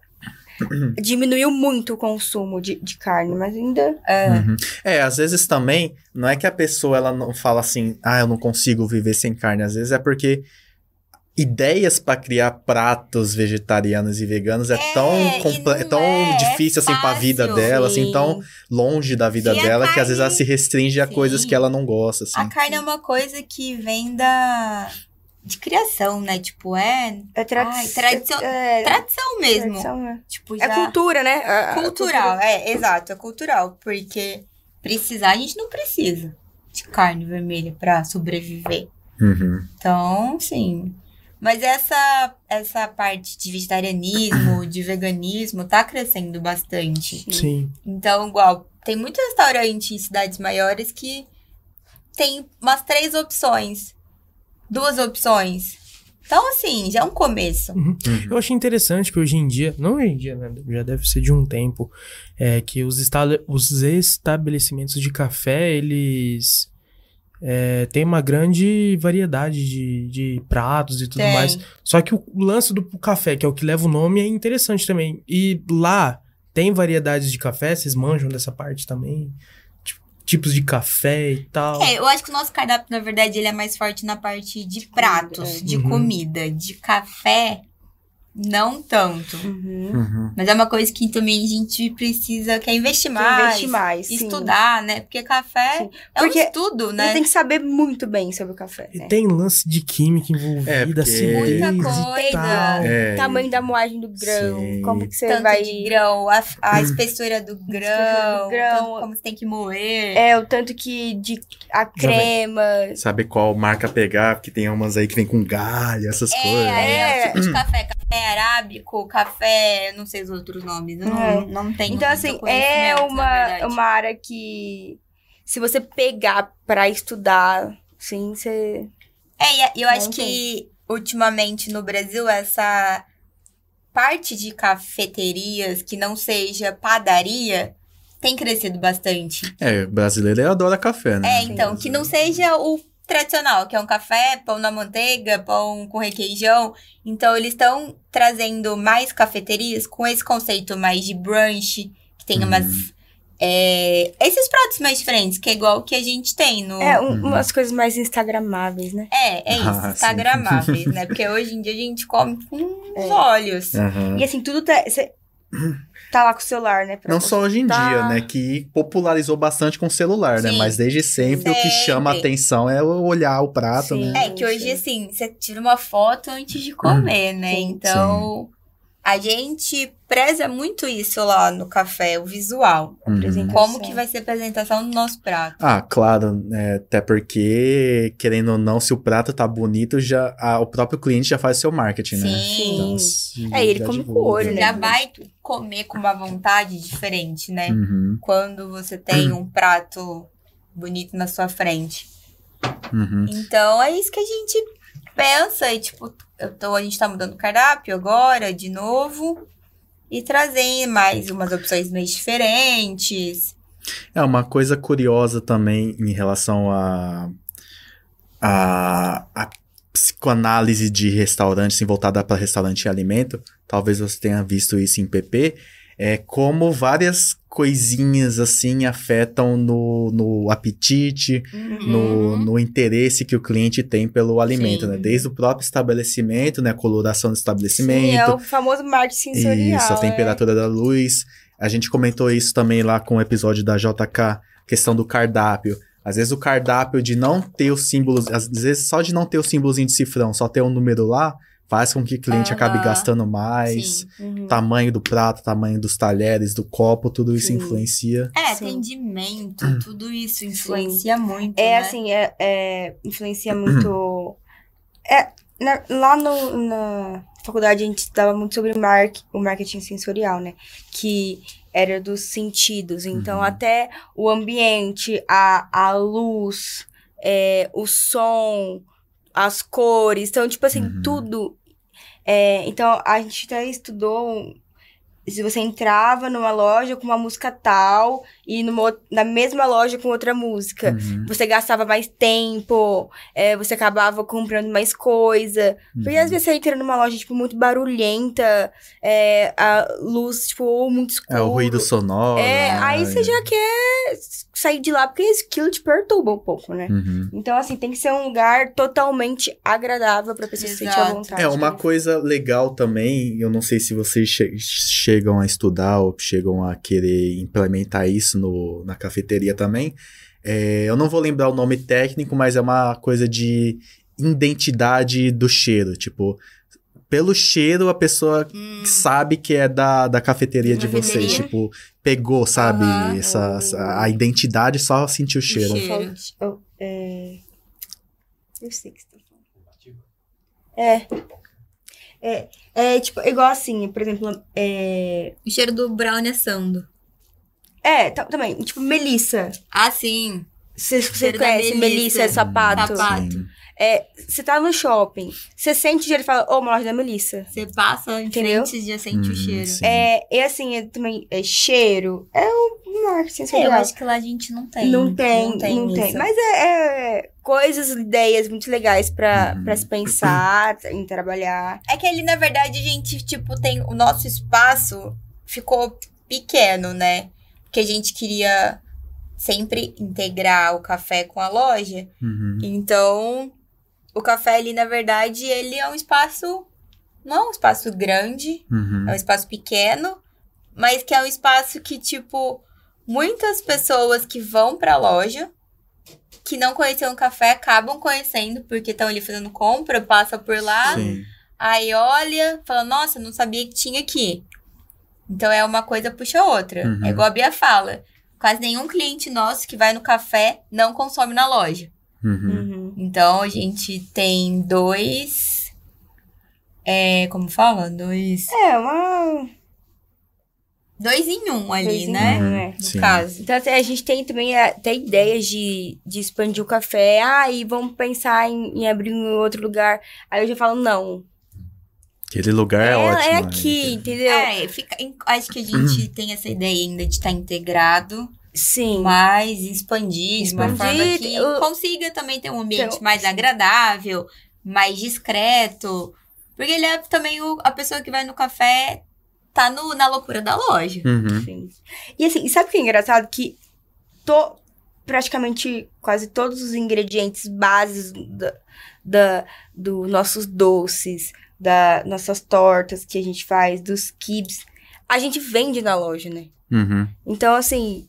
Speaker 3: diminuiu muito o consumo de, de carne, mas ainda.
Speaker 4: é.
Speaker 1: Uhum. É, às vezes também, não é que a pessoa ela não fala assim, ah, eu não consigo viver sem carne. Às vezes é porque ideias pra criar pratos vegetarianos e veganos é,
Speaker 4: É,
Speaker 1: tão,
Speaker 4: e
Speaker 1: comple-
Speaker 4: não
Speaker 1: é tão
Speaker 4: é, é
Speaker 1: difícil assim pra vida
Speaker 4: fácil.
Speaker 1: dela, assim, tão longe da vida
Speaker 4: E a
Speaker 1: dela que às vezes ela
Speaker 4: carne-
Speaker 1: se restringe a
Speaker 4: Sim.
Speaker 1: coisas que ela não gosta, assim.
Speaker 4: a carne é uma coisa que vem da. de criação, né? Tipo, é
Speaker 3: É tradição.
Speaker 4: Ai, tradição-
Speaker 3: É,
Speaker 4: tradição mesmo.
Speaker 3: tradição, né?
Speaker 4: Tipo, já.
Speaker 3: É cultura, né?
Speaker 2: Ah,
Speaker 3: A- a-
Speaker 4: Cultural, é, exato, é cultural, porque precisar, a gente não precisa de carne vermelha pra sobreviver.
Speaker 1: Uhum.
Speaker 4: Então, sim. Mas essa essa parte de vegetarianismo, de veganismo, tá crescendo bastante.
Speaker 2: Sim.
Speaker 4: Então, igual, tem muito restaurante em cidades maiores que tem umas três opções, duas opções. Então, assim, já é um começo.
Speaker 1: Uhum.
Speaker 2: Eu achei interessante que hoje em dia, não hoje em dia, né? Já deve ser de um tempo, é que os, estale- os estabelecimentos de café, eles é, têm uma grande variedade de, de pratos e tudo
Speaker 4: Tem.
Speaker 2: mais. Só que o lance do café, que é o que leva o nome, é interessante também. E lá tem variedades de café, vocês manjam dessa parte também? Tipo, tipos de café e tal.
Speaker 4: É, eu acho que o nosso cardápio, na verdade, ele é mais forte na parte de pratos, de
Speaker 2: Uhum.
Speaker 4: comida, de café. não tanto.
Speaker 3: Uhum.
Speaker 1: Uhum.
Speaker 4: Mas é uma coisa que também a gente precisa, quer investir mais,
Speaker 3: Investir mais. sim.
Speaker 4: estudar, né? Porque café
Speaker 3: Sim.
Speaker 4: é
Speaker 3: Porque
Speaker 4: um estudo,
Speaker 3: Você
Speaker 4: né?
Speaker 3: tem que saber muito bem sobre o café,
Speaker 2: E
Speaker 3: né?
Speaker 2: tem lance de química envolvida,
Speaker 1: É, porque-
Speaker 2: acidez
Speaker 4: Muita
Speaker 2: e
Speaker 4: coisa.
Speaker 2: tal.
Speaker 1: É,
Speaker 4: tá,
Speaker 3: Tamanho da moagem do grão,
Speaker 1: Sim.
Speaker 3: como que você
Speaker 4: Tanto
Speaker 3: vai...
Speaker 4: de grão, a,
Speaker 1: Hum.
Speaker 4: a espessura do grão,
Speaker 3: do grão.
Speaker 4: tanto como você tem que moer.
Speaker 3: É, o tanto que de a crema.
Speaker 4: Uhum,
Speaker 1: Saber qual marca pegar, porque tem umas aí que vem com galho, essas coisas.
Speaker 4: aí
Speaker 3: É.
Speaker 4: é o tipo de café, café arábico, café, não sei os outros nomes, eu
Speaker 3: É.
Speaker 4: não, não tenho.
Speaker 3: Então,
Speaker 4: muito
Speaker 3: assim, é
Speaker 4: conhecimento, na
Speaker 3: uma,
Speaker 4: verdade.
Speaker 3: uma área que se você pegar pra estudar, sim, você.
Speaker 4: É, e a- eu acho
Speaker 3: Não
Speaker 4: que ultimamente no Brasil essa parte de cafeterias que não seja padaria tem crescido bastante.
Speaker 1: É, brasileiro adora café, né?
Speaker 4: É, então, que não seja o tradicional, que é um café, pão na manteiga, pão com requeijão. Então, eles estão trazendo mais cafeterias com esse conceito mais de brunch, que tem
Speaker 1: Hum.
Speaker 4: umas. é, esses pratos mais diferentes, que é igual o que a gente tem no.
Speaker 3: É um-
Speaker 1: Uhum.
Speaker 3: umas coisas mais instagramáveis, né?
Speaker 4: É, é isso,
Speaker 1: Ah, sim.
Speaker 4: instagramáveis, né? Porque hoje em dia a gente come com os
Speaker 3: É.
Speaker 4: olhos.
Speaker 1: Aham.
Speaker 3: E assim, tudo tá. Você tá lá com o celular, né? pra
Speaker 1: Não só hoje em
Speaker 3: consultar.
Speaker 1: dia, né? Que popularizou bastante com o celular, né?
Speaker 4: Sim.
Speaker 1: Mas desde sempre, o que
Speaker 4: Sempre.
Speaker 1: chama a atenção é o olhar o prato,
Speaker 3: Sim.
Speaker 1: né?
Speaker 4: É que hoje, assim, você tira uma foto antes de comer, né?
Speaker 3: Sim.
Speaker 4: Então, a gente preza muito isso lá no café, o visual.
Speaker 3: apresentar.
Speaker 4: Como
Speaker 3: Sim.
Speaker 4: que vai ser a apresentação do nosso prato.
Speaker 1: Uhum. Ah, claro, né, até porque, querendo ou não, se o prato tá bonito, já ah, o próprio cliente já faz seu marketing, né?
Speaker 4: Sim.
Speaker 1: se
Speaker 3: É, ele
Speaker 1: já
Speaker 3: come com o
Speaker 1: divulga.
Speaker 3: olho, né?
Speaker 4: Já vai comer com uma vontade diferente, né?
Speaker 1: Uhum,
Speaker 4: Quando você tem
Speaker 1: Hum.
Speaker 4: um prato bonito na sua frente.
Speaker 1: uhum.
Speaker 4: Então é isso que a gente pensa. E tipo, eu tô, a gente tá mudando o cardápio agora de novo. E trazer mais umas opções meio diferentes.
Speaker 1: É uma coisa curiosa também em relação a, a, a psicoanálise de restaurante, assim, voltada para restaurante e alimento. Talvez você tenha visto isso em PP. É como várias coisinhas assim afetam no, no apetite,
Speaker 3: Uhum.
Speaker 1: no, no interesse que o cliente tem pelo alimento,
Speaker 4: Sim.
Speaker 1: né? Desde o próprio estabelecimento, né? A coloração do estabelecimento.
Speaker 3: Sim, é o famoso marketing sensorial.
Speaker 1: Isso, a
Speaker 3: é.
Speaker 1: temperatura da luz. A gente comentou isso também lá com o episódio da JK, questão do cardápio. Às vezes o cardápio de não ter os símbolos, às vezes só de não ter o símbolozinho de cifrão, só ter um número lá, faz com que o cliente acabe
Speaker 4: Aham.
Speaker 1: gastando mais.
Speaker 4: Sim.
Speaker 3: Uhum.
Speaker 1: Tamanho do prato, tamanho dos talheres, do copo, tudo isso
Speaker 3: Sim.
Speaker 1: influencia.
Speaker 4: É,
Speaker 3: Sim.
Speaker 1: Hum.
Speaker 4: atendimento, tudo isso influencia muito.
Speaker 3: É
Speaker 4: né?
Speaker 3: assim, é, é, influencia muito. É, na- lá no- na faculdade a gente estudava muito sobre mar, o marketing sensorial, né? Que era dos sentidos. Então,
Speaker 1: Uhum.
Speaker 3: até o ambiente, a, a luz, é, o som, as cores. Então, tipo assim,
Speaker 1: Uhum.
Speaker 3: tudo. É, então, a gente até estudou. um- Se você entrava numa loja com uma música tal e numa, ou- na mesma loja com outra música
Speaker 1: Uhum,
Speaker 3: você gastava mais tempo, é, você acabava comprando mais coisa. Porque às
Speaker 1: uhum.
Speaker 3: vezes você entra numa loja, tipo, muito barulhenta, é, a luz, tipo, ou muito escura.
Speaker 1: É o ruído sonoro.
Speaker 3: É,
Speaker 1: né?
Speaker 3: aí você já quer sair de lá, porque aquilo te perturba um pouco, né?
Speaker 1: Uhum.
Speaker 3: Então, assim, tem que ser um lugar totalmente agradável pra pessoa se sentir à
Speaker 4: Exato.
Speaker 3: vontade.
Speaker 1: É, uma
Speaker 3: né?
Speaker 1: coisa legal também, eu não sei se vocês che- chegam a estudar ou chegam a querer implementar isso no, na cafeteria também. É, eu não vou lembrar o nome técnico, mas é uma coisa de identidade do cheiro. Tipo, pelo cheiro a pessoa
Speaker 4: Hum,
Speaker 1: sabe que é da, da cafeteria de vocês.
Speaker 4: Cafeteria.
Speaker 1: Tipo, pegou, sabe?
Speaker 4: Aham.
Speaker 1: Essa, essa- a identidade só sentiu o cheiro.
Speaker 4: cheiro.
Speaker 3: Só o- eu- é, Eu sei que você tá falando. É. É, é tipo, igual assim, por exemplo, é,
Speaker 4: o cheiro do brownie assando.
Speaker 3: É, ta- também, tipo, Melissa.
Speaker 4: Ah, sim.
Speaker 3: Você, você
Speaker 4: Cheiro da
Speaker 3: conhece
Speaker 4: Melissa. Hum.
Speaker 3: Melissa, é sapato.
Speaker 4: Sapato.
Speaker 3: É, você tá no shopping, você sente o cheiro e fala, ô, uma loja da Melissa.
Speaker 4: Você passa em
Speaker 3: Entendeu?
Speaker 4: frente e já sente
Speaker 1: Hum,
Speaker 4: o cheiro.
Speaker 1: sim.
Speaker 3: É, e assim, é também, é cheiro, é um marketing
Speaker 4: É, eu
Speaker 3: sensorial.
Speaker 4: acho que lá a gente não tem.
Speaker 3: Não tem, não tem.
Speaker 4: isso.
Speaker 3: Mas é, é coisas, ideias muito legais pra,
Speaker 1: Uhum.
Speaker 3: pra se pensar, em trabalhar.
Speaker 4: É que ali, na verdade, a gente, tipo, tem. O nosso espaço ficou pequeno, né? Porque a gente queria sempre integrar o café com a loja.
Speaker 1: Uhum.
Speaker 4: Então, o café ali, na verdade, ele é um espaço não é um espaço grande,
Speaker 1: Uhum.
Speaker 4: é um espaço pequeno, mas que é um espaço que, tipo, muitas pessoas que vão pra loja, que não conheciam o café, acabam conhecendo, porque estão ali fazendo compra, passa por lá,
Speaker 1: Sim.
Speaker 4: aí olha, fala, nossa, não sabia que tinha aqui. Então é uma coisa puxa a outra.
Speaker 1: Uhum.
Speaker 4: É igual a Bia fala. Quase nenhum cliente nosso que vai no café não consome na loja.
Speaker 1: Uhum.
Speaker 3: Uhum.
Speaker 4: Então a gente tem dois. É, como fala? Dois.
Speaker 3: É, uma.
Speaker 4: Dois em um ali,
Speaker 3: Dois em
Speaker 4: né?
Speaker 3: um.
Speaker 4: No
Speaker 1: Sim.
Speaker 4: caso.
Speaker 3: Então, assim, a gente tem também até ideias de, de expandir o café. Ah, e vamos pensar em, em abrir em outro lugar. Aí eu já falo, não.
Speaker 1: Aquele lugar é,
Speaker 3: é,
Speaker 1: ótimo.
Speaker 3: é
Speaker 1: né?
Speaker 3: aqui, entendeu?
Speaker 4: É, fica, em- acho que a gente tem essa ideia ainda de estar integrado,
Speaker 3: Sim.
Speaker 4: mas expandir, de uma forma
Speaker 3: Expandir,
Speaker 4: que
Speaker 3: eu-
Speaker 4: consiga também ter um ambiente
Speaker 3: Então-
Speaker 4: mais agradável, mais discreto. Porque ele é também o- a pessoa que vai no café, tá no, na loucura da loja.
Speaker 1: Uhum.
Speaker 3: Sim. E assim, sabe o que é engraçado? Que to, praticamente quase todos os ingredientes bases da, da, dos nossos doces, das nossas tortas que a gente faz, dos kibs, a gente vende na loja, né?
Speaker 1: Uhum.
Speaker 3: Então, assim,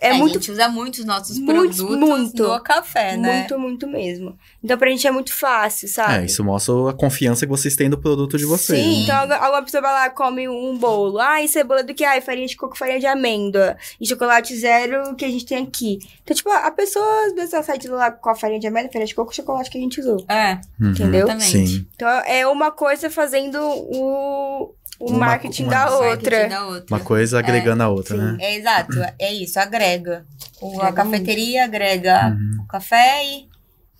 Speaker 3: é
Speaker 4: a
Speaker 3: muito,
Speaker 4: gente usa muito os nossos
Speaker 3: Muito,
Speaker 4: produtos
Speaker 3: muito.
Speaker 4: no café, né?
Speaker 3: muito, muito mesmo. Então, pra gente é muito fácil, sabe?
Speaker 1: É, isso mostra a confiança que vocês têm do produto de vocês.
Speaker 3: Sim,
Speaker 1: né?
Speaker 3: então algu- alguma pessoa vai lá come um bolo. Ai, cebola do que? Ai, farinha de coco, farinha de amêndoa. E chocolate zero que a gente tem aqui. Então, tipo, a pessoa às vezes ela sai de lá com a farinha de amêndoa, farinha de coco e o chocolate que a gente usou.
Speaker 4: É,
Speaker 1: Uhum.
Speaker 3: entendeu?
Speaker 4: exatamente.
Speaker 1: Sim.
Speaker 3: Então é uma coisa fazendo o, o
Speaker 1: Uma-
Speaker 3: marketing
Speaker 1: uma-
Speaker 3: da
Speaker 4: Marketing
Speaker 3: outra.
Speaker 4: da outra.
Speaker 1: Uma coisa agregando a outra,
Speaker 3: É, Sim.
Speaker 1: né?
Speaker 4: É, exato, é isso, agrega. O, a
Speaker 3: Agrega
Speaker 4: cafeteria agrega
Speaker 1: Uhum.
Speaker 4: o café e,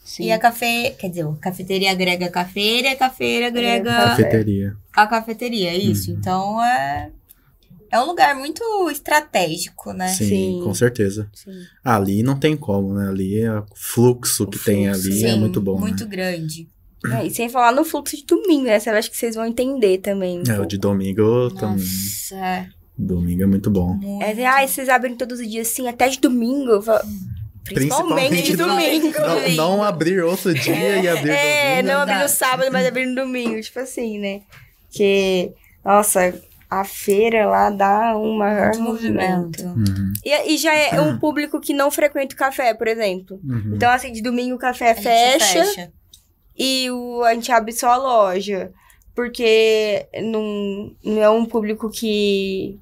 Speaker 3: Sim.
Speaker 4: e a café. Quer dizer, a cafeteria agrega a cafeira e a cafeira agrega
Speaker 3: Café.
Speaker 1: Cafeteria.
Speaker 4: a cafeteria, é isso.
Speaker 1: Uhum.
Speaker 4: Então é. É um lugar muito estratégico, né?
Speaker 1: Sim,
Speaker 3: Sim.
Speaker 1: com certeza. Ah,
Speaker 3: Sim.
Speaker 1: Ali não tem como, né? Ali é o fluxo que
Speaker 3: O
Speaker 1: tem
Speaker 3: fluxo,
Speaker 1: ali é
Speaker 4: Sim,
Speaker 1: muito bom.
Speaker 4: Muito grande.
Speaker 3: É, e sem falar no fluxo de domingo, né? Eu acho que vocês vão entender também. um
Speaker 1: Né? É, o
Speaker 3: pouco.
Speaker 1: de domingo também.
Speaker 4: Nossa, é
Speaker 1: Domingo é muito bom.
Speaker 4: muito.
Speaker 3: É assim, ai, vocês abrem todos os dias, sim, até de domingo. Eu falo, Principalmente de
Speaker 1: Principalmente
Speaker 3: domingo.
Speaker 1: Não,
Speaker 4: Domingo.
Speaker 1: não abrir outro dia e abrir
Speaker 3: É,
Speaker 1: domingo.
Speaker 3: não abrir
Speaker 4: dá.
Speaker 3: no sábado, mas abrir no domingo, tipo assim, né? Que, nossa, a feira lá dá um maior
Speaker 4: muito
Speaker 3: movimento.
Speaker 4: movimento.
Speaker 1: Uhum,
Speaker 3: E, e já é um público que não frequenta o café, por exemplo.
Speaker 1: uhum.
Speaker 3: Então, assim, de domingo o café
Speaker 4: A gente
Speaker 3: fecha, e o, a gente abre só a loja. Porque não, não é um público que.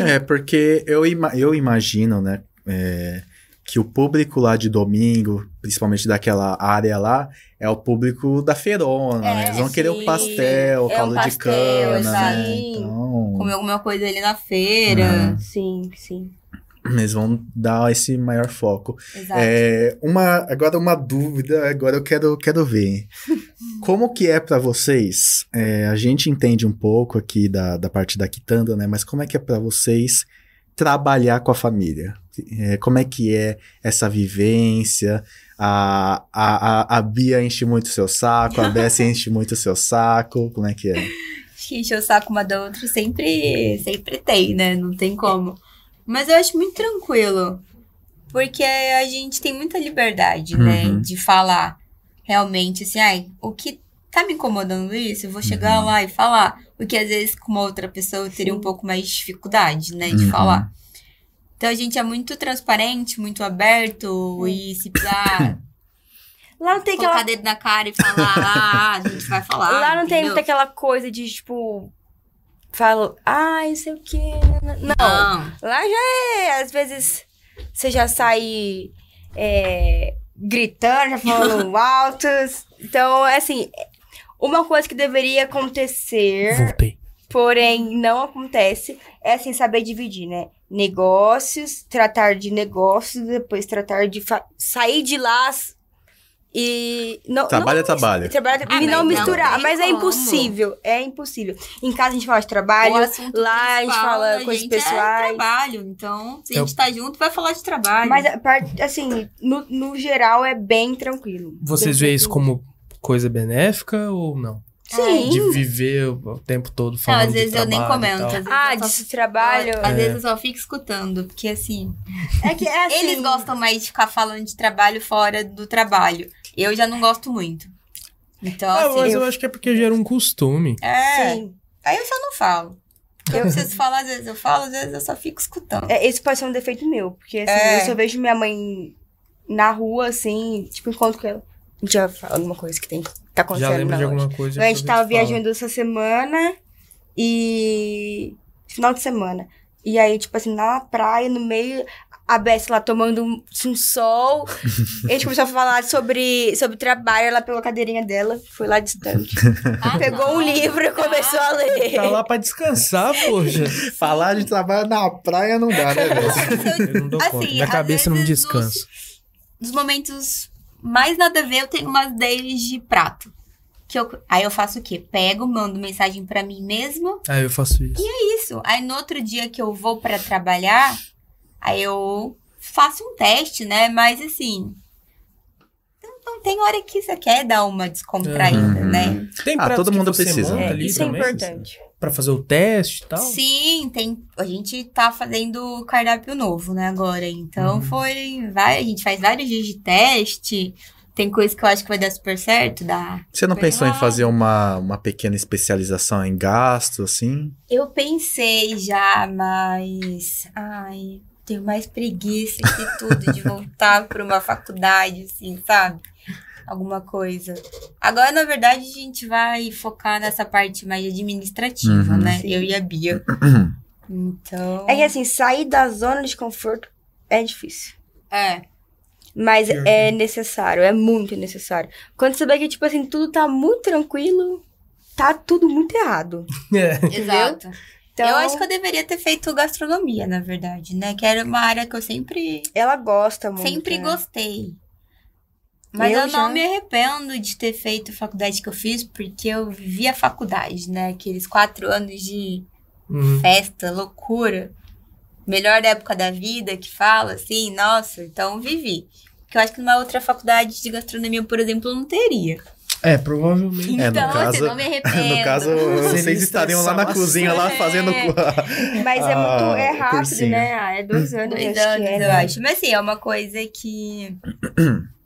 Speaker 1: É, porque eu, ima- eu imagino, né, é, que o público lá de domingo, principalmente daquela área lá, é o público da feirona,
Speaker 4: É,
Speaker 1: né? Eles vão querer o
Speaker 3: sim.
Speaker 1: pastel, o
Speaker 4: É um
Speaker 1: caldo de
Speaker 4: pastel,
Speaker 1: cana, né?
Speaker 4: exato.
Speaker 1: Então,
Speaker 4: Comer alguma coisa ali na
Speaker 1: Uhum.
Speaker 4: feira.
Speaker 3: Sim, sim.
Speaker 1: eles vão dar esse maior foco.
Speaker 4: Exato.
Speaker 1: É, uma, agora uma dúvida, agora eu quero, quero ver. Como que é pra vocês? É, a gente entende um pouco aqui da, da parte da quitanda, né? Mas como é que é pra vocês trabalhar com a família? É, como é que é essa vivência? A, a, a, a Bia enche muito seu saco, a Bessie enche muito seu saco. Como é que é?
Speaker 4: Acho que encher o saco uma da outra sempre, sempre tem, né? Não tem como. Mas eu acho muito tranquilo. Porque a gente tem muita liberdade, né?
Speaker 1: Uhum.
Speaker 4: De falar realmente assim, ai, o que tá me incomodando isso, eu vou chegar
Speaker 1: Uhum.
Speaker 4: lá e falar. O que às vezes com uma outra pessoa eu teria um pouco mais de dificuldade, né? De
Speaker 1: Uhum.
Speaker 4: falar. Então a gente é muito transparente, muito aberto e se precisar
Speaker 3: Lá não tem
Speaker 4: colocar
Speaker 3: aquela
Speaker 4: dedo na cara e falar, ah, a gente vai falar.
Speaker 3: lá não tem
Speaker 4: entendeu?
Speaker 3: muita aquela coisa de, tipo, falo, ai, sei o quê. Não.
Speaker 4: Não.
Speaker 3: Lá já é, às vezes, você já sai é, gritando, já falando alto. Então, assim, uma coisa que deveria
Speaker 1: É.
Speaker 3: acontecer,
Speaker 2: Voltei.
Speaker 3: porém não acontece, é assim, saber dividir, né? Negócios, tratar de negócios, depois tratar de fa- sair de lá e não, não
Speaker 1: Trabalho é trabalho.
Speaker 3: e trabalhar
Speaker 4: Ah,
Speaker 3: e
Speaker 4: mas não
Speaker 3: não misturar.
Speaker 4: tem
Speaker 3: mas é
Speaker 4: como.
Speaker 3: impossível. É impossível. Em casa a gente fala de
Speaker 4: O
Speaker 3: trabalho,
Speaker 4: assunto
Speaker 3: lá a gente
Speaker 4: principal
Speaker 3: fala
Speaker 4: da
Speaker 3: coisas
Speaker 4: gente é
Speaker 3: pessoais.
Speaker 4: trabalho, então se a
Speaker 2: Eu-
Speaker 4: gente tá junto, vai falar de trabalho.
Speaker 3: mas, é a parte, assim, no, no geral é bem tranquilo.
Speaker 2: Vocês
Speaker 3: Bem
Speaker 2: veem isso
Speaker 3: tranquilo.
Speaker 2: como coisa benéfica ou não?
Speaker 3: Sim.
Speaker 2: De viver o o tempo todo
Speaker 4: não,
Speaker 2: falando
Speaker 4: às vezes
Speaker 2: de
Speaker 4: eu nem
Speaker 2: trabalho e
Speaker 4: comento.
Speaker 2: tal.
Speaker 4: Às
Speaker 2: É.
Speaker 4: vezes
Speaker 3: Ah,
Speaker 4: eu só-
Speaker 3: disso trabalho.
Speaker 4: Às vezes eu só fico escutando, porque assim,
Speaker 3: É que é assim.
Speaker 4: eles gostam mais de ficar falando de trabalho fora do trabalho. Eu já não gosto muito. Então,
Speaker 2: Ah,
Speaker 4: assim.
Speaker 2: mas eu acho que é porque gera um costume.
Speaker 4: É.
Speaker 3: Sim.
Speaker 4: Aí eu só não falo. Eu preciso falar, às vezes eu falo, às vezes eu só fico escutando.
Speaker 3: É, esse pode ser um defeito meu, porque assim,
Speaker 4: É.
Speaker 3: eu só vejo minha mãe na rua, assim, tipo, encontro com ela. Já fala alguma coisa que tem, tá
Speaker 2: Já
Speaker 3: acontecendo
Speaker 2: lembra
Speaker 3: na
Speaker 2: de
Speaker 3: loja.
Speaker 2: alguma coisa.
Speaker 3: Então, a gente
Speaker 2: depois
Speaker 3: tava
Speaker 2: fala.
Speaker 3: viajando essa semana e. Final de semana. E aí, tipo assim, lá na praia, no meio, a Bess lá tomando um, um sol. a gente começou a falar sobre, sobre trabalho, ela pegou a cadeirinha dela, foi lá distante. pegou
Speaker 4: Ah,
Speaker 3: um livro e começou a ler.
Speaker 2: Tá lá pra descansar, poxa.
Speaker 1: Falar de trabalho na praia não dá, né, velho?
Speaker 2: Eu não dou
Speaker 4: Assim,
Speaker 2: conta. Minha
Speaker 4: às
Speaker 2: cabeça não
Speaker 4: vezes
Speaker 2: descansa.
Speaker 4: Nos momentos mais nada a ver, eu tenho umas dailies de prato. Que eu, aí eu faço o quê? Pego, mando mensagem pra mim mesma.
Speaker 2: Aí Ah, eu faço isso.
Speaker 4: É isso. Aí no outro dia que eu vou pra trabalhar, aí eu faço um teste, né? Mas assim. não- Não tem hora que você quer dar uma descontraída,
Speaker 1: Uhum.
Speaker 4: né?
Speaker 2: Tem
Speaker 1: Ah,
Speaker 2: pratos
Speaker 1: todo
Speaker 2: que
Speaker 1: mundo
Speaker 2: você
Speaker 1: precisa,
Speaker 2: monta
Speaker 1: né?
Speaker 2: tá ali
Speaker 3: Isso é
Speaker 2: também,
Speaker 3: importante.
Speaker 2: Pra fazer o teste e tal.
Speaker 4: Sim, tem. A gente tá fazendo cardápio novo, né, agora. Então
Speaker 2: Uhum.
Speaker 4: foi. Vai, a gente faz vários dias de teste. Tem coisa que eu acho que vai dar super certo, dá.
Speaker 1: Você não
Speaker 4: Foi
Speaker 1: pensou em
Speaker 4: lá.
Speaker 1: fazer uma, uma pequena especialização em gasto, assim?
Speaker 4: Eu pensei já, mas. Ai, tenho mais preguiça que tudo de voltar pra uma faculdade, assim, sabe? Alguma coisa. Agora, na verdade, a gente vai focar nessa parte mais administrativa,
Speaker 1: Uhum.
Speaker 4: né? Eu e a Bia. Então.
Speaker 3: É que assim, sair da zona de conforto é difícil.
Speaker 4: É.
Speaker 3: Mas
Speaker 2: Pior
Speaker 3: é necessário, é muito necessário. Quando você vê que, tipo assim, tudo tá muito tranquilo, tá tudo muito errado.
Speaker 2: É.
Speaker 4: Exato.
Speaker 3: Então,
Speaker 4: Eu acho que eu deveria ter feito gastronomia, na verdade, né? Que era uma área que eu sempre,
Speaker 3: ela gosta muito.
Speaker 4: sempre
Speaker 3: né?
Speaker 4: gostei. Mas
Speaker 3: Eu
Speaker 4: eu,
Speaker 3: já-
Speaker 4: não me arrependo de ter feito a faculdade que eu fiz, porque eu vivi a faculdade, né? Aqueles quatro anos de
Speaker 2: Uhum.
Speaker 4: festa, loucura. Melhor época da vida que fala, assim, nossa, então vivi. Que eu acho que numa outra faculdade de gastronomia, por exemplo, eu não teria.
Speaker 2: É, provavelmente.
Speaker 4: Então,
Speaker 1: É, no
Speaker 4: assim,
Speaker 1: caso-
Speaker 4: não me arrependo.
Speaker 1: No caso,
Speaker 2: Seria
Speaker 1: vocês estariam lá na
Speaker 2: estressar
Speaker 1: cozinha, lá
Speaker 4: bastante.
Speaker 1: fazendo.
Speaker 3: Mas é
Speaker 1: Ah,
Speaker 3: muito é
Speaker 1: o
Speaker 3: rápido,
Speaker 1: cursinho.
Speaker 3: né? Ah, é dois anos,
Speaker 4: Dois
Speaker 3: acho
Speaker 4: anos,
Speaker 3: que é.
Speaker 4: eu acho. Mas assim, é uma coisa que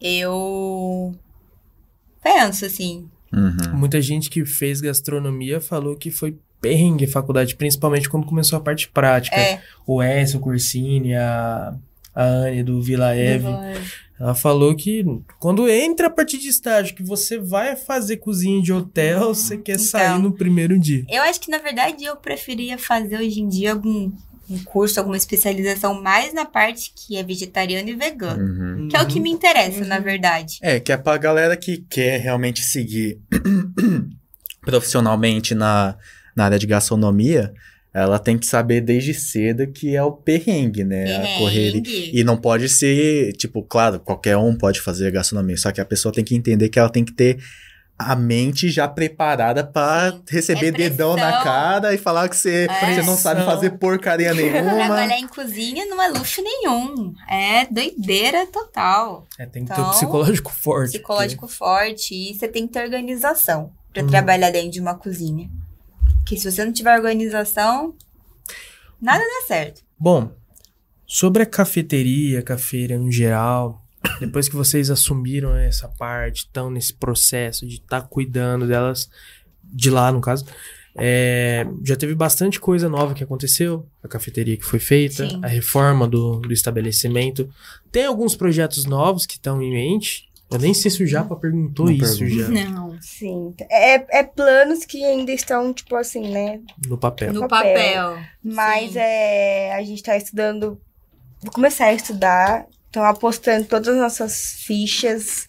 Speaker 4: eu penso, assim.
Speaker 1: Uhum.
Speaker 2: Muita gente que fez gastronomia falou que foi perrengue a faculdade, principalmente quando começou a parte prática.
Speaker 4: É,
Speaker 2: O S, o Cursini, a, a Anne do Vila Eve.
Speaker 4: Uhum.
Speaker 2: Ela falou que quando entra a partir de estágio, que você vai fazer cozinha de hotel, você quer
Speaker 4: Então.
Speaker 2: sair no primeiro dia.
Speaker 4: eu acho que, na verdade, eu preferia fazer hoje em dia algum um curso, alguma especialização mais na parte que é vegetariana e vegana.
Speaker 1: Uhum.
Speaker 4: Que é o que me interessa, na
Speaker 3: Uhum.
Speaker 4: verdade.
Speaker 1: É, que é pra galera que quer realmente seguir profissionalmente na, na área de gastronomia, ela tem que saber desde cedo que é o perrengue, né? A correria.
Speaker 4: Perrengue.
Speaker 1: E não pode ser, tipo, claro, qualquer um pode fazer gastronomia, só que a pessoa tem que entender que ela tem que ter a mente já preparada pra
Speaker 4: Sim.
Speaker 1: receber
Speaker 4: É
Speaker 1: dedão na
Speaker 4: pressão.
Speaker 1: cara e falar que você,
Speaker 4: É.
Speaker 1: você não sabe
Speaker 2: Pressão.
Speaker 1: fazer porcaria nenhuma.
Speaker 4: Trabalhar em cozinha não é luxo nenhum. É doideira total.
Speaker 2: É, tem que ter
Speaker 4: Então,
Speaker 2: o psicológico forte.
Speaker 4: psicológico forte e você tem que ter organização pra
Speaker 2: Hum.
Speaker 1: Uhum.
Speaker 4: trabalhar dentro de uma cozinha. Porque se você não tiver organização, nada dá certo.
Speaker 2: Bom, sobre a cafeteria, cafeira no geral, depois que vocês assumiram essa parte, estão nesse processo de estar cuidando delas, de lá no caso, é, já teve bastante coisa nova que aconteceu, a cafeteria que foi feita,
Speaker 4: Sim.
Speaker 2: a reforma do, do estabelecimento. Tem alguns projetos novos que estão em mente? Eu nem sei se o Japa perguntou
Speaker 1: Não
Speaker 2: isso
Speaker 1: pergunto.
Speaker 2: já
Speaker 4: Não.
Speaker 3: Sim. É, é planos que ainda estão, tipo assim, né?
Speaker 2: no papel.
Speaker 4: No
Speaker 3: papel.
Speaker 4: papel.
Speaker 3: Mas
Speaker 4: Sim.
Speaker 3: é, a gente tá estudando. Vou começar a estudar. Então, apostando todas as nossas fichas,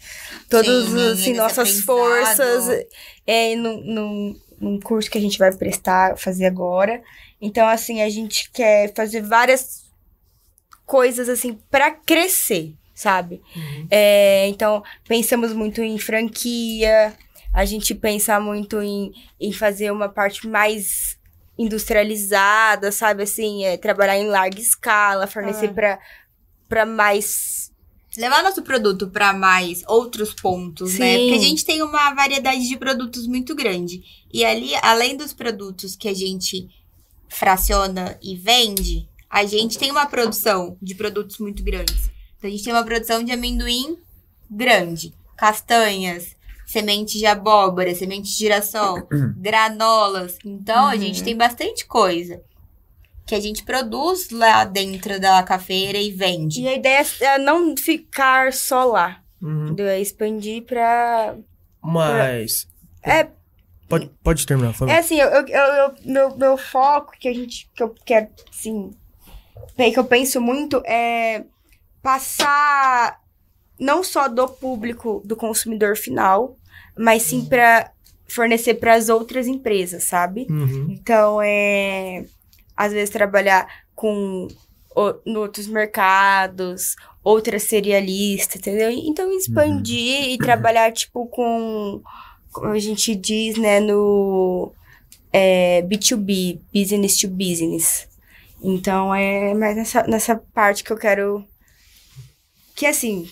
Speaker 3: todas
Speaker 4: Sim, é
Speaker 3: assim,
Speaker 4: nesse
Speaker 3: nossas
Speaker 4: aprendizado.
Speaker 3: forças é, num, num, num curso que a gente vai prestar, fazer agora. Então, assim, a gente quer fazer várias coisas assim para crescer, sabe? É, então, pensamos muito em franquia, a gente pensa muito em, em fazer uma parte mais industrializada, sabe? Assim, é, trabalhar em larga escala, fornecer pra para mais.
Speaker 4: Levar nosso produto pra mais outros pontos, né?
Speaker 3: Sim.
Speaker 4: Porque a gente tem uma variedade de produtos muito grande. E ali, além dos produtos que a gente fraciona e vende, a gente tem uma produção de produtos muito grandes. Então a gente tem uma produção de amendoim grande, castanhas, semente de abóbora, semente de girassol, granolas. Então, a gente tem bastante coisa que a gente produz lá dentro da cafeira e vende.
Speaker 3: E a ideia é não ficar só lá.
Speaker 2: Uhum.
Speaker 3: entendeu? É expandir pra.
Speaker 2: Mas.
Speaker 3: É.
Speaker 2: Pode, pode terminar, Flávio.
Speaker 3: É assim, eu, eu, eu- eu- meu, meu foco que a gente. que eu quero, assim. bem, que eu penso muito é passar não só do público, do consumidor final, mas sim pra fornecer pras outras empresas, sabe?
Speaker 2: Uhum.
Speaker 3: Então, é. Às vezes, trabalhar com o- em outros mercados, outras cerealistas, entendeu? Então, expandir e trabalhar, tipo, com. Como a gente diz, né, no. é, B2B, business to business. Então, é mais nessa, nessa parte que eu quero. Que assim.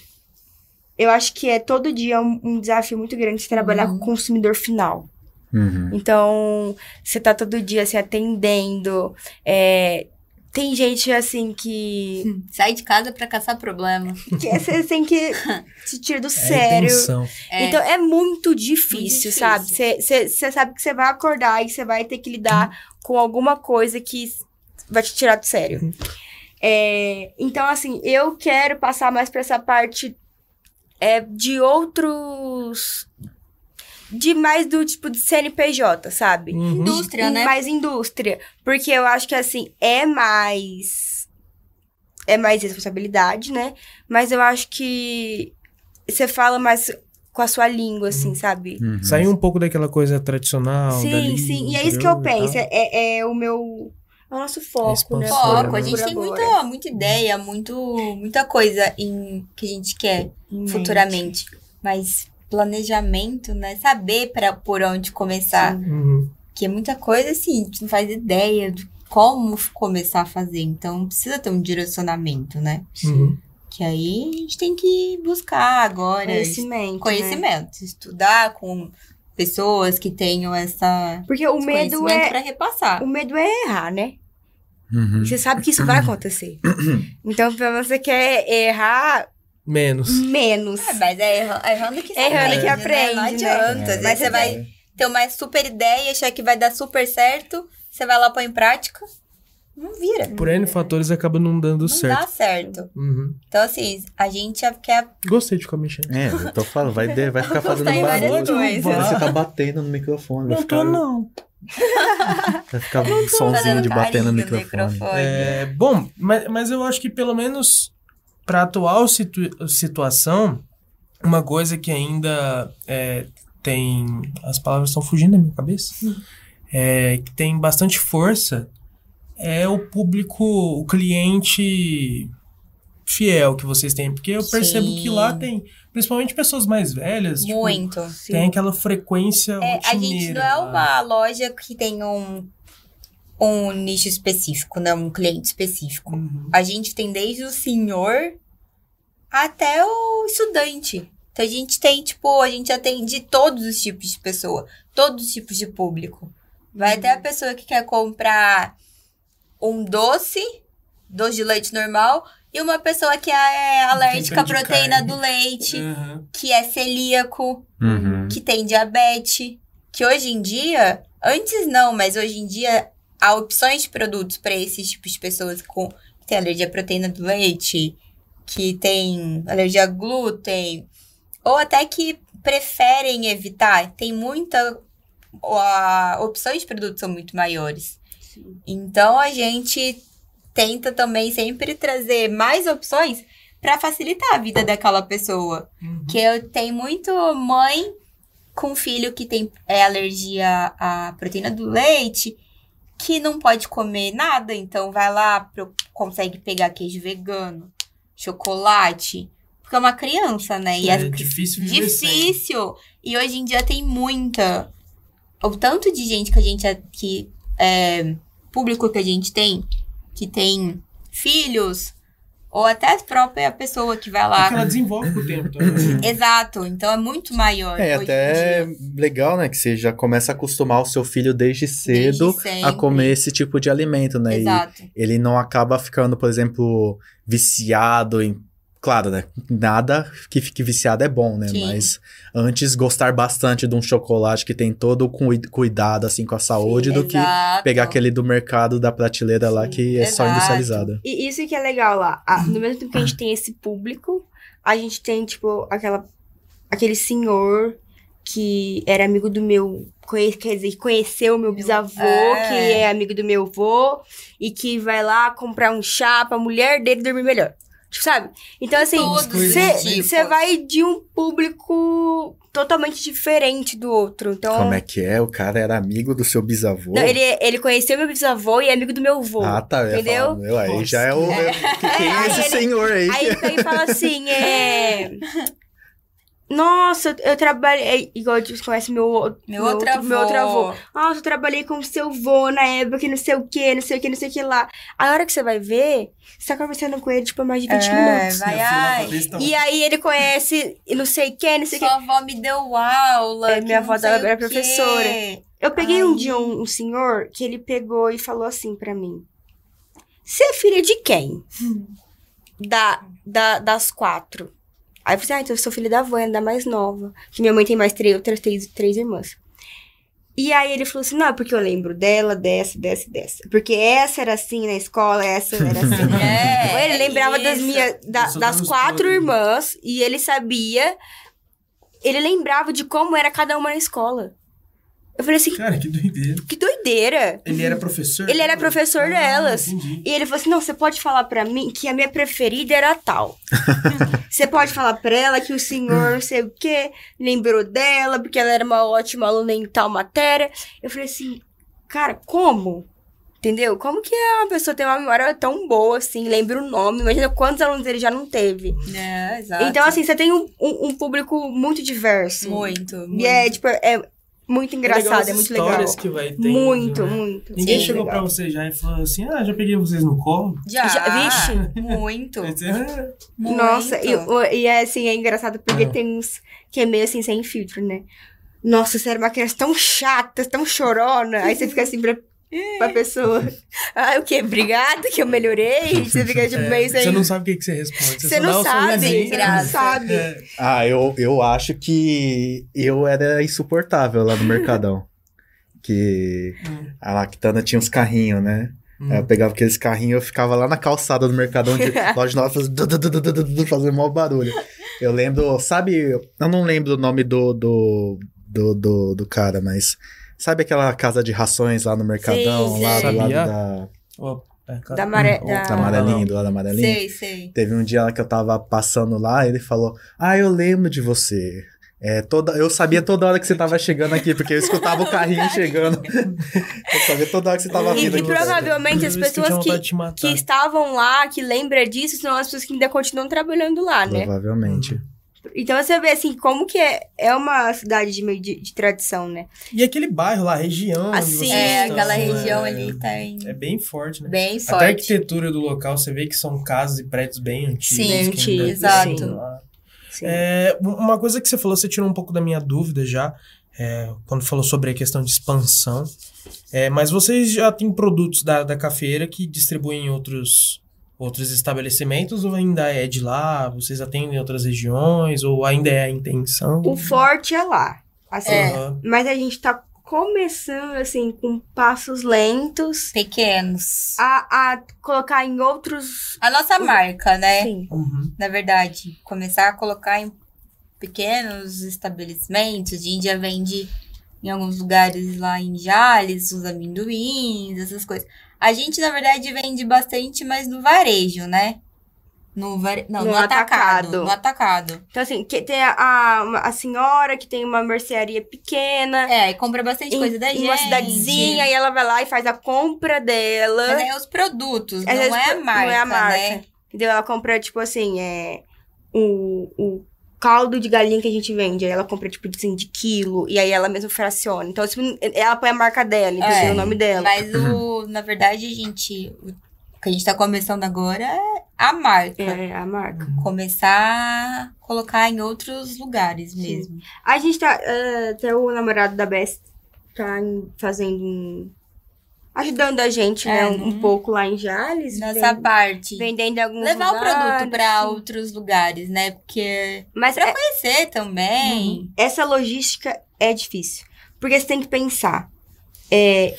Speaker 3: Eu acho que é todo dia um, um desafio muito grande de trabalhar
Speaker 4: Uhum.
Speaker 3: com o consumidor final.
Speaker 1: Uhum.
Speaker 3: Então, você tá todo dia, assim, atendendo. é, tem gente, assim, que...
Speaker 4: Sai de casa pra caçar problema.
Speaker 3: que Você tem que se tirar do
Speaker 2: É a
Speaker 3: sério.
Speaker 2: intenção.
Speaker 4: É.
Speaker 3: Então, é muito difícil,
Speaker 4: difícil.
Speaker 3: sabe? Você- Você você sabe que você vai acordar e você vai ter que lidar com alguma coisa que vai te tirar do sério. É, então, assim, eu quero passar mais pra essa parte é, de outros... De mais do tipo de CNPJ, sabe?
Speaker 2: Uhum.
Speaker 4: Indústria, né?
Speaker 3: mais indústria. Porque eu acho que, assim, é mais. É mais responsabilidade, né? Mas eu acho que você fala mais com a sua língua,
Speaker 2: Hum.
Speaker 3: assim, sabe?
Speaker 1: Uhum.
Speaker 2: Sair um pouco daquela coisa tradicional.
Speaker 3: sim,
Speaker 2: dali,
Speaker 3: sim. E é isso que eu
Speaker 2: entendeu? Tá. E
Speaker 3: penso.
Speaker 2: tal.
Speaker 3: É, é o meu. É o nosso foco, né?
Speaker 2: Expansora,
Speaker 4: Foco, a gente tem muita, muita ideia, muito, muita coisa em, que a gente quer
Speaker 3: muito
Speaker 4: futuramente. Mas planejamento, né? Saber pra, por onde começar.
Speaker 3: Sim.
Speaker 2: Uhum.
Speaker 4: Porque é muita coisa assim, a gente não faz ideia de como f- começar a fazer. Então precisa ter um direcionamento, né?
Speaker 2: Uhum.
Speaker 4: Que aí a gente tem que buscar agora es-
Speaker 3: Conhecimento. né?
Speaker 4: conhecimento, estudar com pessoas que tenham essa
Speaker 3: Porque o
Speaker 4: esse
Speaker 3: medo
Speaker 4: conhecimento
Speaker 3: é.
Speaker 4: pra repassar.
Speaker 3: O medo é errar, né?
Speaker 1: Uhum.
Speaker 3: Você sabe que isso
Speaker 2: Hum.
Speaker 3: vai acontecer. Então, pelo menos você quer errar
Speaker 2: Menos.
Speaker 3: Uhum. menos.
Speaker 4: É, mas é erra- é errando que você
Speaker 3: Errando que
Speaker 4: né? Não
Speaker 3: aprende, né?
Speaker 4: adianta. Às
Speaker 1: É,
Speaker 4: vezes você vai ter uma super ideia, achar que vai dar super certo, você vai lá pôr em prática, não vira.
Speaker 2: Por N fatores acaba não dando
Speaker 4: Não
Speaker 2: certo.
Speaker 4: dá certo.
Speaker 2: Uhum.
Speaker 4: Então, assim, a gente é já quer.
Speaker 2: Gostei de ficar mexendo.
Speaker 1: É, eu tô falando, vai, de- vai ficar fazendo
Speaker 4: Tá em várias
Speaker 1: barulho.
Speaker 4: coisas.
Speaker 1: Você tá batendo no microfone. Vai ficar,
Speaker 2: não.
Speaker 1: vai ficar um somzinho de
Speaker 4: fazendo
Speaker 1: batendo no
Speaker 4: carinho no
Speaker 1: microfone.
Speaker 4: microfone.
Speaker 2: É, bom, mas, mas eu acho que pelo menos pra atual situ- situação, uma coisa que ainda é, tem. As palavras estão fugindo da minha cabeça.
Speaker 4: Hum.
Speaker 2: É, que tem bastante força é o público, o cliente fiel que vocês têm. Porque eu percebo
Speaker 4: Sim.
Speaker 2: que lá tem, principalmente pessoas mais velhas. tipo,
Speaker 4: Muito.
Speaker 2: Tem aquela frequência.
Speaker 4: É, a gente não é
Speaker 2: rotineira lá.
Speaker 4: uma loja que tem um, um nicho específico, né? Um cliente específico.
Speaker 2: Uhum.
Speaker 4: A gente tem desde o senhor até o estudante. Então a gente tem, tipo, a gente atende todos os tipos de pessoa, todos os tipos de público. Vai até
Speaker 2: Uhum.
Speaker 4: a pessoa que quer comprar um doce, doce de leite normal, e uma pessoa que é alérgica à
Speaker 2: Tempero de
Speaker 4: proteína
Speaker 2: carne.
Speaker 4: do leite,
Speaker 2: Uhum.
Speaker 4: que é celíaco
Speaker 1: Uhum.
Speaker 4: que tem diabetes, que hoje em dia, antes não, mas hoje em dia há opções de produtos para esses tipos de pessoas com que tem alergia à proteína do leite, que tem alergia a glúten, ou até que preferem evitar. Tem muita a opções de produtos são muito maiores. Então a gente tenta também sempre trazer mais opções para facilitar a vida daquela pessoa.
Speaker 2: Uhum.
Speaker 4: Que eu tenho muito mãe com filho que tem é, alergia à proteína do leite, que não pode comer nada, então vai lá, pro- consegue pegar queijo vegano, chocolate. Porque é uma criança, né? E
Speaker 2: É
Speaker 4: as-
Speaker 2: difícil viver sem.
Speaker 4: difícil. E hoje em dia tem muita. O tanto de gente que a gente. a- Que, é, público que a gente tem, que tem filhos, ou até a própria pessoa que vai lá.
Speaker 2: Porque É ela desenvolve com o tempo também.
Speaker 3: Uhum.
Speaker 2: né?
Speaker 4: Exato, então é muito maior.
Speaker 1: É,
Speaker 4: hoje em
Speaker 1: até
Speaker 4: dia,
Speaker 1: legal, né? Que você já começa a acostumar o seu filho desde
Speaker 4: desde
Speaker 1: cedo a
Speaker 4: sempre.
Speaker 1: comer esse tipo de alimento, né? E
Speaker 4: Exato.
Speaker 1: ele não acaba ficando, por exemplo, viciado em Claro, né? Nada que fique viciado é bom, né?
Speaker 4: Sim.
Speaker 1: Mas antes gostar bastante de um chocolate que tem todo o cui- cuidado, assim, com a saúde, do que
Speaker 4: Exato.
Speaker 1: pegar aquele do mercado da prateleira lá
Speaker 4: Sim,
Speaker 1: que é só
Speaker 4: exato.
Speaker 1: industrializada.
Speaker 3: E isso que é legal lá. a- no mesmo tempo que a
Speaker 1: Ah.
Speaker 3: gente tem esse público, a gente tem, tipo, aquela, aquele senhor que era amigo do meu. conhe- Quer dizer, que conheceu o meu bisavô,
Speaker 4: é.
Speaker 3: que é amigo do meu avô, e que vai lá comprar um chá pra mulher dele dormir melhor. Tipo, sabe? Então, assim,
Speaker 4: Todos os
Speaker 3: você
Speaker 4: tipos.
Speaker 1: tipo,
Speaker 3: vai de um público totalmente diferente do outro. Então,
Speaker 1: Como é que é? O cara era amigo do seu bisavô?
Speaker 3: não, ele, é ele conheceu meu bisavô e é amigo do meu avô.
Speaker 1: Ah, tá. eu ia
Speaker 3: Entendeu?
Speaker 1: falar, meu, aí
Speaker 2: Nossa,
Speaker 1: já é o.
Speaker 4: é.
Speaker 1: que Quem é
Speaker 3: aí
Speaker 1: esse
Speaker 3: ele-
Speaker 1: senhor aí?
Speaker 3: Aí ele pega e fala assim, é... Nossa, eu trabalhei... é, Igual tipo, conhece meu, outro-
Speaker 4: Meu outro avô.
Speaker 3: Meu outro avô. Nossa, eu trabalhei com o seu vô na época, que não sei o que, não sei o que, não sei o que lá. A hora que você vai ver, você tá conversando com ele, tipo, há mais de 20
Speaker 4: É,
Speaker 3: minutos.
Speaker 4: vai, ai.
Speaker 3: E aí ele conhece e não sei quem, não sei o que.
Speaker 4: Sua avó me deu aula.
Speaker 3: É,
Speaker 4: que
Speaker 3: minha
Speaker 4: não
Speaker 3: avó
Speaker 4: sei
Speaker 3: era
Speaker 4: o quê.
Speaker 3: professora. Eu peguei um
Speaker 4: Ai.
Speaker 3: dia um, um senhor que ele pegou e falou assim pra mim: Você é filha de quem? da, da, das quatro. Aí eu falei: Ah, então eu sou filha da Vânia, da mais nova. Que minha mãe tem mais três, outras três, três irmãs. E aí ele falou assim: Não, é porque eu lembro dela, dessa, dessa, dessa. Porque essa era assim na escola, essa era assim. Ou
Speaker 4: É.
Speaker 3: ele lembrava das
Speaker 4: isso.
Speaker 3: minhas, da-
Speaker 5: Isso
Speaker 3: das
Speaker 5: nos
Speaker 3: quatro
Speaker 5: planos.
Speaker 3: irmãs e ele sabia, ele lembrava de como era cada uma na escola. Eu falei assim,
Speaker 5: Cara, que doideira.
Speaker 3: que doideira!
Speaker 5: Ele era professor?
Speaker 3: Ele era professor
Speaker 5: Ah,
Speaker 3: delas.
Speaker 5: Entendi.
Speaker 3: E ele falou assim, não, você pode falar pra mim que a minha preferida era tal. você pode falar pra ela que o senhor, não sei o quê, lembrou dela, porque ela era uma ótima aluna em tal matéria. Eu falei assim, cara, como? Entendeu? Como que é uma pessoa tem uma memória tão boa assim, lembra o nome, imagina quantos alunos ele já não teve.
Speaker 4: É, exato.
Speaker 3: Então, assim, você tem um, um- um público muito diverso.
Speaker 4: Muito,
Speaker 3: E
Speaker 4: muito.
Speaker 3: é, tipo, é muito
Speaker 2: legal as
Speaker 3: engraçado, é, muito legal.
Speaker 2: histórias que vai ter.
Speaker 3: Muito,
Speaker 2: né?
Speaker 3: muito.
Speaker 2: Ninguém
Speaker 4: Sim,
Speaker 2: chegou
Speaker 3: legal.
Speaker 2: pra você já e falou assim: ah, já peguei vocês no colo.
Speaker 4: Já,
Speaker 3: Já- vixe.
Speaker 4: muito,
Speaker 2: Aí você, "Ah,
Speaker 4: muito.
Speaker 3: Nossa, e, o- e é assim, é engraçado porque tem uns que é meio assim, sem filtro, né? Nossa, você era uma criança tão chata, tão chorona. Aí você fica assim pra, pra pessoa. Ah, o quê? Obrigada que eu melhorei. Você fica tipo,
Speaker 2: é,
Speaker 3: meio sem.
Speaker 2: você não sabe o que, que você responde. Você,
Speaker 3: Você
Speaker 2: só dá
Speaker 3: não
Speaker 2: o
Speaker 3: sabe,
Speaker 2: sorrisinho.
Speaker 3: você não
Speaker 4: graça.
Speaker 3: sabe.
Speaker 2: É,
Speaker 1: Ah, eu, eu acho que eu era insuportável lá no Mercadão. que
Speaker 4: É.
Speaker 2: Hum.
Speaker 1: a Lactana tinha uns carrinhos, né?
Speaker 4: Hum.
Speaker 1: Aí Eu pegava aqueles carrinhos, eu ficava lá na calçada do Mercadão de loja nova fazendo, du- du- du- du- du- du- du- fazendo maior barulho. Eu lembro, sabe, eu não lembro o nome do, do, do, do, do cara, mas sabe aquela casa de rações lá no Mercadão,
Speaker 4: Sim,
Speaker 1: lá
Speaker 4: sei. Ah.
Speaker 1: do lado
Speaker 2: Sabia?
Speaker 1: da,
Speaker 2: Ó, é, claro.
Speaker 3: Da maré.
Speaker 2: Hum,
Speaker 3: Da...
Speaker 1: da amarelinha, do lado da amarelinha?
Speaker 4: Sei, sei.
Speaker 1: Teve um dia lá que eu tava passando lá, ele falou: Ah, eu lembro de você. É, toda, eu sabia toda hora que você tava chegando aqui, porque eu escutava o carrinho chegando. eu sabia toda hora que você tava
Speaker 3: E,
Speaker 1: vindo
Speaker 3: e
Speaker 1: aqui. pra cá.
Speaker 3: provavelmente as
Speaker 2: Por isso eu tinha
Speaker 3: pessoas que,
Speaker 2: vontade de te matar.
Speaker 3: que estavam lá, que lembram disso, são as pessoas que ainda continuam trabalhando lá, né?
Speaker 1: Provavelmente.
Speaker 3: Então você vê assim, como que é, é uma cidade de meio de, de tradição, né?
Speaker 2: E aquele bairro lá, a região. onde
Speaker 3: Assim,
Speaker 2: vocês
Speaker 4: É,
Speaker 2: estão,
Speaker 4: aquela
Speaker 2: é,
Speaker 4: região ali tem
Speaker 2: É bem forte, né?
Speaker 4: bem
Speaker 2: Até a
Speaker 4: forte.
Speaker 2: arquitetura do local, você vê que são casas e prédios bem antigos.
Speaker 4: Sim,
Speaker 2: que ainda
Speaker 3: antigos,
Speaker 2: tem
Speaker 4: exato.
Speaker 2: lá.
Speaker 3: Sim.
Speaker 2: É, um- uma coisa que você falou, você tirou um pouco da minha dúvida já, é, quando falou sobre a questão de expansão. É, mas vocês já têm produtos da, da cafeira que distribuem em outros, outros estabelecimentos ou ainda é de lá? Vocês atendem em outras regiões ou ainda é a intenção?
Speaker 3: O forte é lá. Assim,
Speaker 2: Aham.
Speaker 3: Mas a gente tá começando, assim, com passos lentos
Speaker 4: Pequenos.
Speaker 3: Ah, a, a colocar em outros.
Speaker 4: A nossa marca, né?
Speaker 3: Sim.
Speaker 2: Uhum.
Speaker 4: Na verdade, começar a colocar em pequenos estabelecimentos. A gente já vende em alguns lugares lá em Jales, os amendoins, essas coisas. A gente, na verdade, vende bastante, mas no varejo, né? No, vare... Não,
Speaker 3: No
Speaker 4: no, atacado,
Speaker 3: atacado.
Speaker 4: No atacado.
Speaker 3: Então, assim, que tem a, a, uma- a senhora que tem uma mercearia pequena.
Speaker 4: É, e compra bastante
Speaker 3: em-
Speaker 4: coisa da
Speaker 3: em
Speaker 4: gente.
Speaker 3: uma cidadezinha, e ela vai lá e faz a compra dela.
Speaker 4: Mas é os produtos, não
Speaker 3: Às vezes
Speaker 4: é a
Speaker 3: pro-
Speaker 4: marca,
Speaker 3: não é a marca.
Speaker 4: né?
Speaker 3: Entendeu? Ela compra, tipo assim, é, o, o caldo de galinha que a gente vende. Aí ela compra, tipo, assim, de quilo. E aí ela mesma fraciona. Então, tipo, ela põe a marca dela, entendeu?
Speaker 4: É,
Speaker 3: o nome dela.
Speaker 4: Mas o, na verdade, a gente. O que a gente tá começando agora é a marca.
Speaker 3: É, a marca.
Speaker 4: Começar a colocar em outros lugares
Speaker 3: Sim.
Speaker 4: mesmo.
Speaker 3: A é, gente tá. eh, até o namorado da Bess tá em- fazendo um. ajudando a gente, né?
Speaker 4: É,
Speaker 3: Um, um
Speaker 4: né?
Speaker 3: pouco lá em Jales.
Speaker 4: Nessa
Speaker 3: ven-
Speaker 4: parte.
Speaker 3: vendendo em alguns
Speaker 4: Levar o produto
Speaker 3: lugares. assim.
Speaker 4: pra outros lugares, né? Porque
Speaker 3: Mas
Speaker 4: pra
Speaker 3: é-
Speaker 4: conhecer também.
Speaker 3: essa logística é difícil. Porque você tem que pensar é,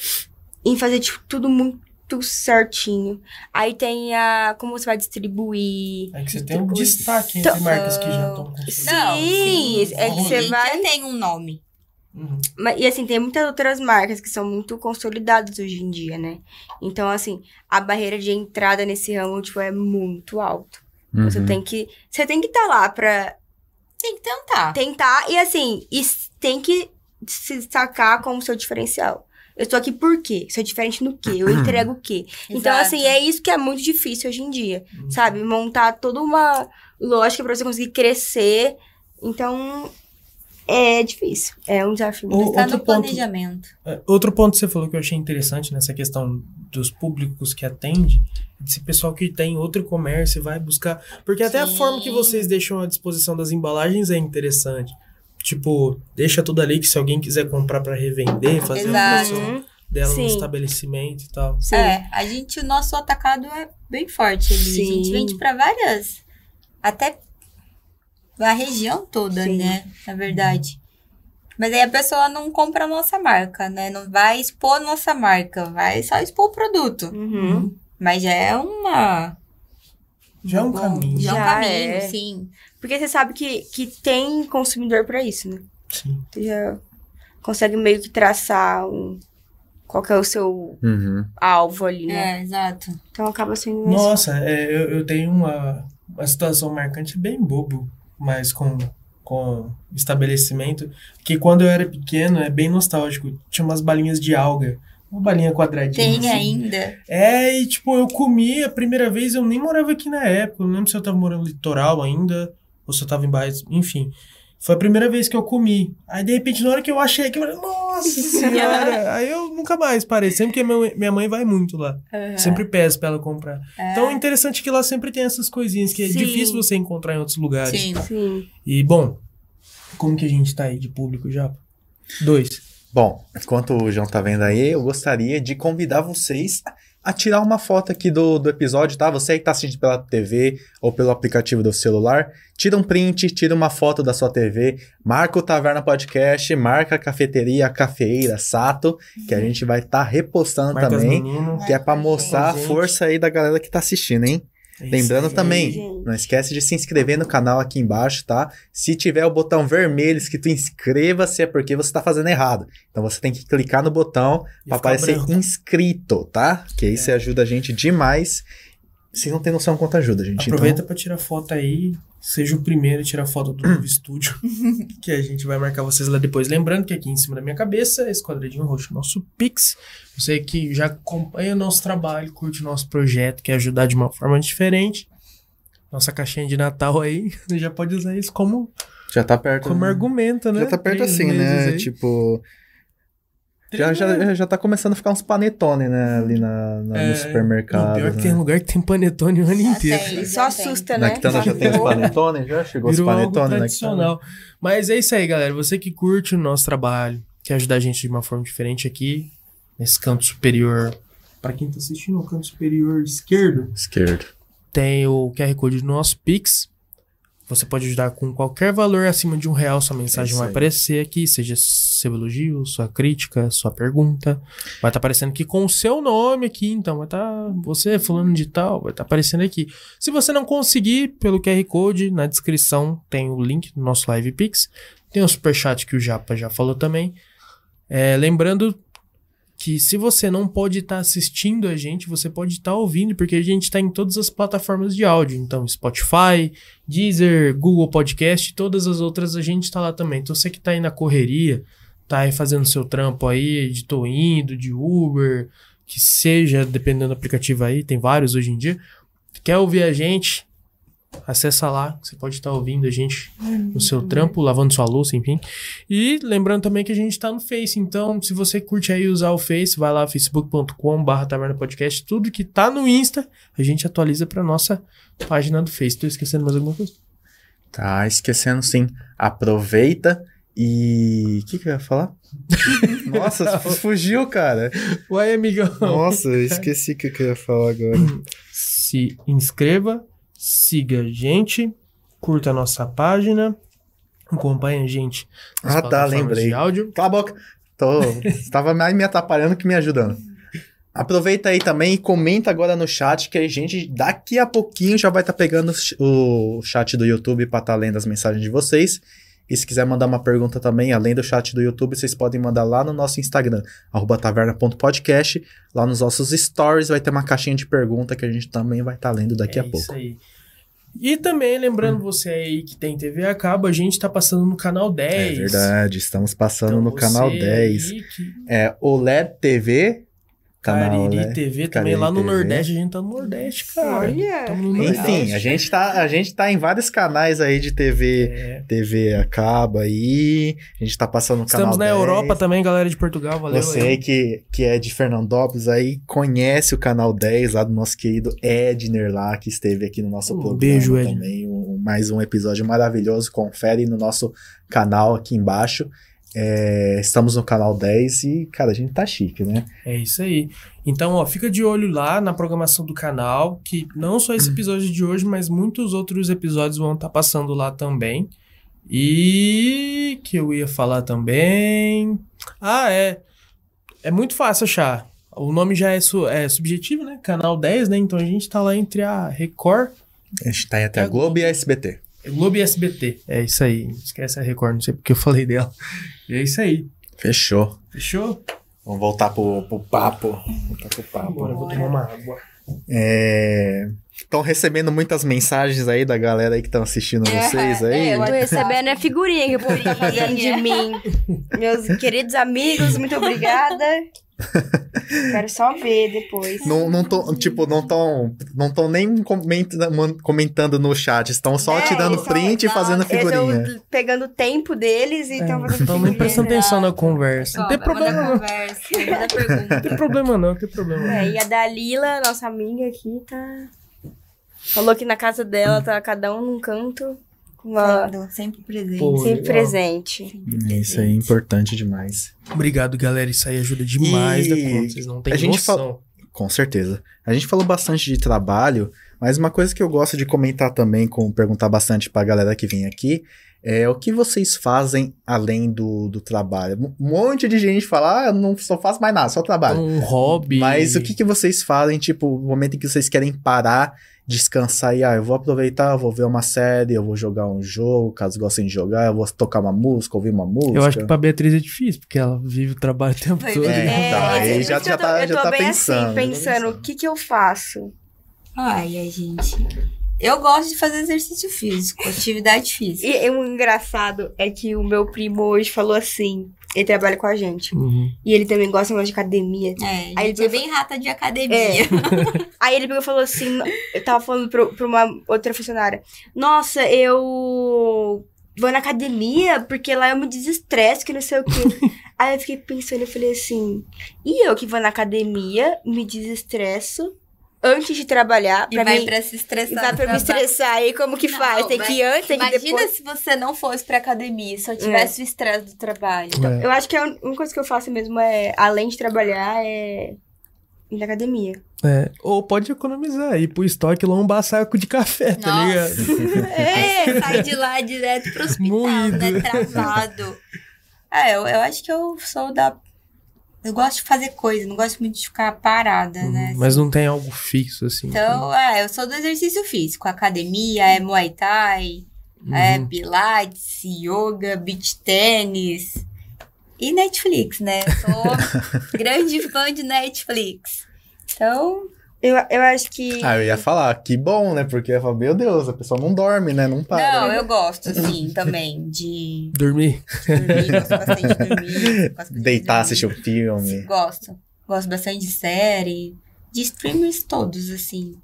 Speaker 3: em fazer tipo, tudo muito certinho. Aí tem a como você vai distribuir.
Speaker 2: É que você tem um destaque entre
Speaker 3: Então-
Speaker 2: marcas que já estão com
Speaker 4: Não,
Speaker 3: sim, é que você
Speaker 4: Sim,
Speaker 3: vai.
Speaker 4: Já tem um nome.
Speaker 2: Uhum.
Speaker 3: Ma- E assim, tem muitas outras marcas que são muito consolidadas hoje em dia, né? Então, assim, a barreira de entrada nesse ramo tipo, é muito alto.
Speaker 1: Uhum.
Speaker 3: Você tem que. Você tem que estar lá pra
Speaker 4: Tem que tentar.
Speaker 3: tentar e assim, e s- tem que se destacar como seu diferencial. Eu estou aqui por quê? Sou diferente no quê? Eu entrego o quê? Então,
Speaker 4: Exato.
Speaker 3: assim, é isso que é muito difícil hoje em dia, sabe? Montar toda uma lógica para você conseguir crescer. Então, é difícil. É um desafio.
Speaker 2: O-
Speaker 4: Tá
Speaker 2: outro ponto
Speaker 4: no planejamento.
Speaker 2: É, Outro ponto que você falou que eu achei interessante nessa questão dos públicos que atende, desse pessoal que tem outro comércio e vai buscar. Porque até a
Speaker 4: Sim.
Speaker 2: forma que vocês deixam à disposição das embalagens é interessante. Tipo, deixa tudo ali que se alguém quiser comprar pra revender, fazer
Speaker 4: Exato.
Speaker 2: a promoção
Speaker 3: Uhum,
Speaker 2: dela
Speaker 3: Sim.
Speaker 2: no estabelecimento e tal.
Speaker 3: sim.
Speaker 4: É, a gente, o nosso atacado é bem forte ali. A gente
Speaker 3: Sim.
Speaker 4: vende pra várias. Até a região toda,
Speaker 3: Sim.
Speaker 4: né? Na verdade. Mas aí a pessoa não compra a nossa marca, né? Não vai expor a nossa marca, vai só expor o produto.
Speaker 3: Uhum.
Speaker 4: Mas já é uma.
Speaker 2: Já é um
Speaker 4: Bom,
Speaker 2: caminho.
Speaker 4: Já é um
Speaker 3: Já
Speaker 4: caminho,
Speaker 3: é.
Speaker 4: sim.
Speaker 3: Porque você sabe que, que tem consumidor para isso, né?
Speaker 2: Sim.
Speaker 3: Você já consegue meio que traçar um, qual que é o seu
Speaker 1: Uhum.
Speaker 3: alvo ali, né?
Speaker 4: É, exato.
Speaker 3: Então acaba sendo mais
Speaker 2: Nossa, é, eu, eu tenho uma, uma situação marcante bem bobo, mas com, com estabelecimento, que quando eu era pequeno, é bem nostálgico, tinha umas balinhas de alga, uma balinha quadradinha.
Speaker 4: Tem
Speaker 2: assim.
Speaker 4: ainda.
Speaker 2: É, e tipo, eu comi a primeira vez, eu nem morava aqui na época, eu não lembro se eu tava morando no litoral ainda, ou se eu tava em bairros, enfim. Foi a primeira vez que eu comi. Aí, de repente, na hora que eu achei que eu falei, nossa senhora! Aí eu nunca mais parei, sempre que meu- minha mãe vai muito lá.
Speaker 4: É.
Speaker 2: Sempre peço pra ela comprar. Então é interessante que lá sempre tem essas coisinhas que é
Speaker 3: Sim.
Speaker 2: difícil você encontrar em outros lugares.
Speaker 4: Sim.
Speaker 3: Sim.
Speaker 2: E, bom, como que a gente tá aí de público já? Dois.
Speaker 1: Bom, enquanto o João tá vendo aí, eu gostaria de convidar vocês a tirar uma foto aqui do, do episódio, tá? Você aí que tá assistindo pela TV ou pelo aplicativo do celular, tira um print, tira uma foto da sua TV, marca o Taverna Podcast, marca a cafeteria, a cafeira, Sato, que a gente vai estar repostando
Speaker 2: Marcas
Speaker 1: também.
Speaker 2: Menino.
Speaker 1: Que é pra
Speaker 4: Marca a
Speaker 1: mostrar a
Speaker 2: gente.
Speaker 1: força aí da galera que tá assistindo, hein?
Speaker 2: É isso
Speaker 1: Lembrando
Speaker 2: aí.
Speaker 1: também,
Speaker 3: gente.
Speaker 1: não esquece de se inscrever no canal aqui embaixo, tá? Se tiver o botão vermelho escrito inscreva-se, é porque você tá fazendo errado. Então você tem que clicar no botão
Speaker 2: Ia
Speaker 1: pra
Speaker 2: ficar
Speaker 1: aparecer
Speaker 2: branco. É.
Speaker 1: inscrito, tá? Que aí você ajuda a gente demais. Vocês não têm noção quanto ajuda, gente. então
Speaker 2: Aproveita pra tirar foto aí. Seja o primeiro a tirar foto do novo estúdio. Que a gente vai marcar vocês lá depois. Lembrando que aqui em cima da minha cabeça, esse quadradinho roxo, é o nosso Pix. Você que já acompanha o nosso trabalho, curte o nosso projeto, quer ajudar de uma forma diferente. Nossa caixinha de Natal aí, já pode usar isso como,
Speaker 1: Então, já tá perto.
Speaker 2: como
Speaker 1: né?
Speaker 2: argumento, né?
Speaker 1: Já tá perto
Speaker 2: Três
Speaker 1: assim, né?
Speaker 2: meses aí.
Speaker 1: Tipo, já,
Speaker 2: Três meses.
Speaker 1: já, já tá começando a ficar uns panetone, né? Ali na, na-
Speaker 2: É,
Speaker 1: no supermercado.
Speaker 2: Não, pior que é tem
Speaker 1: né?
Speaker 2: lugar que tem panetone o ano
Speaker 4: Já
Speaker 2: inteiro.
Speaker 4: tem,
Speaker 3: Ele
Speaker 4: já
Speaker 3: só
Speaker 4: tem.
Speaker 3: assusta,
Speaker 1: Na
Speaker 3: né?
Speaker 1: Quitanda já tem os panetone? Já chegou os
Speaker 2: Virou algo
Speaker 1: panetone, né?
Speaker 2: tradicional. Mas é isso aí, galera. Você que curte o nosso trabalho, quer ajudar a gente de uma forma diferente aqui, nesse canto superior. Pra quem tá assistindo, no canto superior esquerdo,
Speaker 1: Esquerdo.
Speaker 2: tem o QR Code do nosso Pix. Você pode ajudar com qualquer valor acima de um real. Sua mensagem
Speaker 1: isso
Speaker 2: vai
Speaker 1: aí.
Speaker 2: aparecer aqui, seja seu elogio, sua crítica, sua pergunta. Vai estar aparecendo aqui com o seu nome aqui, então vai estar você fulano de tal, vai estar aparecendo aqui. Se você não conseguir, pelo QR Code, na descrição tem o link do nosso Live Pix. Tem o superchat que o Japa já falou também. É, lembrando que se você não pode estar assistindo a gente, você pode estar ouvindo, porque a gente está em todas as plataformas de áudio. Então, Spotify, Deezer, Google Podcast, todas as outras a gente está lá também. Então, você que está aí na correria, tá aí fazendo seu trampo aí, de tô indo, de Uber, que seja, dependendo do aplicativo aí, tem vários hoje em dia. Quer ouvir a gente? Acessa lá, você pode estar ouvindo a gente no seu trampo, lavando sua louça, enfim. E lembrando também que a gente tá no Face, então se você curte aí usar o Face, vai lá facebook.com/barra taverna podcast, tudo que tá no Insta, a gente atualiza pra nossa página do Face. Tô esquecendo mais alguma coisa?
Speaker 1: Tá esquecendo sim. Aproveita E. O que, que eu ia falar? Nossa, fugiu, cara.
Speaker 2: Uai, amigão.
Speaker 1: Nossa, eu esqueci o que que eu ia falar agora.
Speaker 2: Se inscreva, siga a gente, curta a nossa página, acompanhe a gente. nas
Speaker 1: Ah, tá,
Speaker 2: plataformas
Speaker 1: lembrei.
Speaker 2: De áudio.
Speaker 1: Cala a boca. Tô, tava mais me atrapalhando que me ajudando. Aproveita aí também e comenta agora no chat que a gente daqui a pouquinho já vai estar pegando o ch- o chat do YouTube para estar lendo as mensagens de vocês. E se quiser mandar uma pergunta também, além do chat do YouTube, vocês podem mandar lá no nosso Instagram, arroba taverna.podcast. Lá nos nossos stories vai ter uma caixinha de pergunta que a gente também vai estar lendo daqui
Speaker 2: É
Speaker 1: a
Speaker 2: isso
Speaker 1: pouco.
Speaker 2: aí. E também, lembrando você aí que tem TV a cabo, a gente tá passando no canal 10.
Speaker 1: É verdade, estamos passando
Speaker 2: Então
Speaker 1: no
Speaker 2: você
Speaker 1: canal
Speaker 2: aí
Speaker 1: 10.
Speaker 2: que-
Speaker 1: É OLED TV, canal
Speaker 2: Cariri
Speaker 1: OLED.
Speaker 2: TV também,
Speaker 1: Cariri
Speaker 2: lá no
Speaker 1: TV.
Speaker 2: Nordeste, a gente tá no Nordeste, cara.
Speaker 3: Olha.
Speaker 2: Tamo no
Speaker 1: Enfim,
Speaker 2: Nordeste.
Speaker 1: a gente, tá, a gente tá em vários canais aí de TV.
Speaker 2: É.
Speaker 1: TV acaba aí. A gente tá passando no canal.
Speaker 2: Estamos na
Speaker 1: 10.
Speaker 2: Europa também, galera de Portugal, valeu.
Speaker 1: Você
Speaker 2: aí.
Speaker 1: aí que, que é de Fernandópolis aí, conhece o canal 10 lá do nosso querido Edner lá, que esteve aqui no nosso
Speaker 2: Um
Speaker 1: programa
Speaker 2: beijo, Edner.
Speaker 1: também. Um- mais um episódio maravilhoso. Confere no nosso canal aqui embaixo. É, estamos no canal 10 e, cara, a gente tá chique, né?
Speaker 2: É isso aí. Então, ó, fica de olho lá na programação do canal, que não só esse episódio de hoje, mas muitos outros episódios vão estar passando lá também. E que eu ia falar também. Ah, é. É muito fácil achar. O nome já é, su- é subjetivo, né? Canal 10, né? Então a gente tá lá entre a Record,
Speaker 1: A gente tá aí até
Speaker 2: É
Speaker 1: a Globo e a SBT.
Speaker 2: Globo e SBT. É isso aí. Esquece a Record, não sei porque eu falei dela. E é isso aí.
Speaker 1: Fechou.
Speaker 2: Fechou?
Speaker 1: Vamos voltar pro, pro papo. Voltar pro papo.
Speaker 2: Agora eu vou tomar uma água.
Speaker 1: Estão recebendo muitas mensagens aí da galera aí que estão assistindo vocês aí.
Speaker 4: é,
Speaker 3: Eu tô
Speaker 4: WhatsApp.
Speaker 3: recebendo a figurinha que o povo tá fazendo de mim. Meus queridos amigos, muito obrigada. Quero só ver depois.
Speaker 1: Não, não tô, tipo, não tão, não tão nem comenta- man- comentando no chat, estão só
Speaker 3: É,
Speaker 1: tirando
Speaker 3: eles só
Speaker 1: print e
Speaker 4: dão-
Speaker 1: fazendo
Speaker 3: é
Speaker 1: figurinha.
Speaker 3: Eu tô pegando o tempo deles e estão fazendo
Speaker 2: Então nem
Speaker 3: figurinha.
Speaker 2: prestando atenção na conversa. Não tem
Speaker 4: Ó,
Speaker 2: problema,
Speaker 4: manda
Speaker 2: não.
Speaker 4: conversa, manda pergunta.
Speaker 2: Não tem problema não, não tem problema não.
Speaker 3: É, e a Dalila, nossa amiga aqui, tá. Falou que na casa dela tá cada um num canto, com uma...
Speaker 4: Manda, Sempre presente.
Speaker 2: Pô,
Speaker 3: sempre
Speaker 2: legal.
Speaker 3: presente.
Speaker 1: Isso aí é importante demais.
Speaker 2: Obrigado, galera. Isso aí ajuda demais
Speaker 1: E
Speaker 2: da conta. Vocês não têm
Speaker 1: a gente
Speaker 2: noção.
Speaker 1: Com certeza. A gente falou bastante de trabalho, mas uma coisa que eu gosto de comentar também, com perguntar bastante pra galera que vem aqui, é o que vocês fazem além do, do trabalho? Um monte de gente fala, ah, eu não só faço mais nada, só trabalho.
Speaker 2: Um hobby.
Speaker 1: Mas o que, que vocês fazem, tipo, o momento em que vocês querem parar, descansar e, ah, eu vou aproveitar, eu vou ver uma série, eu vou jogar um jogo, caso gostem de jogar, eu vou tocar uma música, ouvir uma música.
Speaker 2: Eu acho que pra Beatriz é difícil, porque ela vive o trabalho o tempo
Speaker 4: Vai
Speaker 2: todo.
Speaker 4: ver.
Speaker 2: né?
Speaker 1: É, tá,
Speaker 3: esse-
Speaker 1: aí
Speaker 3: por isso
Speaker 1: já-
Speaker 3: que
Speaker 1: já
Speaker 3: eu tô,
Speaker 1: tá-
Speaker 3: eu
Speaker 1: já
Speaker 3: tô
Speaker 1: tá
Speaker 3: bem
Speaker 1: pensando, já
Speaker 3: assim,
Speaker 1: tá
Speaker 3: pensando
Speaker 1: pensando.
Speaker 3: o que que eu faço.
Speaker 4: Ai, ai, gente. Eu gosto de fazer exercício físico, atividade física.
Speaker 3: E, e o engraçado é que o meu primo hoje falou assim, ele trabalha com a gente,
Speaker 1: então.
Speaker 2: Uhum.
Speaker 3: e ele também gosta mais de academia.
Speaker 4: É,
Speaker 3: Aí
Speaker 4: aí
Speaker 3: ele
Speaker 4: é bem rata de academia.
Speaker 3: É. Aí ele pegou e falou assim: eu tava falando pro- pra uma outra funcionária, nossa, eu vou na academia porque lá eu me desestresso, que não sei o quê. Aí eu fiquei pensando, eu falei assim: e eu que vou na academia, me desestresso antes de trabalhar,
Speaker 4: E
Speaker 3: pra
Speaker 4: vai
Speaker 3: mim.
Speaker 4: pra se estressar.
Speaker 3: e vai pra me
Speaker 4: no trabalho.
Speaker 3: estressar. Aí como que
Speaker 4: Não,
Speaker 3: faz? Tem que ir antes, tem que ir
Speaker 4: Imagina
Speaker 3: depois. É.
Speaker 4: se você não fosse pra academia, só tivesse o estresse do trabalho.
Speaker 2: É.
Speaker 3: Eu acho que a un- única coisa que eu faço mesmo é, além de trabalhar, é ir na academia.
Speaker 2: É. Ou pode economizar, ir pro estoque e lombar saco de café, tá
Speaker 4: Nossa.
Speaker 2: ligado?
Speaker 4: É, sai de lá direto pro hospital, né?
Speaker 2: Moído.
Speaker 4: Travado. É, eu, eu acho que eu sou da. Eu gosto de fazer coisa, não gosto muito de ficar parada, né?
Speaker 2: Mas não tem algo fixo, assim.
Speaker 4: Então, é, eu sou do exercício físico. Academia, é Muay Thai,
Speaker 2: Uhum.
Speaker 4: é Pilates, yoga, beach tênis e Netflix, né? Eu sou grande fã de Netflix. Então,
Speaker 3: Eu, eu acho que.
Speaker 1: Ah, eu ia falar, que bom, né? Porque eu ia falar, meu Deus, a pessoa não dorme, né? Não para.
Speaker 4: não, eu gosto, sim, também, de
Speaker 2: Dormir.
Speaker 4: dormir, gosto bastante de dormir. gosto bastante
Speaker 1: Deitar,
Speaker 4: de dormir.
Speaker 1: assistir um filme.
Speaker 4: Gosto. Gosto bastante de série, de streamers todos, assim.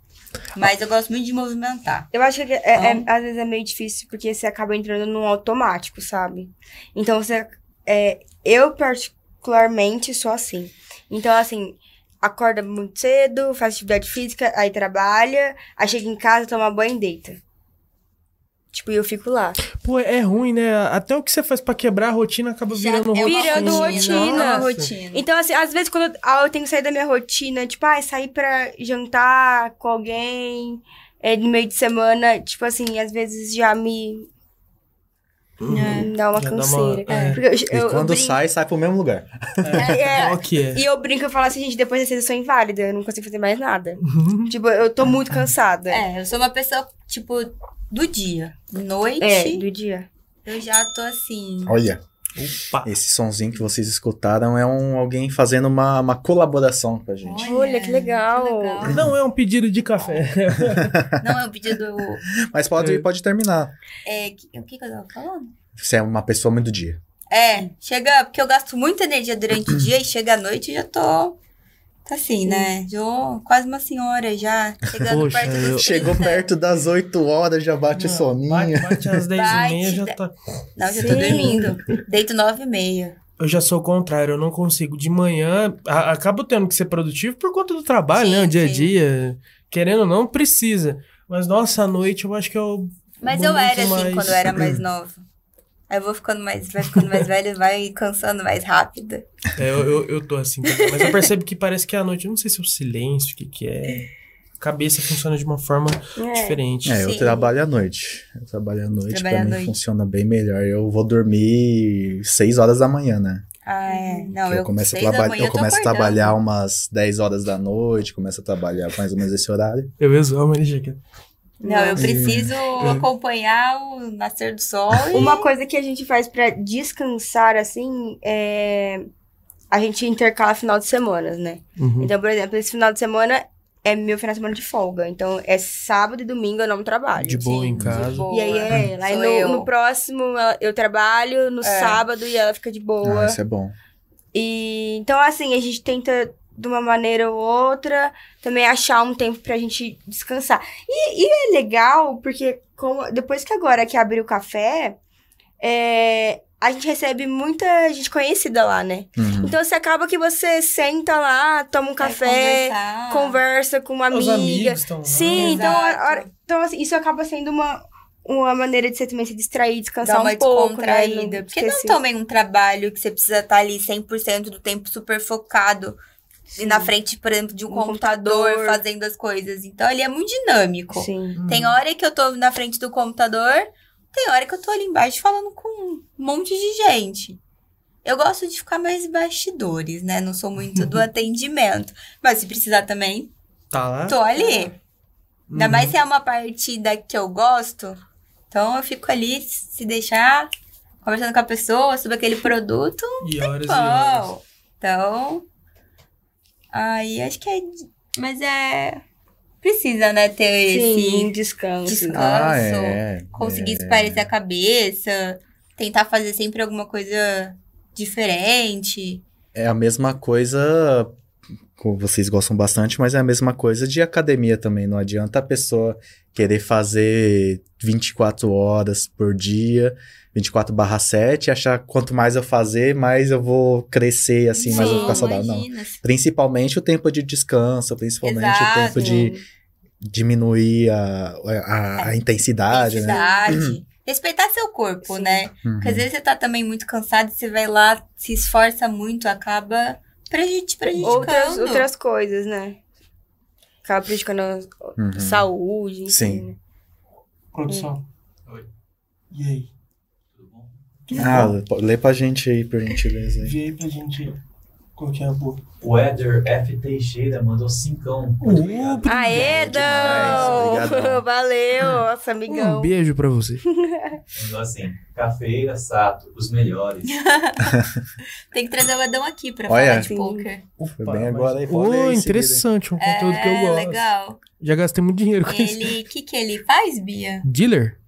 Speaker 4: Mas eu gosto muito de movimentar.
Speaker 3: Eu acho que é- é-
Speaker 2: Então.
Speaker 3: às vezes é meio difícil porque você acaba entrando num automático, sabe? Então você. é, eu, particularmente, sou assim. Então, assim, acorda muito cedo, faz atividade física, aí trabalha, aí chega em casa, toma banho e deita. Tipo, e eu fico lá.
Speaker 2: Pô, é ruim, né? Até o que você faz pra quebrar a rotina acaba
Speaker 4: Já
Speaker 2: virando
Speaker 4: é
Speaker 2: rotina. né?
Speaker 4: uma
Speaker 3: Virando rotina.
Speaker 4: uma
Speaker 3: Nossa.
Speaker 4: rotina.
Speaker 3: Então, assim, às vezes quando eu, ah, eu tenho que sair da minha rotina, tipo, ah, sair pra jantar com alguém é, no meio de semana, tipo assim, às vezes já me me dá uma
Speaker 2: Já dá uma-
Speaker 3: canseira.
Speaker 2: é.
Speaker 3: Porque eu-
Speaker 1: E
Speaker 3: eu- eu
Speaker 1: quando
Speaker 3: brinco-
Speaker 1: sai, sai pro mesmo lugar.
Speaker 3: é, é,
Speaker 2: Qual que é?
Speaker 3: E eu brinco e falo assim, gente, depois dessa eu sou inválida, eu não consigo fazer mais nada. tipo, eu tô muito cansada.
Speaker 4: É, eu sou uma pessoa, tipo, do dia. Noite,
Speaker 3: É, do dia.
Speaker 4: eu já tô assim.
Speaker 1: Olha,
Speaker 2: Opa.
Speaker 1: esse sonzinho que vocês escutaram é um, alguém fazendo uma, uma colaboração com a gente.
Speaker 3: Olha, que legal.
Speaker 4: que legal.
Speaker 2: Não é um pedido de café.
Speaker 4: Não, é o pedido.
Speaker 1: Mas pode,
Speaker 2: É.
Speaker 1: pode terminar.
Speaker 4: É, que- o que, que eu tava falando?
Speaker 1: Você é uma pessoa muito do dia.
Speaker 4: É, chega. Porque eu gasto muita energia durante o dia e chega à noite eu já tô. Tá assim, né? Já, quase uma senhora já. Chegando
Speaker 2: Poxa,
Speaker 4: perto dos
Speaker 2: eu-
Speaker 4: 30.
Speaker 1: Chegou perto das 8 horas, já bate o soninho.
Speaker 2: Bate, bate às 10h30 já
Speaker 4: Bate,
Speaker 2: tá.
Speaker 4: Não, já tô
Speaker 3: Sim.
Speaker 4: dormindo. Deito nove e meia.
Speaker 2: Eu já sou o contrário, eu não consigo. De manhã, a- acabo tendo que ser produtivo por conta do trabalho,
Speaker 4: Sim,
Speaker 2: né? O dia a
Speaker 4: sim.
Speaker 2: dia. Querendo ou não, precisa. Mas, nossa, à noite eu acho que eu.
Speaker 4: Mas eu
Speaker 2: muito
Speaker 4: era assim
Speaker 2: mais-
Speaker 4: quando eu era mais nova. Aí eu vou ficando mais, vai ficando mais velho, vai cansando mais rápido.
Speaker 2: É, eu, eu, eu tô assim. também. Mas eu percebo que parece que é à noite. Eu não sei se é o silêncio, o que, que é. A cabeça funciona de uma forma
Speaker 3: É.
Speaker 2: diferente.
Speaker 1: É, eu
Speaker 4: Sim.
Speaker 1: trabalho à noite. Eu trabalho à noite,
Speaker 4: Trabalho à
Speaker 1: pra mim
Speaker 4: noite.
Speaker 1: funciona bem melhor. Eu vou dormir 6 horas da manhã, né?
Speaker 4: Ah, é. Não,
Speaker 1: eu,
Speaker 4: eu,
Speaker 1: começo, a,
Speaker 4: seis da
Speaker 1: traba-
Speaker 4: manhã
Speaker 1: eu
Speaker 4: tô
Speaker 1: começo a
Speaker 4: acordando.
Speaker 1: trabalhar umas 10 horas da noite, começo a trabalhar mais ou menos esse horário.
Speaker 2: Eu examo ele, Jaqueta.
Speaker 4: Não,
Speaker 2: É.
Speaker 4: eu preciso acompanhar o nascer do sol. e-
Speaker 3: Uma coisa que a gente faz pra descansar, assim, é... A gente intercala final de semana, né?
Speaker 1: Hum.
Speaker 2: Uhum.
Speaker 3: Então, por exemplo, esse final de semana é meu final de semana de folga. Então, é sábado e domingo eu não trabalho.
Speaker 2: De boa em
Speaker 4: de
Speaker 2: casa.
Speaker 4: boa.
Speaker 3: E aí é ela. Aí
Speaker 4: Sou
Speaker 3: no,
Speaker 4: eu. É.
Speaker 3: no próximo ela- eu trabalho, no sábado e ela fica de boa.
Speaker 1: Ah, isso é bom.
Speaker 3: E então, assim, a gente tenta de uma maneira ou outra também achar um tempo pra gente descansar. E, e é legal, porque como- depois que agora que abriu o café, é, a gente recebe muita gente conhecida lá, né?
Speaker 1: Uhum.
Speaker 3: Então você acaba que você senta lá, toma um
Speaker 4: Vai
Speaker 3: café,
Speaker 4: conversar.
Speaker 3: conversa com
Speaker 4: Então,
Speaker 3: uma
Speaker 2: Os
Speaker 3: amiga.
Speaker 2: amigos estão lá.
Speaker 3: Sim, então,
Speaker 4: Exato.
Speaker 3: a- a- então assim, isso acaba sendo uma, uma maneira de você também se distrair, descansar
Speaker 4: Dar uma
Speaker 3: um pouco, né?
Speaker 4: descontraída.
Speaker 3: Não
Speaker 4: Porque não
Speaker 3: esquecer.
Speaker 4: também um trabalho que você precisa estar ali 100% do tempo super focado. E na frente, por exemplo, de um,
Speaker 3: Um
Speaker 4: computador,
Speaker 3: computador.
Speaker 4: fazendo as coisas. Então, ele é muito dinâmico.
Speaker 3: Sim.
Speaker 4: Tem hora que eu tô na frente do computador, tem hora que eu tô ali embaixo falando com um monte de gente. Eu gosto de ficar mais bastidores, né? Não sou muito do atendimento. Mas se precisar também,
Speaker 2: Tá lá?
Speaker 1: Ah,
Speaker 4: tô ali.
Speaker 1: é.
Speaker 4: Ainda
Speaker 2: Uhum.
Speaker 4: mais se é uma partida que eu gosto. Então eu fico ali, se deixar, conversando com a pessoa sobre aquele produto.
Speaker 2: E horas e horas.
Speaker 4: Bom. Então. Aí acho que é. Mas é. Precisa, né? Ter
Speaker 3: Sim,
Speaker 4: esse
Speaker 3: descanso.
Speaker 4: descanso
Speaker 1: Ah, é.
Speaker 4: conseguir
Speaker 1: é.
Speaker 4: espairecer a cabeça, tentar fazer sempre alguma coisa diferente.
Speaker 1: É a mesma coisa, como vocês gostam bastante, mas é a mesma coisa de academia também. Não adianta a pessoa querer fazer 24 horas por dia, 24 barra 7, achar quanto mais eu fazer, mais eu vou crescer, assim, mais eu vou ficar
Speaker 4: Não,
Speaker 1: saudável. Não.
Speaker 4: imagina.
Speaker 1: Principalmente o tempo de descanso, principalmente
Speaker 4: Exato.
Speaker 1: o tempo de diminuir a, a, a intensidade, né?
Speaker 4: Intensidade. Respeitar seu corpo,
Speaker 3: Sim.
Speaker 4: né?
Speaker 1: Uhum.
Speaker 4: Porque às vezes você tá também muito cansado, você vai lá, se esforça muito, acaba pra gente, pra gente
Speaker 3: Outras, outras coisas, né? Acaba prejudicando a
Speaker 1: Uhum.
Speaker 3: saúde. enfim,
Speaker 1: Sim.
Speaker 3: né?
Speaker 2: Produção.
Speaker 4: Hum.
Speaker 5: Oi.
Speaker 2: E aí?
Speaker 5: Tudo bom?
Speaker 1: Ah, lê pra gente aí, por gentileza. aí.
Speaker 2: Vê aí pra gente qual que é a boa.
Speaker 5: O Éder F. Teixeira mandou um. cincão. Muito obrigado.
Speaker 4: Ah, é?
Speaker 3: Aê,
Speaker 1: demais,
Speaker 3: Dão!
Speaker 1: obrigadão.
Speaker 3: Ah, é, Valeu, nossa amigão.
Speaker 2: Um beijo pra você.
Speaker 5: Mandou assim, Cafeira, Sato, os melhores.
Speaker 4: Tem que trazer o Adão aqui pra
Speaker 1: Olha.
Speaker 4: falar de
Speaker 3: Sim.
Speaker 4: poker.
Speaker 1: Foi bem agora aí, pode ler em
Speaker 2: Oh,
Speaker 1: seguida.
Speaker 2: interessante, um conteúdo que eu
Speaker 4: É,
Speaker 2: gosto.
Speaker 4: legal.
Speaker 2: Já gastei muito dinheiro com isso.
Speaker 4: Ele, o que que ele faz, Bia?
Speaker 2: Dealer?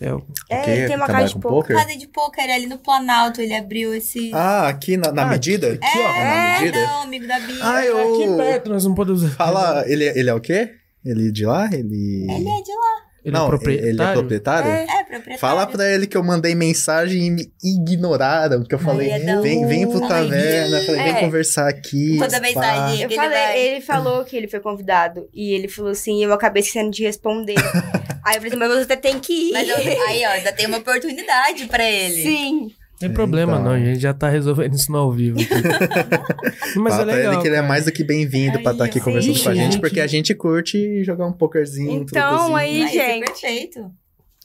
Speaker 2: É, o-
Speaker 3: É,
Speaker 1: Quem
Speaker 3: ele tem uma
Speaker 1: trabalha
Speaker 3: casa de
Speaker 1: Tá com
Speaker 3: pouco.
Speaker 1: poker?
Speaker 4: Casa de poker é ali no Planalto, ele abriu esse...
Speaker 1: Ah, aqui na, na
Speaker 2: Ah,
Speaker 1: medida?
Speaker 4: é,
Speaker 1: ó, na medida?
Speaker 4: não, amigo da Bia.
Speaker 1: Ah,
Speaker 2: É,
Speaker 1: eu-
Speaker 2: aqui perto nós não podemos...
Speaker 1: é Fala, ele, ele é o quê? Ele de lá? Ele.
Speaker 4: Ele é de lá.
Speaker 2: Ele é
Speaker 1: Não,
Speaker 2: proprietário.
Speaker 1: ele é proprietário?
Speaker 4: É, proprietário.
Speaker 1: Fala pra ele que eu mandei mensagem e me ignoraram. Que eu falei,
Speaker 4: é da
Speaker 1: vem, vem pro
Speaker 4: hora.
Speaker 1: taverna, falei, vem
Speaker 4: É.
Speaker 1: conversar aqui.
Speaker 4: Manda
Speaker 1: pá.
Speaker 4: mensagem.
Speaker 3: Eu
Speaker 4: Ele
Speaker 3: falei,
Speaker 4: vai-
Speaker 3: ele falou que ele foi convidado. E ele falou assim, eu acabei esquecendo de responder. aí eu falei assim, mas você tem que ir.
Speaker 4: Mas eu- aí, ó, ainda tem uma oportunidade pra ele.
Speaker 3: Sim.
Speaker 2: Não tem problema,
Speaker 1: Então.
Speaker 2: não. A gente já tá resolvendo isso no ao vivo. aqui. Mas
Speaker 1: Fala
Speaker 2: é legal.
Speaker 1: pra ele que ele é mais do que bem-vindo pra
Speaker 4: Aí,
Speaker 1: estar aqui
Speaker 4: ó.
Speaker 1: conversando
Speaker 2: Sim,
Speaker 1: com a gente,
Speaker 2: gente.
Speaker 1: porque a gente curte jogar um pokerzinho. um
Speaker 3: Então,
Speaker 1: trucozinho.
Speaker 3: aí-
Speaker 4: Ai, isso é
Speaker 3: gente.
Speaker 4: perfeito.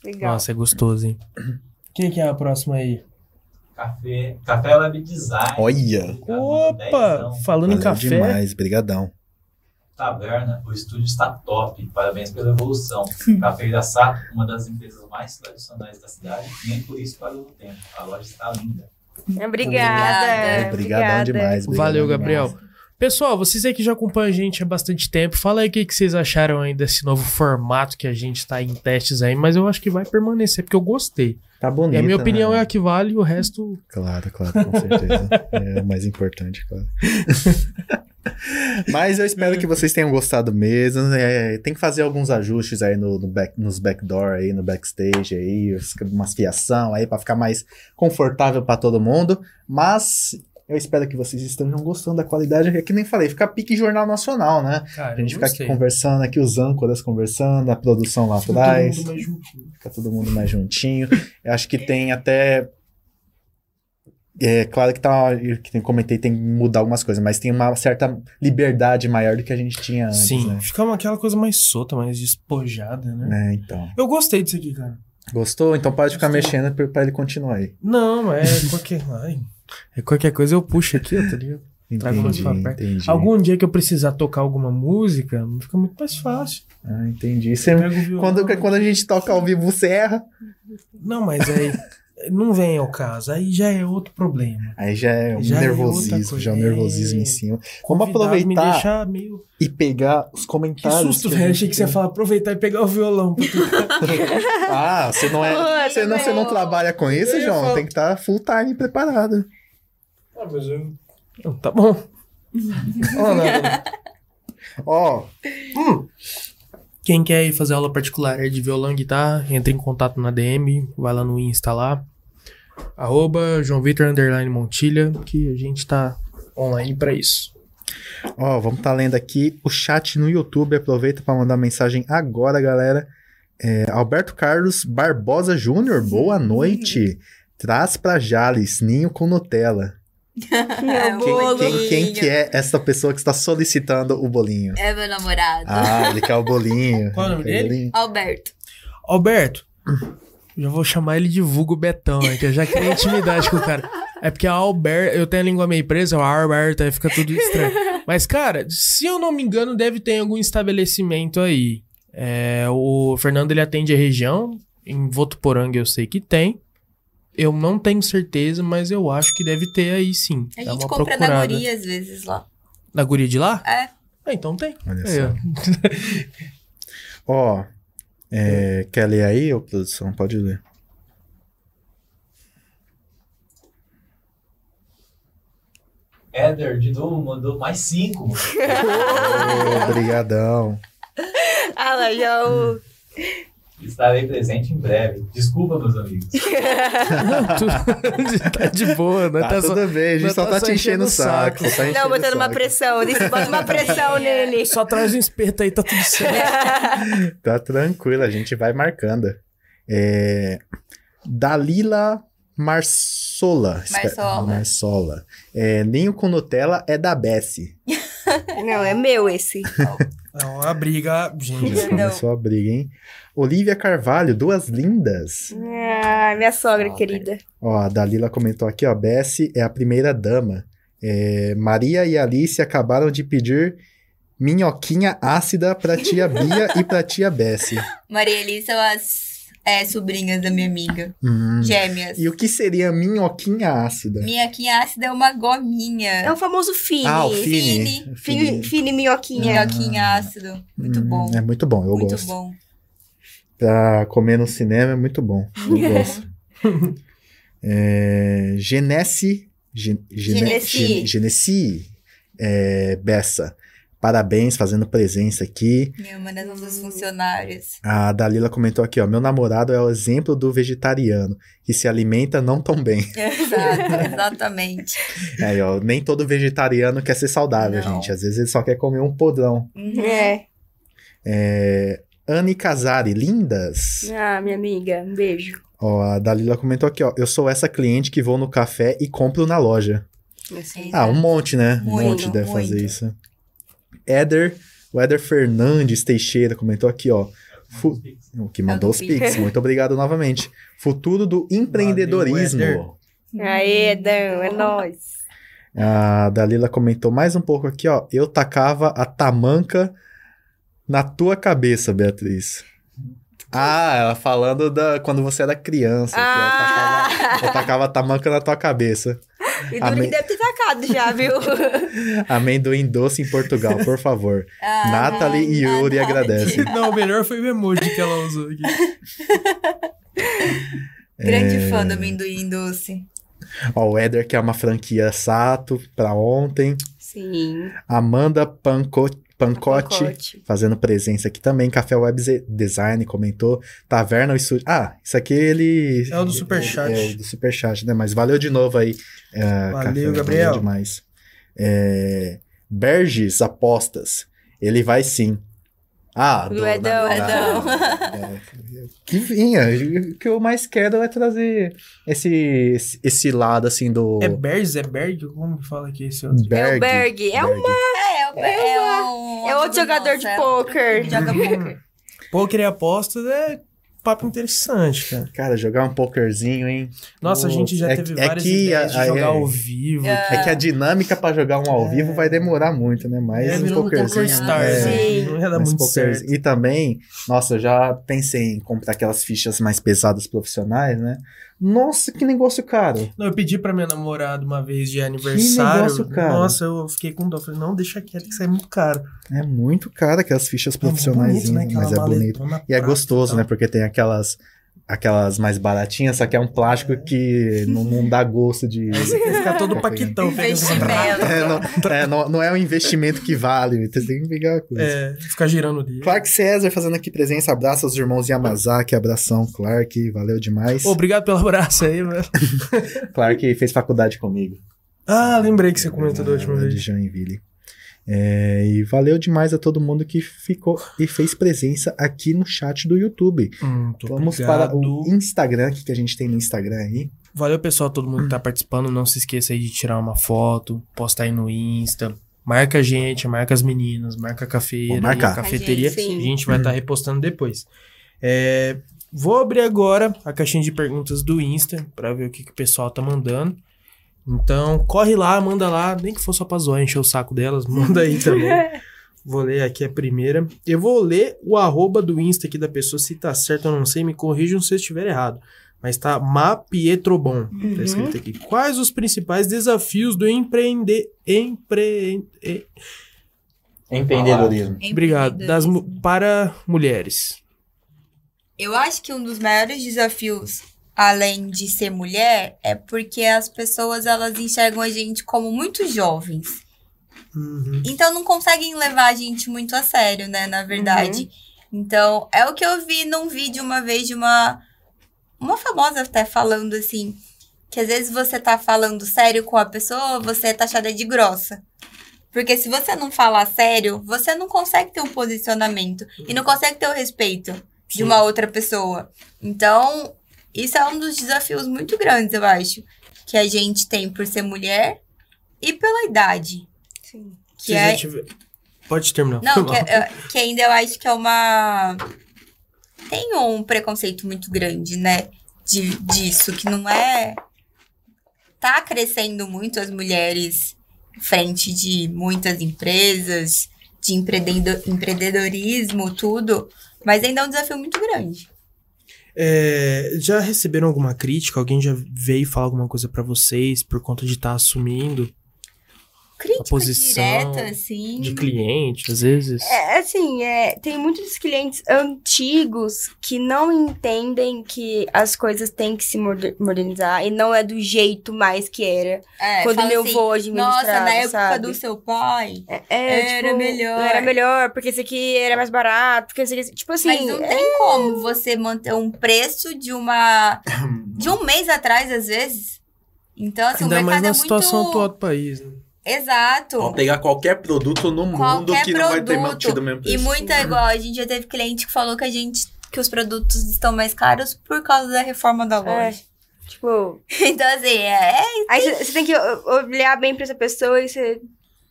Speaker 3: Legal.
Speaker 2: Nossa, é gostoso, hein? Quem que é a próxima aí?
Speaker 5: Café, café Lab Design.
Speaker 1: Olha!
Speaker 5: Tá dando
Speaker 2: Opa!
Speaker 5: dezão.
Speaker 2: Falando em
Speaker 1: Valeu
Speaker 2: café.
Speaker 1: demais, brigadão.
Speaker 5: Taverna, o estúdio está top. Parabéns pela evolução. Cafeira Sato, uma das empresas mais tradicionais da cidade, nem por isso parou no tempo. A loja está linda.
Speaker 3: Obrigada.
Speaker 4: Obrigada.
Speaker 1: é, Obrigadão
Speaker 3: É, Obrigada.
Speaker 1: demais. brigadão
Speaker 2: Valeu,
Speaker 1: demais.
Speaker 2: Gabriel. Pessoal, vocês aí que já acompanham a gente há bastante tempo, fala aí o que, que vocês acharam aí desse novo formato que a gente tá em testes aí, mas eu acho que vai permanecer, porque eu gostei.
Speaker 1: Tá bonito.
Speaker 2: e a minha opinião
Speaker 1: né?
Speaker 2: é a que vale, o resto.
Speaker 1: Claro, claro, com certeza. é o mais importante, claro. Mas eu espero que vocês tenham gostado mesmo. É, tem que fazer alguns ajustes aí no, no back, nos backdoor aí, no backstage aí, os- umas fiação aí pra ficar mais confortável pra todo mundo. Mas eu espero que vocês estejam gostando da qualidade. É que nem falei, fica pique jornal nacional, né?
Speaker 2: Cara,
Speaker 1: A gente fica aqui conversando, aqui os âncoras conversando, a produção lá atrás. Fica todo mundo mais juntinho. Eu acho que tem até. É claro que tá. Que nem comentei, tem que mudar algumas coisas, mas tem uma certa liberdade maior do que a gente tinha antes,
Speaker 2: Sim,
Speaker 1: né?
Speaker 2: fica uma- aquela coisa mais solta, mais despojada, né?
Speaker 1: Né, então.
Speaker 2: Eu gostei disso aqui, cara.
Speaker 1: Gostou? Então pode ficar
Speaker 2: Gostei.
Speaker 1: mexendo pra, pra ele continuar aí.
Speaker 2: Não, é qualquer. Ai, é qualquer coisa eu puxo aqui, ó, tá ligado? Traga mais
Speaker 1: Entendi,
Speaker 2: pra perto.
Speaker 1: entendi.
Speaker 2: Algum dia que eu precisar tocar alguma música, fica muito mais fácil.
Speaker 1: Ah, entendi. Você-
Speaker 2: Pega o violão.
Speaker 1: quando, quando a gente toca ao vivo, você erra.
Speaker 2: Não, mas aí não vem ao caso. Aí já é outro problema.
Speaker 1: Aí já é um
Speaker 2: Já é outra
Speaker 1: nervosismo,
Speaker 2: coisa.
Speaker 1: já é um nervosismo
Speaker 2: É.
Speaker 1: em cima. Vamos
Speaker 2: Convidado Me
Speaker 1: aproveitar
Speaker 2: deixar meio.
Speaker 1: e pegar os
Speaker 2: Que
Speaker 1: comentários.
Speaker 2: susto,
Speaker 1: a
Speaker 2: velho.
Speaker 1: gente
Speaker 2: Achei que você ia falar aproveitar e pegar o violão. pra tocar.
Speaker 1: Ah, você não é.
Speaker 3: Ai,
Speaker 1: Você não, você não
Speaker 4: meu.
Speaker 1: trabalha com isso,
Speaker 2: Eu ia
Speaker 1: João?
Speaker 2: falar-
Speaker 1: Tem que estar full time preparado.
Speaker 2: Não, tá bom.
Speaker 1: Ó, não. Ó,
Speaker 2: Quem quer ir fazer aula particular é de violão e guitarra, entra em contato na DM, vai lá no Insta lá. Arroba João Vitor Underline Montilha, que a gente tá online pra isso.
Speaker 1: ó, vamos estar lendo aqui o chat no YouTube. Aproveita para mandar mensagem agora, galera. É, Alberto Carlos Barbosa Júnior, boa noite. Traz pra Jales, ninho com Nutella.
Speaker 4: É,
Speaker 1: Quem, quem,
Speaker 4: o bolinho.
Speaker 1: quem que é essa pessoa que está solicitando o bolinho?
Speaker 4: É meu namorado.
Speaker 1: Ah, ele quer o bolinho.
Speaker 2: Qual é o nome
Speaker 1: Ele quer
Speaker 2: dele?
Speaker 1: bolinho.
Speaker 4: Alberto.
Speaker 2: Alberto,
Speaker 1: Hum.
Speaker 2: já vou chamar ele de Vulgo Betão, né, que eu já criei intimidade com o cara. É porque a Alberto, eu tenho a língua meio presa, o Alberto, aí fica tudo estranho. Mas, cara, se eu não me engano, deve ter algum estabelecimento aí. É, o Fernando, ele atende a região, em Votuporanga eu sei que tem. Eu não tenho certeza, mas eu acho que deve ter aí sim.
Speaker 4: A
Speaker 2: Dá
Speaker 4: gente
Speaker 2: uma
Speaker 4: compra
Speaker 2: procurada.
Speaker 4: da guria às vezes lá.
Speaker 2: Da guria de lá?
Speaker 4: É.
Speaker 2: Ah, então tem.
Speaker 1: Olha
Speaker 2: Aí,
Speaker 1: só.
Speaker 2: ó.
Speaker 1: Ó, é, quer ler aí, ô produção? Pode ler.
Speaker 5: Éder, de novo, mandou mais cinco. mano.
Speaker 1: Obrigadão.
Speaker 3: Ah, lá, já
Speaker 1: Hum.
Speaker 3: o...
Speaker 5: Estarei presente em breve. Desculpa, meus amigos.
Speaker 2: Não, tu- tá de boa, né?
Speaker 1: Tá,
Speaker 2: Tá só-
Speaker 1: tudo bem, a gente
Speaker 2: nós
Speaker 1: só
Speaker 2: tá
Speaker 1: tá
Speaker 2: só
Speaker 1: te enchendo o saco.
Speaker 2: saco.
Speaker 1: só enchendo
Speaker 3: Não,
Speaker 1: o
Speaker 3: botando uma
Speaker 1: saco.
Speaker 3: pressão. Disse, bota uma pressão nele.
Speaker 2: Só traz um espeto aí, tá tudo certo.
Speaker 1: Tá tranquilo, a gente vai marcando. É, Dalila Marsola. espera-
Speaker 4: Marsola.
Speaker 1: Marsola. É, Ninho com Nutella é da Bessie.
Speaker 3: Não, é meu esse.
Speaker 2: Não, a briga, gente.
Speaker 1: Já
Speaker 4: Não.
Speaker 1: começou a briga, hein? Olivia Carvalho, duas lindas.
Speaker 3: Ah, minha sogra
Speaker 4: Ah,
Speaker 3: querida.
Speaker 1: Ó, a Dalila comentou aqui, ó, Bessie é a primeira dama. É, Maria e Alice acabaram de pedir minhoquinha ácida pra tia Bia e pra tia Bessie.
Speaker 4: Maria Elisa são as é, sobrinhas da minha amiga.
Speaker 1: Hum.
Speaker 4: Gêmeas.
Speaker 1: E o que seria minhoquinha ácida?
Speaker 4: Minha quinha ácida é uma
Speaker 3: É
Speaker 4: gominha.
Speaker 3: o famoso Fini.
Speaker 1: Ah, o Fini. Ah.
Speaker 4: Fini.
Speaker 1: O
Speaker 3: Fini, Fini minhoquinha.
Speaker 4: Minha quinha ácido. Muito
Speaker 1: Hum,
Speaker 4: bom.
Speaker 1: É muito bom, eu
Speaker 4: muito
Speaker 1: gosto.
Speaker 4: bom.
Speaker 1: Pra comer no cinema é muito bom. Eu gosto. é, Genesse. Gen, gene-
Speaker 4: Genesi.
Speaker 1: gen- Genesi. É, Bessa. Parabéns, fazendo presença aqui.
Speaker 4: É uma das nossas funcionárias.
Speaker 1: A Dalila comentou aqui, ó. Meu namorado é o exemplo do vegetariano, que se alimenta não tão bem.
Speaker 4: Exato, exatamente.
Speaker 1: Aí, ó, nem todo vegetariano quer ser saudável,
Speaker 4: Não.
Speaker 1: gente. Às vezes ele só quer comer um podrão.
Speaker 3: É.
Speaker 1: É... Anne Casari, lindas.
Speaker 3: Ah, minha amiga, um beijo.
Speaker 1: Ó, a Dalila comentou aqui, ó. Eu sou essa cliente que vou no café e compro na loja.
Speaker 4: Isso.
Speaker 1: Ah, um monte, né? Um
Speaker 4: Muito,
Speaker 1: monte deve
Speaker 4: muito.
Speaker 1: fazer isso. Éder, o Éder Fernandes Teixeira comentou aqui, ó. Fu- O que mandou os
Speaker 4: do Pix.
Speaker 1: Pix. Muito obrigado novamente. Futuro do
Speaker 2: Éder.
Speaker 1: empreendedorismo.
Speaker 4: Hum.
Speaker 3: Aê, Dan, é nóis.
Speaker 1: A Dalila comentou mais um pouco aqui, ó. Eu tacava a tamanca na tua cabeça, Beatriz. Ah, ela falando da quando você era criança. que
Speaker 3: Ah!
Speaker 1: ela tacava, eu tacava a tamanca na tua cabeça.
Speaker 3: E
Speaker 1: Amém.
Speaker 3: Duri deve ter tacado já, viu?
Speaker 1: Amendoim doce em Portugal, por favor.
Speaker 4: Ah,
Speaker 1: Nathalie e Yuri agradecem.
Speaker 2: Não, o melhor foi o emoji que ela usou aqui.
Speaker 4: Grande
Speaker 1: É.
Speaker 4: fã do amendoim doce.
Speaker 1: Ó, o Éder, que é uma franquia Sato, pra ontem.
Speaker 3: Sim.
Speaker 1: Amanda Panco... Pancotti,
Speaker 3: Pacote.
Speaker 1: fazendo presença aqui também. Café Web Z- Design comentou. Taverna o Estúdio. Ah, isso aqui ele.
Speaker 2: É o do Superchat.
Speaker 1: É, o do Superchat, né? Mas valeu de novo aí. é,
Speaker 2: Gabriel.
Speaker 1: demais. É, Berges Apostas. Ele vai sim. Ah,
Speaker 3: Do Edão,
Speaker 4: Edão.
Speaker 1: É, que vinha. O que eu mais quero é trazer esse, esse- esse lado assim do.
Speaker 2: É Bergs? É Berg? Como que fala aqui esse outro?
Speaker 1: Berg,
Speaker 3: É o Berg. É, um,
Speaker 4: É, o- é, um-
Speaker 3: é outro jogador de
Speaker 4: Nossa,
Speaker 3: pôquer.
Speaker 4: Joga poker.
Speaker 2: Hum. Poker e apostas é papo interessante, cara.
Speaker 1: Cara, jogar um pokerzinho, hein?
Speaker 2: Nossa, a gente já
Speaker 1: É
Speaker 2: teve
Speaker 1: que- é
Speaker 2: várias
Speaker 1: que
Speaker 2: ideias
Speaker 1: a-
Speaker 2: de jogar
Speaker 1: é-
Speaker 2: ao vivo.
Speaker 1: É que a dinâmica pra jogar um ao vivo vai demorar muito, né? Mas
Speaker 2: é,
Speaker 1: um
Speaker 2: virou um Poker
Speaker 1: pokerzinho.
Speaker 2: Stars.
Speaker 1: é,
Speaker 3: né?
Speaker 2: assim, Não ia dar
Speaker 1: mas
Speaker 2: muito
Speaker 1: poker-
Speaker 2: certo.
Speaker 1: E também, nossa, eu já pensei em comprar aquelas fichas mais pesadas profissionais, né? Nossa, que negócio caro.
Speaker 2: Não, eu pedi pra minha namorada uma vez de aniversário.
Speaker 1: negócio, cara.
Speaker 2: Nossa, eu fiquei com dó. Falei, não, deixa quieto, que isso é muito caro.
Speaker 1: É muito caro aquelas fichas profissionais,
Speaker 2: bonito, né?
Speaker 1: mas
Speaker 2: Aquela
Speaker 1: é bonito.
Speaker 2: maletona
Speaker 1: E é
Speaker 2: prata
Speaker 1: gostoso,
Speaker 2: tal.
Speaker 1: né? Porque tem aquelas aquelas mais baratinhas, só que é um plástico que não, não dá gosto de...
Speaker 2: Aí você quer ficar todo
Speaker 1: Tá pegando.
Speaker 2: paquitão.
Speaker 4: Então,
Speaker 2: pega um essa prata.
Speaker 4: Investimento.
Speaker 1: É, não, é, não, não é um investimento que vale, você tem que pegar a coisa.
Speaker 2: É, ficar girando o dedo.
Speaker 1: Clark César fazendo aqui presença, abraça os irmãos Yamazaki, abração Clark, valeu demais.
Speaker 2: Obrigado pelo abraço aí, velho.
Speaker 1: Clark fez faculdade comigo.
Speaker 2: Ah, lembrei que você comentou da
Speaker 1: Ah,
Speaker 2: última
Speaker 1: lá De
Speaker 2: vez.
Speaker 1: Joinville. É, e valeu demais a todo mundo que ficou e fez presença aqui no chat do YouTube.
Speaker 2: Muito
Speaker 1: Vamos para o Instagram, o que, que a gente tem no Instagram aí?
Speaker 2: Valeu, pessoal, todo mundo que tá participando. Não se esqueça aí de tirar uma foto, postar aí no Insta. Marca a gente, marca as meninas, marca a cafeira,
Speaker 1: Vou marcar.
Speaker 2: a cafeteria.
Speaker 4: A gente, sim.
Speaker 2: a gente vai estar repostando depois. É, vou abrir agora a caixinha de perguntas do Insta pra ver o que, que o pessoal tá mandando. Então, corre lá, manda lá, nem que for só pra zoar, encher o saco delas, manda aí também. Vou ler aqui a primeira. Eu vou ler o arroba do Insta aqui da pessoa, se tá certo ou não sei, me corrijam se eu estiver errado. Mas tá Ma Pietrobon,
Speaker 4: Uhum.
Speaker 2: tá escrito aqui. Quais os principais desafios do empreender... Empre... e-
Speaker 1: Empreendedorismo.
Speaker 2: Obrigado. Das, mu- para mulheres.
Speaker 4: Eu acho que um dos maiores desafios, além de ser mulher, é porque as pessoas elas enxergam a gente como muito jovens. Então não conseguem levar a gente muito a sério, né? Na verdade. Então, é o que eu vi num vídeo uma vez de uma. Uma famosa até falando assim. Que às vezes você tá falando sério com a pessoa, você é taxada de grossa. Porque se você não falar sério, você não consegue ter um posicionamento. E não consegue ter o respeito de uma outra pessoa. Então, isso é um dos desafios muito grandes, eu acho, que a gente tem por ser mulher e pela idade.
Speaker 3: Sim.
Speaker 4: Que
Speaker 2: Se
Speaker 4: é.
Speaker 2: já tiver- Pode terminar.
Speaker 4: Não,
Speaker 2: foi
Speaker 4: que,
Speaker 2: mal.
Speaker 4: é- que ainda eu acho que é uma. Tem um preconceito muito grande, né? De, disso, que não é. Tá crescendo muito as mulheres frente de muitas empresas, de empreendedor, empreendedorismo, tudo. Mas ainda é um desafio muito grande.
Speaker 2: É, já receberam alguma tá crítica? Alguém já veio falar alguma coisa pra vocês por conta de estar assumindo?
Speaker 4: Crítica
Speaker 2: posição
Speaker 4: direta, assim.
Speaker 2: de cliente, às vezes.
Speaker 3: É, assim, é, tem muitos clientes antigos que não entendem que as coisas têm que se moder- modernizar e não é do jeito mais que era.
Speaker 4: É,
Speaker 3: quando
Speaker 4: fala
Speaker 3: meu
Speaker 4: assim,
Speaker 3: avô administrava,
Speaker 4: Nossa, na época
Speaker 3: sabe?
Speaker 4: do seu pai.
Speaker 3: É, é,
Speaker 4: Era
Speaker 3: tipo,
Speaker 4: melhor.
Speaker 3: Era melhor, porque esse aqui era mais barato, porque esse aqui... Tipo assim,
Speaker 4: mas não tem como você manter um preço de uma. de um mês atrás, às vezes. Então, assim,
Speaker 2: Ainda
Speaker 4: o mercado
Speaker 2: mais
Speaker 4: é
Speaker 2: na
Speaker 4: muito.
Speaker 2: situação atual do país. Né?
Speaker 4: Exato.
Speaker 1: Pode pegar qualquer produto no mundo
Speaker 4: Qualquer
Speaker 1: que não vai ter
Speaker 4: produto.
Speaker 1: mantido o mesmo
Speaker 4: E
Speaker 1: preço. Uhum.
Speaker 4: muita igual, a gente já teve cliente que falou que a gente que os produtos estão mais caros por causa da reforma da
Speaker 3: é,
Speaker 4: loja.
Speaker 3: tipo...
Speaker 4: Então, assim, é, é
Speaker 3: Aí você tem que o- olhar bem pra essa pessoa e você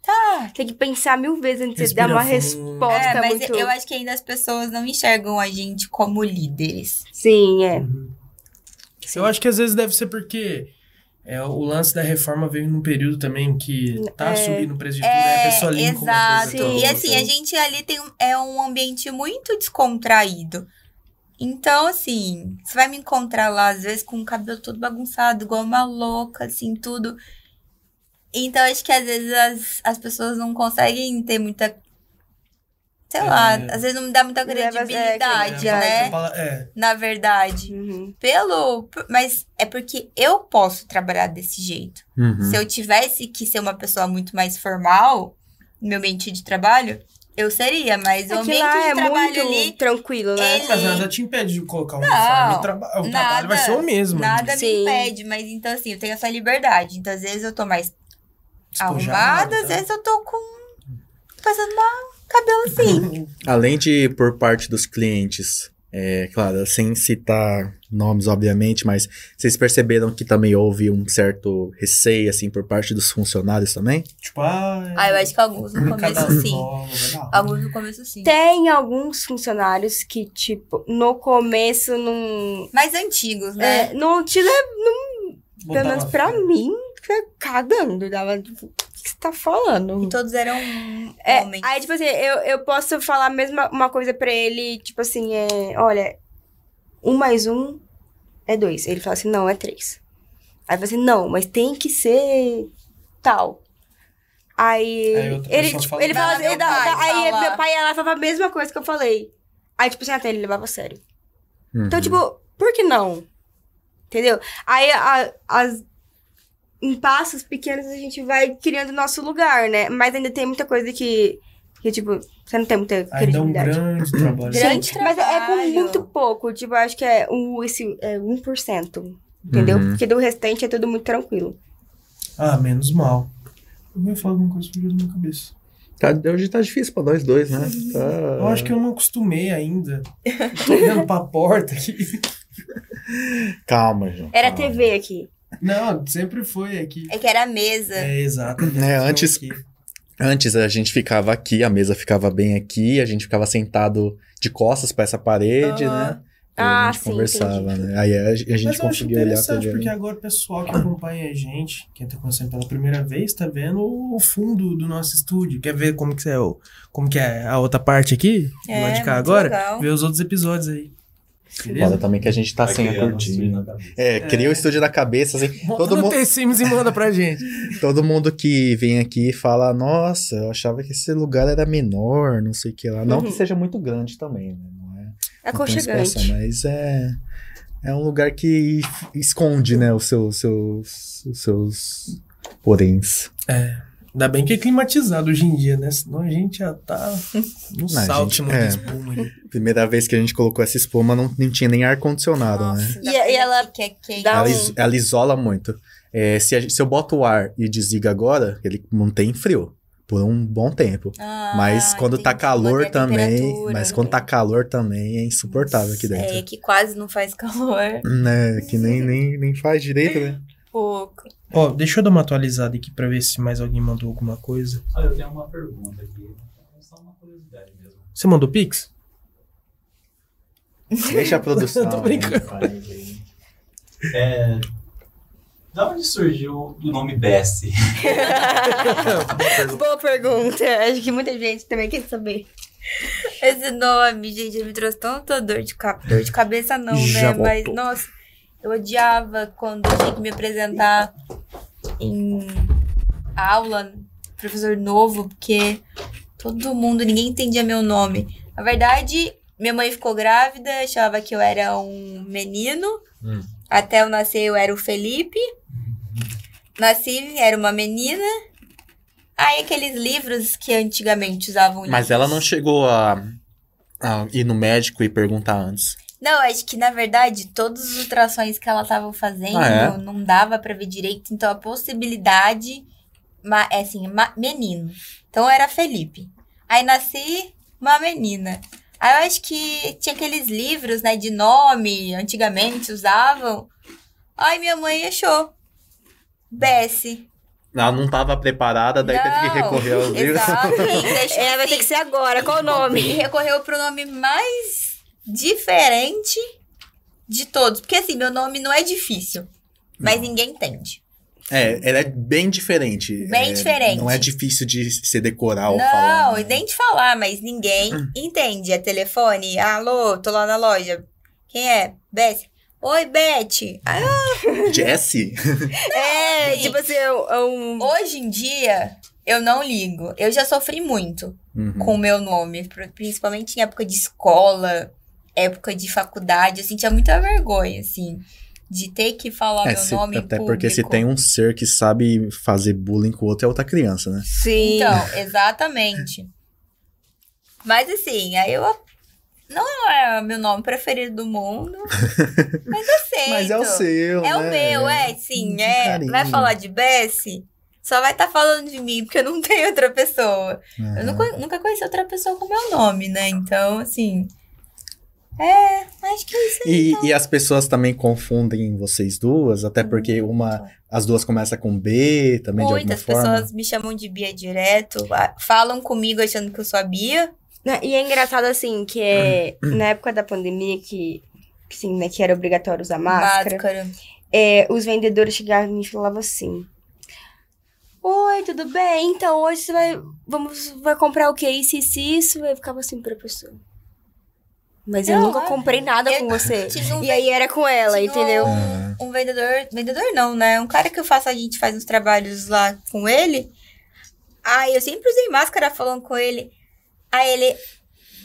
Speaker 4: tá.
Speaker 3: tem que pensar mil vezes antes de
Speaker 2: Respira
Speaker 3: dar uma
Speaker 2: fundo.
Speaker 3: resposta
Speaker 4: É, mas
Speaker 3: muito...
Speaker 4: eu acho que ainda as pessoas não enxergam a gente como líderes.
Speaker 3: Sim, é.
Speaker 2: Eu acho que às vezes deve ser porque é, o lance da reforma veio num período também que tá
Speaker 3: É.
Speaker 2: subindo o preço de tudo, aí
Speaker 4: É,
Speaker 2: a pessoa linka uma coisa
Speaker 4: exato.
Speaker 2: com a
Speaker 3: Sim.
Speaker 4: E
Speaker 2: outra.
Speaker 4: assim, a gente ali tem um- é um ambiente muito descontraído. Então, assim, você vai me encontrar lá, às vezes, com o cabelo todo bagunçado, igual uma louca, assim, tudo. Então, acho que às vezes as, as pessoas não conseguem ter muita. Sei
Speaker 2: É.
Speaker 4: lá, às vezes não dá muita
Speaker 3: Leva- é,
Speaker 4: credibilidade,
Speaker 2: É,
Speaker 4: né?
Speaker 2: fala- fala- é.
Speaker 4: Na verdade.
Speaker 3: Uhum.
Speaker 4: Pelo. por- Mas é porque eu posso trabalhar desse jeito.
Speaker 2: Hum.
Speaker 1: Uhum.
Speaker 4: Se eu tivesse que ser uma pessoa muito mais formal no meu ambiente de trabalho, eu seria, mas o
Speaker 3: É que
Speaker 4: ambiente
Speaker 3: lá
Speaker 4: de
Speaker 3: é
Speaker 4: trabalho
Speaker 3: muito
Speaker 4: ali,
Speaker 3: tranquilo, né?
Speaker 4: ele-
Speaker 2: Mas nada te impede de colocar um
Speaker 4: Não,
Speaker 2: uniforme. O, traba- o
Speaker 4: nada,
Speaker 2: trabalho vai ser o mesmo. né?
Speaker 4: nada me
Speaker 3: Sim.
Speaker 4: impede, mas então assim, eu tenho essa liberdade. Então às vezes eu tô mais
Speaker 2: Despojado,
Speaker 4: arrumada, às
Speaker 2: tá?
Speaker 4: vezes eu tô com fazendo uma cabelo assim.
Speaker 1: Além de por parte dos clientes, é claro, sem citar nomes, obviamente, mas vocês perceberam que também houve um certo receio, assim, por parte dos funcionários também?
Speaker 2: Tipo, ah,
Speaker 4: Ah, eu acho que alguns no
Speaker 2: cada
Speaker 4: começo sim.
Speaker 2: forma, vai dar.
Speaker 4: Alguns no começo sim.
Speaker 3: Tem alguns funcionários que, tipo, no começo não.
Speaker 4: Mais antigos, né?
Speaker 3: É, não te leva, pelo
Speaker 2: Botava
Speaker 3: menos pra
Speaker 2: fé.
Speaker 3: mim, foi cagando. Dava, tipo, o que você tá
Speaker 4: E
Speaker 3: falando?
Speaker 4: todos eram é,
Speaker 3: É,
Speaker 4: homens.
Speaker 3: aí, tipo assim, eu, eu posso falar a mesma uma coisa pra ele, tipo assim, é, olha, um mais um é dois. Ele fala assim, não, é três. Aí você, não, mas tem que ser tal. Aí,
Speaker 2: Aí outra
Speaker 3: ele,
Speaker 2: pessoa
Speaker 3: tipo,
Speaker 2: fala,
Speaker 3: ele fala
Speaker 4: "Ah,
Speaker 3: assim,
Speaker 4: meu
Speaker 3: ele dá-
Speaker 4: pai
Speaker 3: dá- aí
Speaker 4: fala."
Speaker 3: meu pai ia lá e falava a mesma coisa que eu falei. Aí, tipo assim, até ele levava a sério. Então,
Speaker 1: Uhum.
Speaker 3: tipo, por que não? Entendeu? Aí, a- as, em passos pequenos, a gente vai criando nosso lugar, né? Mas ainda tem muita coisa que, que tipo, você não tem muita
Speaker 2: Ainda é um
Speaker 3: credibilidade.
Speaker 2: grande trabalho.
Speaker 4: Grande
Speaker 3: Sim, mas é- é com
Speaker 4: trabalho.
Speaker 3: muito pouco. Tipo, eu acho que é, o, esse, é 1%. Entendeu?
Speaker 1: Uhum.
Speaker 3: Porque do restante é tudo muito tranquilo.
Speaker 2: Ah, menos mal. Eu ia falar alguma coisa que fugiu da minha cabeça.
Speaker 1: Tá- hoje tá difícil pra nós dois, né? Tá...
Speaker 2: Eu acho que eu não acostumei ainda. Tô olhando pra porta aqui.
Speaker 1: Calma, João.
Speaker 3: Era
Speaker 2: Ah.
Speaker 1: calma.
Speaker 3: TV aqui.
Speaker 2: Não, sempre foi aqui.
Speaker 4: É que era a mesa.
Speaker 2: É, exato.
Speaker 1: É, antes-
Speaker 2: Aqui.
Speaker 1: Antes a gente ficava aqui, a mesa ficava bem aqui, a gente ficava sentado de costas pra essa parede,
Speaker 2: Aham.
Speaker 1: né? E
Speaker 3: Ah,
Speaker 1: a gente
Speaker 3: sim,
Speaker 1: conversava, né? Aí a, a gente
Speaker 2: Mas eu acho
Speaker 1: conseguia olhar né? pra
Speaker 2: interessante,
Speaker 1: ele.
Speaker 2: porque agora o pessoal que acompanha a gente, quem tá conhecendo pela primeira vez, tá vendo o fundo do nosso estúdio. Quer ver como que é, o, como que é a outra parte aqui? Do
Speaker 3: É,
Speaker 2: lado de cá
Speaker 4: É, muito
Speaker 2: agora?
Speaker 4: legal.
Speaker 2: Vê os outros episódios aí.
Speaker 1: Foda
Speaker 2: Beleza?
Speaker 1: também que a gente tá
Speaker 5: Vai
Speaker 1: sem a
Speaker 5: criando um estúdio
Speaker 1: cortina.
Speaker 5: na cabeça.
Speaker 1: É, cria o estúdio da cabeça, assim.
Speaker 2: Monta
Speaker 1: Todo
Speaker 2: no
Speaker 1: mundo-
Speaker 2: The Sims e manda pra gente.
Speaker 1: Todo mundo que vem aqui fala, nossa, eu achava que esse lugar era menor, não sei o que lá. Não
Speaker 3: Uhum.
Speaker 1: que seja muito grande também, né? Não é não tem espaço,
Speaker 3: Aconchegante.
Speaker 1: mas é, é um lugar que esconde, né, os seus, seus, os seus poréns.
Speaker 2: Ainda bem que é climatizado hoje em dia, né? Senão a gente já tá no
Speaker 1: a
Speaker 2: salto
Speaker 1: gente-
Speaker 2: chamando
Speaker 1: é.
Speaker 2: espuma ali.
Speaker 1: Primeira vez que a gente colocou essa espuma, não, não tinha nem ar-condicionado, né?
Speaker 4: Nossa,
Speaker 3: E- e ela
Speaker 4: que é quente.
Speaker 3: dá
Speaker 1: Ela,
Speaker 3: um-
Speaker 1: is- ela isola muito. É, se, a gente- se eu boto o ar e desliga agora, ele mantém frio por um bom tempo.
Speaker 4: Ah,
Speaker 1: Mas quando tá
Speaker 4: entendi.
Speaker 1: calor
Speaker 4: Mantém a
Speaker 1: também.
Speaker 4: temperatura,
Speaker 1: Mas quando tá
Speaker 4: né?
Speaker 1: calor também é insuportável aqui dentro.
Speaker 4: É, que quase não faz calor.
Speaker 1: Né, que nem, nem, nem faz direito, né?
Speaker 4: Pouco.
Speaker 2: Ó, deixa eu dar uma atualizada aqui pra ver se mais alguém mandou alguma coisa.
Speaker 5: Olha, eu tenho uma pergunta aqui. É só uma curiosidade mesmo.
Speaker 2: Você mandou Pix?
Speaker 1: Deixa a produção.
Speaker 2: Tô brincando.
Speaker 5: É, da onde surgiu o nome Bessie?
Speaker 2: né?
Speaker 3: Boa pergunta. Acho que muita gente também quer saber.
Speaker 4: Esse nome, gente, ele me trouxe tanta dor de cabeça. Dor de cabeça não,
Speaker 1: Já
Speaker 4: né? Mas,
Speaker 1: voltou.
Speaker 4: nossa, eu odiava quando eu tinha que me apresentar em aula professor novo, porque todo mundo, ninguém entendia meu nome. Na verdade, minha mãe ficou grávida, achava que eu era um menino.
Speaker 7: Hum.
Speaker 4: Até eu nascer, eu era o Felipe. Nasci, era uma menina. Aí aqueles livros que antigamente usavam
Speaker 1: Mas
Speaker 4: livros.
Speaker 1: ela não chegou a, a ir no médico e perguntar antes.
Speaker 4: Não, acho que na verdade todas as ultrações que ela estava fazendo
Speaker 1: Ah, é?
Speaker 4: não dava pra ver direito, então a possibilidade ma- é assim, ma- menino. Então era Felipe. Aí nasci uma menina. Aí eu acho que tinha aqueles livros, né, de nome, antigamente usavam. Aí minha mãe achou. Bessie.
Speaker 1: Ela não tava preparada, daí teve que
Speaker 4: Não,
Speaker 1: recorrer aos livros.
Speaker 4: Exatamente. Acho
Speaker 3: É, vai ter que ser agora. Qual o
Speaker 4: e
Speaker 3: nome?
Speaker 4: recorreu pro nome mais diferente de todos. Porque assim, meu nome não é difícil. Mas ninguém entende.
Speaker 1: É, ela é bem diferente.
Speaker 4: Bem
Speaker 1: É,
Speaker 4: diferente.
Speaker 1: Não é difícil de se decorar ou
Speaker 4: não,
Speaker 1: falar. né?
Speaker 4: e nem de falar, mas ninguém entende. É telefone, alô, tô lá na loja. Quem é? Beth. Oi, Beth. Ah,
Speaker 1: Jessie?
Speaker 3: É,
Speaker 4: sim.
Speaker 3: tipo assim, é um- é um.
Speaker 4: hoje em dia, eu não ligo. Eu já sofri muito
Speaker 1: Uhum.
Speaker 4: com o meu nome. pr- Principalmente em época de escola, época de faculdade. Eu sentia muita vergonha, assim, de ter que falar
Speaker 1: É,
Speaker 4: meu
Speaker 1: se-
Speaker 4: nome em
Speaker 1: até porque se
Speaker 4: público.
Speaker 1: tem um ser que sabe fazer bullying com o outro é outra criança, né?
Speaker 3: Sim.
Speaker 4: Então, exatamente. Mas assim, aí eu. Não é o meu nome preferido do mundo. Mas eu aceito.
Speaker 1: Mas é o seu,
Speaker 4: É o
Speaker 1: né?
Speaker 4: meu, é, sim,
Speaker 1: De
Speaker 4: é.
Speaker 1: carinho.
Speaker 4: Vai falar de Bessie? Só vai estar falando de mim, porque eu não tenho outra pessoa. Eu
Speaker 1: Aham.
Speaker 4: nunca, nunca conheci outra pessoa com meu nome, né? Então, assim. É, acho que é isso aí.
Speaker 1: E, e as pessoas também confundem vocês duas, até porque uma, as duas começam com B também
Speaker 4: Muitas
Speaker 1: de alguma forma.
Speaker 4: pessoas me chamam de Bia direto, a- falam comigo achando que eu sou a Bia.
Speaker 3: Né, E é engraçado assim, que é na época da pandemia que, que, assim, né, que era obrigatório usar máscara,
Speaker 4: Máscara.
Speaker 3: é, os vendedores chegavam em mim e falavam assim. Oi, tudo bem? Então hoje você vai, vamos, vai comprar o quê? Isso, isso, isso. Eu ficava assim pra pessoa. Mas eu
Speaker 4: Não,
Speaker 3: nunca
Speaker 4: é-
Speaker 3: comprei nada
Speaker 4: eu-
Speaker 3: com você.
Speaker 4: Tive um
Speaker 3: E aí era com ela,
Speaker 4: Tinha
Speaker 3: entendeu?
Speaker 4: Um, um vendedor, vendedor não, né? Um cara que eu faço, a gente faz uns trabalhos lá com ele. Aí eu sempre usei máscara falando com ele. Aí ele,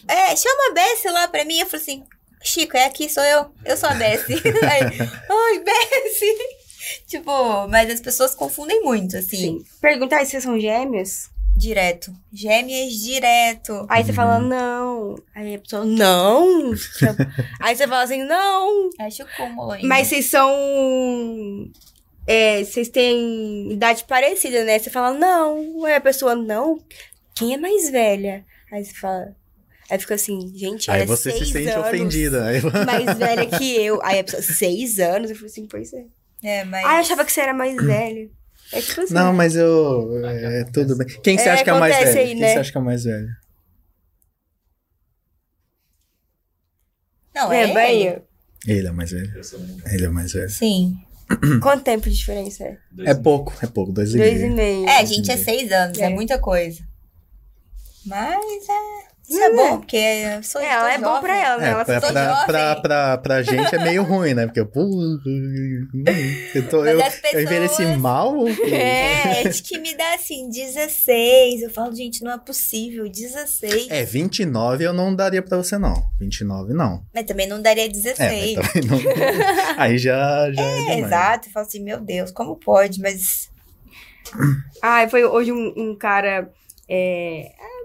Speaker 4: é, chama a Bessie lá pra mim. Eu falei assim, Chico, é aqui, sou eu. Eu sou a Bessie. Aí, oi, Bessie. Tipo, mas as pessoas confundem muito, assim,
Speaker 3: Sim. Perguntar se vocês são gêmeos.
Speaker 4: direto. Gêmeas direto.
Speaker 3: Aí você fala, não. Aí a pessoa, não. aí você fala assim, não.
Speaker 4: Acho como ainda.
Speaker 3: Mas vocês são. é, vocês têm idade parecida, né? Você fala, não. Aí a pessoa, não. Quem é mais velha? Aí você fala. Aí fica assim, gente,
Speaker 1: Aí
Speaker 3: era
Speaker 1: você se
Speaker 3: seis
Speaker 1: sente
Speaker 3: anos
Speaker 1: ofendida. Aí-
Speaker 3: Mais velha que eu. Aí a pessoa, seis anos? Eu falei assim, pois é.
Speaker 4: É, mas...
Speaker 3: Ah, eu achava que você era mais velha. É tipo assim.
Speaker 1: Não, mas eu. É, tudo bem. Quem você
Speaker 3: É,
Speaker 1: acha que é o mais
Speaker 3: acontece
Speaker 1: velho?
Speaker 3: aí,
Speaker 1: Quem
Speaker 3: né?
Speaker 1: você acha que é o mais velho?
Speaker 4: Não,
Speaker 3: né,
Speaker 4: é,
Speaker 3: bem,
Speaker 4: ele.
Speaker 1: Ele é o mais velho.
Speaker 5: Eu sou muito-
Speaker 1: Ele é o mais velho.
Speaker 4: Sim.
Speaker 3: Quanto tempo de diferença é?
Speaker 5: dois
Speaker 1: É
Speaker 5: mil.
Speaker 1: pouco, é pouco. Dois e
Speaker 3: Dois e
Speaker 1: meio.
Speaker 3: meio.
Speaker 4: É, gente, é seis anos, é,
Speaker 3: É.
Speaker 4: muita coisa. Mas é. Isso
Speaker 3: Hum,
Speaker 4: é
Speaker 3: é.
Speaker 4: bom, porque eu sou
Speaker 3: É, ela
Speaker 4: tô
Speaker 3: é bom
Speaker 4: jovem.
Speaker 3: pra ela, né?
Speaker 1: É,
Speaker 3: ela
Speaker 1: pra,
Speaker 4: tô
Speaker 1: pra,
Speaker 4: jovem.
Speaker 1: pra, pra, pra gente é meio ruim, né? Porque eu. Pô, Eu, tô,
Speaker 4: Mas
Speaker 1: eu,
Speaker 4: as pessoas-
Speaker 1: eu envelheci mal?
Speaker 4: É, acho que me dá assim, 16. Eu falo, gente, não é possível, 16.
Speaker 1: É, 29 eu não daria pra você, não. 29 não.
Speaker 4: Mas também não daria
Speaker 1: É,
Speaker 4: 16.
Speaker 1: mas também não. Aí já, já é,
Speaker 4: É,
Speaker 1: demais.
Speaker 4: exato. Eu falo assim, meu Deus, como pode? Mas.
Speaker 3: Ai, foi hoje um, um cara. É, é,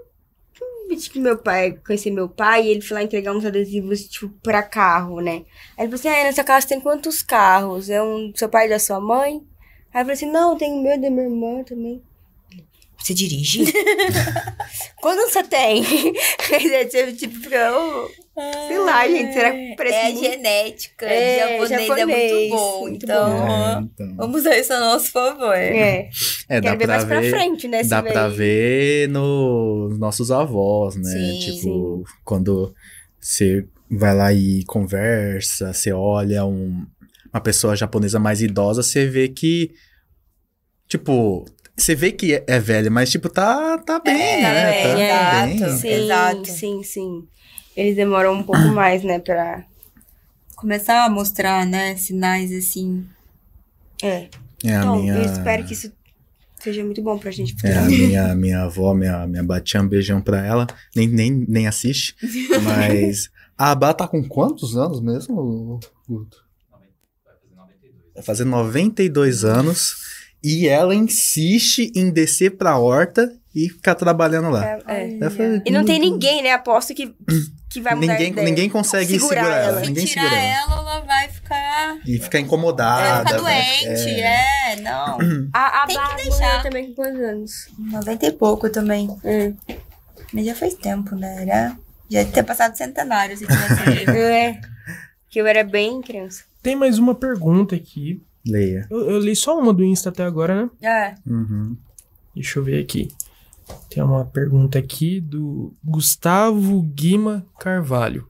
Speaker 3: um bicho que meu pai, conheci meu pai, e ele foi lá entregar uns adesivos, tipo, pra carro, né? Aí ele falou assim: ah, na sua casa tem quantos carros? É um do seu pai e da sua mãe? Aí eu falei assim: não, tem o meu e da minha irmã também.
Speaker 4: Você dirige?
Speaker 3: Quantos você tem? Aí eu tive, tipo, porque eu- sei lá, gente, será que parece
Speaker 4: É a
Speaker 3: muito-
Speaker 4: genética.
Speaker 3: É,
Speaker 4: japonês, é
Speaker 3: japonês,
Speaker 4: muito bom.
Speaker 3: muito
Speaker 4: então,
Speaker 1: É, então.
Speaker 4: vamos usar isso a nosso favor.
Speaker 3: É,
Speaker 1: É, dá
Speaker 3: quero ver
Speaker 1: pra
Speaker 3: mais
Speaker 1: ver.
Speaker 3: pra frente, né? se
Speaker 1: dá
Speaker 3: vai-
Speaker 1: pra ver nos nossos avós, né?
Speaker 4: Sim.
Speaker 1: tipo, quando você vai lá e conversa, você olha um- uma pessoa japonesa mais idosa, você vê que. Tipo, você vê que é, é velha, mas, tipo, tá, tá bem, né?
Speaker 4: é,
Speaker 1: tá
Speaker 4: exato.
Speaker 1: bem.
Speaker 3: Sim,
Speaker 4: Exato.
Speaker 3: Então, sim, sim. Eles demoram um pouco mais, né, pra.
Speaker 4: Começar a
Speaker 3: né,
Speaker 4: mostrar, né, sinais assim.
Speaker 3: É.
Speaker 1: É a
Speaker 3: Então,
Speaker 1: minha.
Speaker 3: eu espero que isso Seja muito bom pra gente.
Speaker 1: É, a minha, minha avó, minha, minha Batia, um beijão pra ela. Nem, nem, nem assiste. Mas a Abá tá com quantos anos mesmo, Guto?
Speaker 5: Vai fazer 92.
Speaker 1: Vai fazer 92 anos. E ela insiste em descer pra horta e ficar trabalhando lá.
Speaker 3: É, é.
Speaker 1: Eu falei,
Speaker 3: E não tem ninguém, né? Aposto que, que vai mudar
Speaker 1: "Hum, Ninguém,
Speaker 3: de ideia.
Speaker 1: ninguém consegue
Speaker 3: Segurar
Speaker 1: segurar, ela.
Speaker 3: ela.
Speaker 4: Se
Speaker 1: Ninguém
Speaker 4: tirar
Speaker 1: segura ela.
Speaker 4: ela, ela vai ficar.
Speaker 1: E ficar
Speaker 4: Ela vai
Speaker 1: incomodada.
Speaker 4: ficar
Speaker 1: vai-
Speaker 4: doente,
Speaker 1: é.
Speaker 4: Ah, é, não.
Speaker 3: A, a
Speaker 4: Tem que
Speaker 3: Bárbara
Speaker 4: deixar.
Speaker 3: também com quantos anos?
Speaker 4: 90 e pouco também.
Speaker 3: É.
Speaker 4: Mas já faz tempo, né? Era... Já tinha passado centenário se tivesse vivo.
Speaker 3: É. Que eu era bem criança.
Speaker 2: Tem mais uma pergunta aqui.
Speaker 1: é, Leia.
Speaker 2: Eu, eu li só uma do Insta até agora, né?
Speaker 4: É.
Speaker 1: Uhum.
Speaker 2: Deixa eu ver aqui. Tem uma pergunta aqui do Gustavo Guima Carvalho.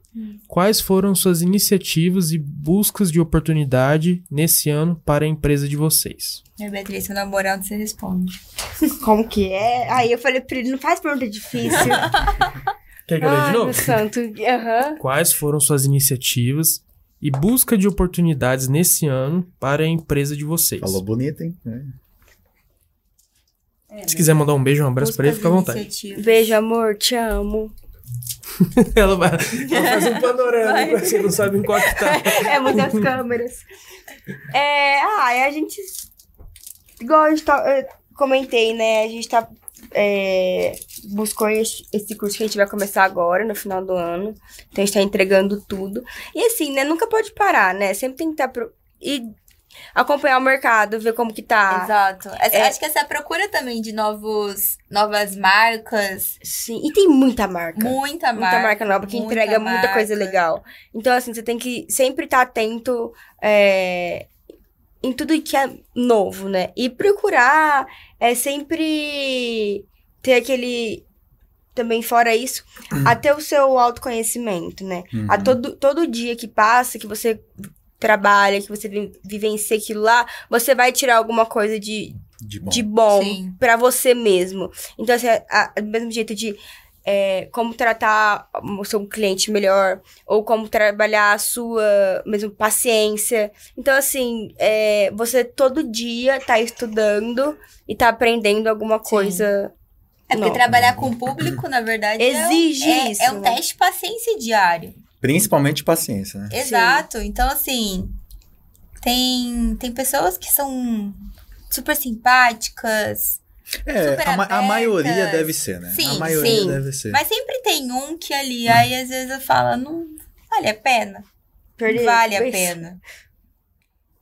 Speaker 2: Quais foram suas iniciativas e buscas de oportunidade nesse ano para a empresa de vocês?
Speaker 4: Minha Beatriz, seu namorado, você responde.
Speaker 3: Como que é? Aí eu falei pra ele, não faz pergunta difícil.
Speaker 2: Quer que eu leia
Speaker 3: Ai,
Speaker 2: de
Speaker 3: meu
Speaker 2: novo?
Speaker 3: santo. Aham.
Speaker 2: Quais foram suas iniciativas e busca de oportunidades nesse ano para a empresa de vocês?
Speaker 1: Falou bonito, hein? É.
Speaker 2: Se quiser mandar um beijo, um abraço para ele, fica à vontade.
Speaker 3: Beijo, amor. Te amo.
Speaker 2: Ela vai, ela faz um panorama, pra você não sabe em qual que tá.
Speaker 3: É, muitas câmeras. É, ah, e a gente... Igual eu, ta- eu comentei, né? A gente tá... é, buscou esse esse curso que a gente vai começar agora, no final do ano. Então, a gente tá entregando tudo. E assim, né? Nunca pode parar, né? Sempre tem que estar... pro... E acompanhar o mercado, ver como que tá.
Speaker 4: Exato. Essa-
Speaker 3: É.
Speaker 4: Acho que essa procura também de novos, novas marcas,
Speaker 3: Sim. E tem muita marca.
Speaker 4: muita marca.
Speaker 3: muita marca nova que
Speaker 4: muita
Speaker 3: entrega muita
Speaker 4: marca.
Speaker 3: coisa legal. Então, assim, você tem que sempre estar atento é, em tudo que é novo, né? E procurar é sempre ter aquele. Também fora isso, até o seu autoconhecimento, né?
Speaker 1: Uhum.
Speaker 3: A todo, todo dia que passa, que você trabalha, que você vi- vivencia aquilo lá, você vai tirar alguma coisa de,
Speaker 1: De bom.
Speaker 3: de bom
Speaker 4: Sim.
Speaker 3: pra você mesmo. Então, assim, a- a- do mesmo jeito de é, como tratar o seu cliente melhor, ou como trabalhar a sua mesmo paciência. Então, assim, é, você todo dia tá estudando e tá aprendendo alguma coisa.
Speaker 4: É porque
Speaker 3: Não.
Speaker 4: trabalhar com o público, na verdade, é um-
Speaker 3: Exige
Speaker 4: é,
Speaker 3: isso,
Speaker 4: É um
Speaker 3: né?
Speaker 4: teste de paciência diário.
Speaker 1: Principalmente paciência, né?
Speaker 4: Exato. Então, assim, tem, tem pessoas que são super simpáticas,
Speaker 1: É,
Speaker 4: Super
Speaker 1: a, ma- a
Speaker 4: abertas.
Speaker 1: maioria deve ser, né? a
Speaker 4: Sim,
Speaker 1: maioria
Speaker 3: sim.
Speaker 1: deve ser.
Speaker 4: mas sempre tem um que ali, aí às vezes eu falo, não vale a pena.
Speaker 3: Perder-
Speaker 4: vale a
Speaker 3: Pois-
Speaker 4: pena.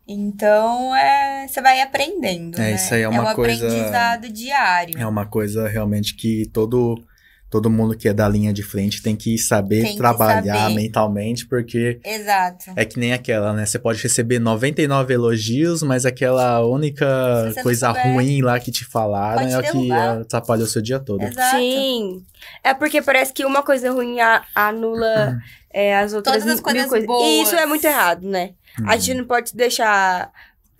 Speaker 4: Então, é, você vai aprendendo.
Speaker 1: É,
Speaker 4: né?
Speaker 1: isso aí é uma
Speaker 4: um
Speaker 1: coisa-
Speaker 4: aprendizado diário.
Speaker 1: É uma coisa realmente que todo, todo mundo que é da linha de frente tem que saber
Speaker 4: Tem que
Speaker 1: trabalhar
Speaker 4: saber.
Speaker 1: mentalmente, porque
Speaker 4: Exato.
Speaker 1: é que nem aquela, né? Você pode receber 99 elogios, mas aquela única
Speaker 4: Se você não
Speaker 1: coisa
Speaker 4: souber,
Speaker 1: ruim lá que te falaram
Speaker 4: pode
Speaker 1: é o que
Speaker 4: derrubar.
Speaker 1: atrapalha o seu dia todo.
Speaker 4: Exato.
Speaker 3: Sim. É porque parece que uma coisa ruim a- anula é, as outras
Speaker 4: Todas as
Speaker 3: mil
Speaker 4: coisas boas.
Speaker 3: E isso é muito errado, né?
Speaker 1: Uhum.
Speaker 3: A gente não pode se deixar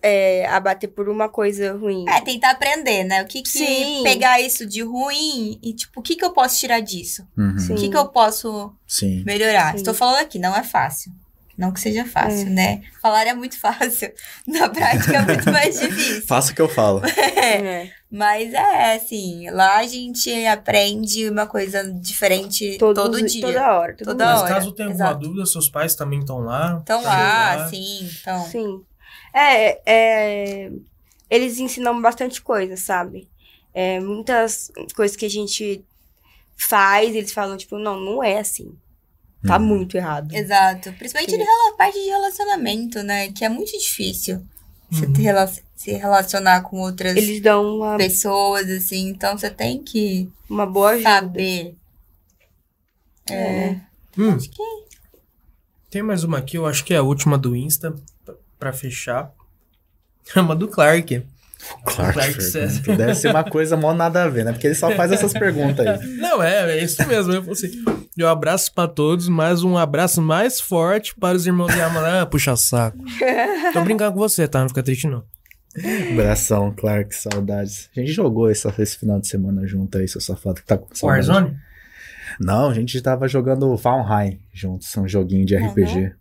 Speaker 3: é, abater por uma coisa ruim.
Speaker 4: É, tentar aprender, né? O que que
Speaker 3: Sim.
Speaker 4: pegar isso de ruim e tipo, o que que eu posso tirar disso?
Speaker 1: Uhum,
Speaker 3: Sim.
Speaker 4: O que que eu posso
Speaker 1: Sim.
Speaker 4: melhorar?
Speaker 3: Sim.
Speaker 4: Estou falando aqui, não é fácil. Não que seja fácil, né? Falar é muito fácil. Na prática é muito mais difícil.
Speaker 1: Faça o que eu falo.
Speaker 3: É.
Speaker 4: Mas é, assim, lá a gente aprende uma coisa diferente todo,
Speaker 3: Todos os-
Speaker 4: dia.
Speaker 3: Toda hora. todo
Speaker 4: Toda
Speaker 3: mundo.
Speaker 4: hora. é, Exato.
Speaker 2: dúvida, seus pais também estão lá.
Speaker 4: Então
Speaker 2: Tá
Speaker 4: lá,
Speaker 2: lá.
Speaker 4: sim, então.
Speaker 3: Sim. É, é, eles ensinam bastante coisa, sabe? É, muitas coisas que a gente faz, eles falam, tipo, não, não é assim. Tá
Speaker 1: Uhum.
Speaker 3: muito errado.
Speaker 4: Exato. Principalmente
Speaker 3: Sim.
Speaker 4: de rela- parte de relacionamento, né? Que é muito difícil você ter rela- se relacionar com outras
Speaker 3: Eles dão uma,
Speaker 4: pessoas, assim. Então você tem que
Speaker 3: uma boa ajuda. né?
Speaker 4: saber. É.
Speaker 2: Hum,
Speaker 4: Acho que
Speaker 2: tem mais uma aqui, eu acho que é a última do Insta, pra- pra fechar. É uma do Clark.
Speaker 1: Clark,
Speaker 2: Clark
Speaker 1: pergunta.
Speaker 2: César.
Speaker 1: Deve ser uma coisa mó nada a ver, né? Porque ele só faz essas perguntas aí.
Speaker 2: Não, é, é isso mesmo. Eu falei assim, e um abraço pra todos, mas um abraço mais forte para os irmãos de Amarã. Ah, puxa saco. Tô brincando com você, tá? Não fica triste, não.
Speaker 1: Abração, Clark, saudades. A gente jogou essa- esse final de semana junto aí, seu safado que tá com saudade.
Speaker 2: Warzone?
Speaker 1: Não, a gente tava jogando Valheim juntos, um joguinho de
Speaker 4: Uhum.
Speaker 1: RPG.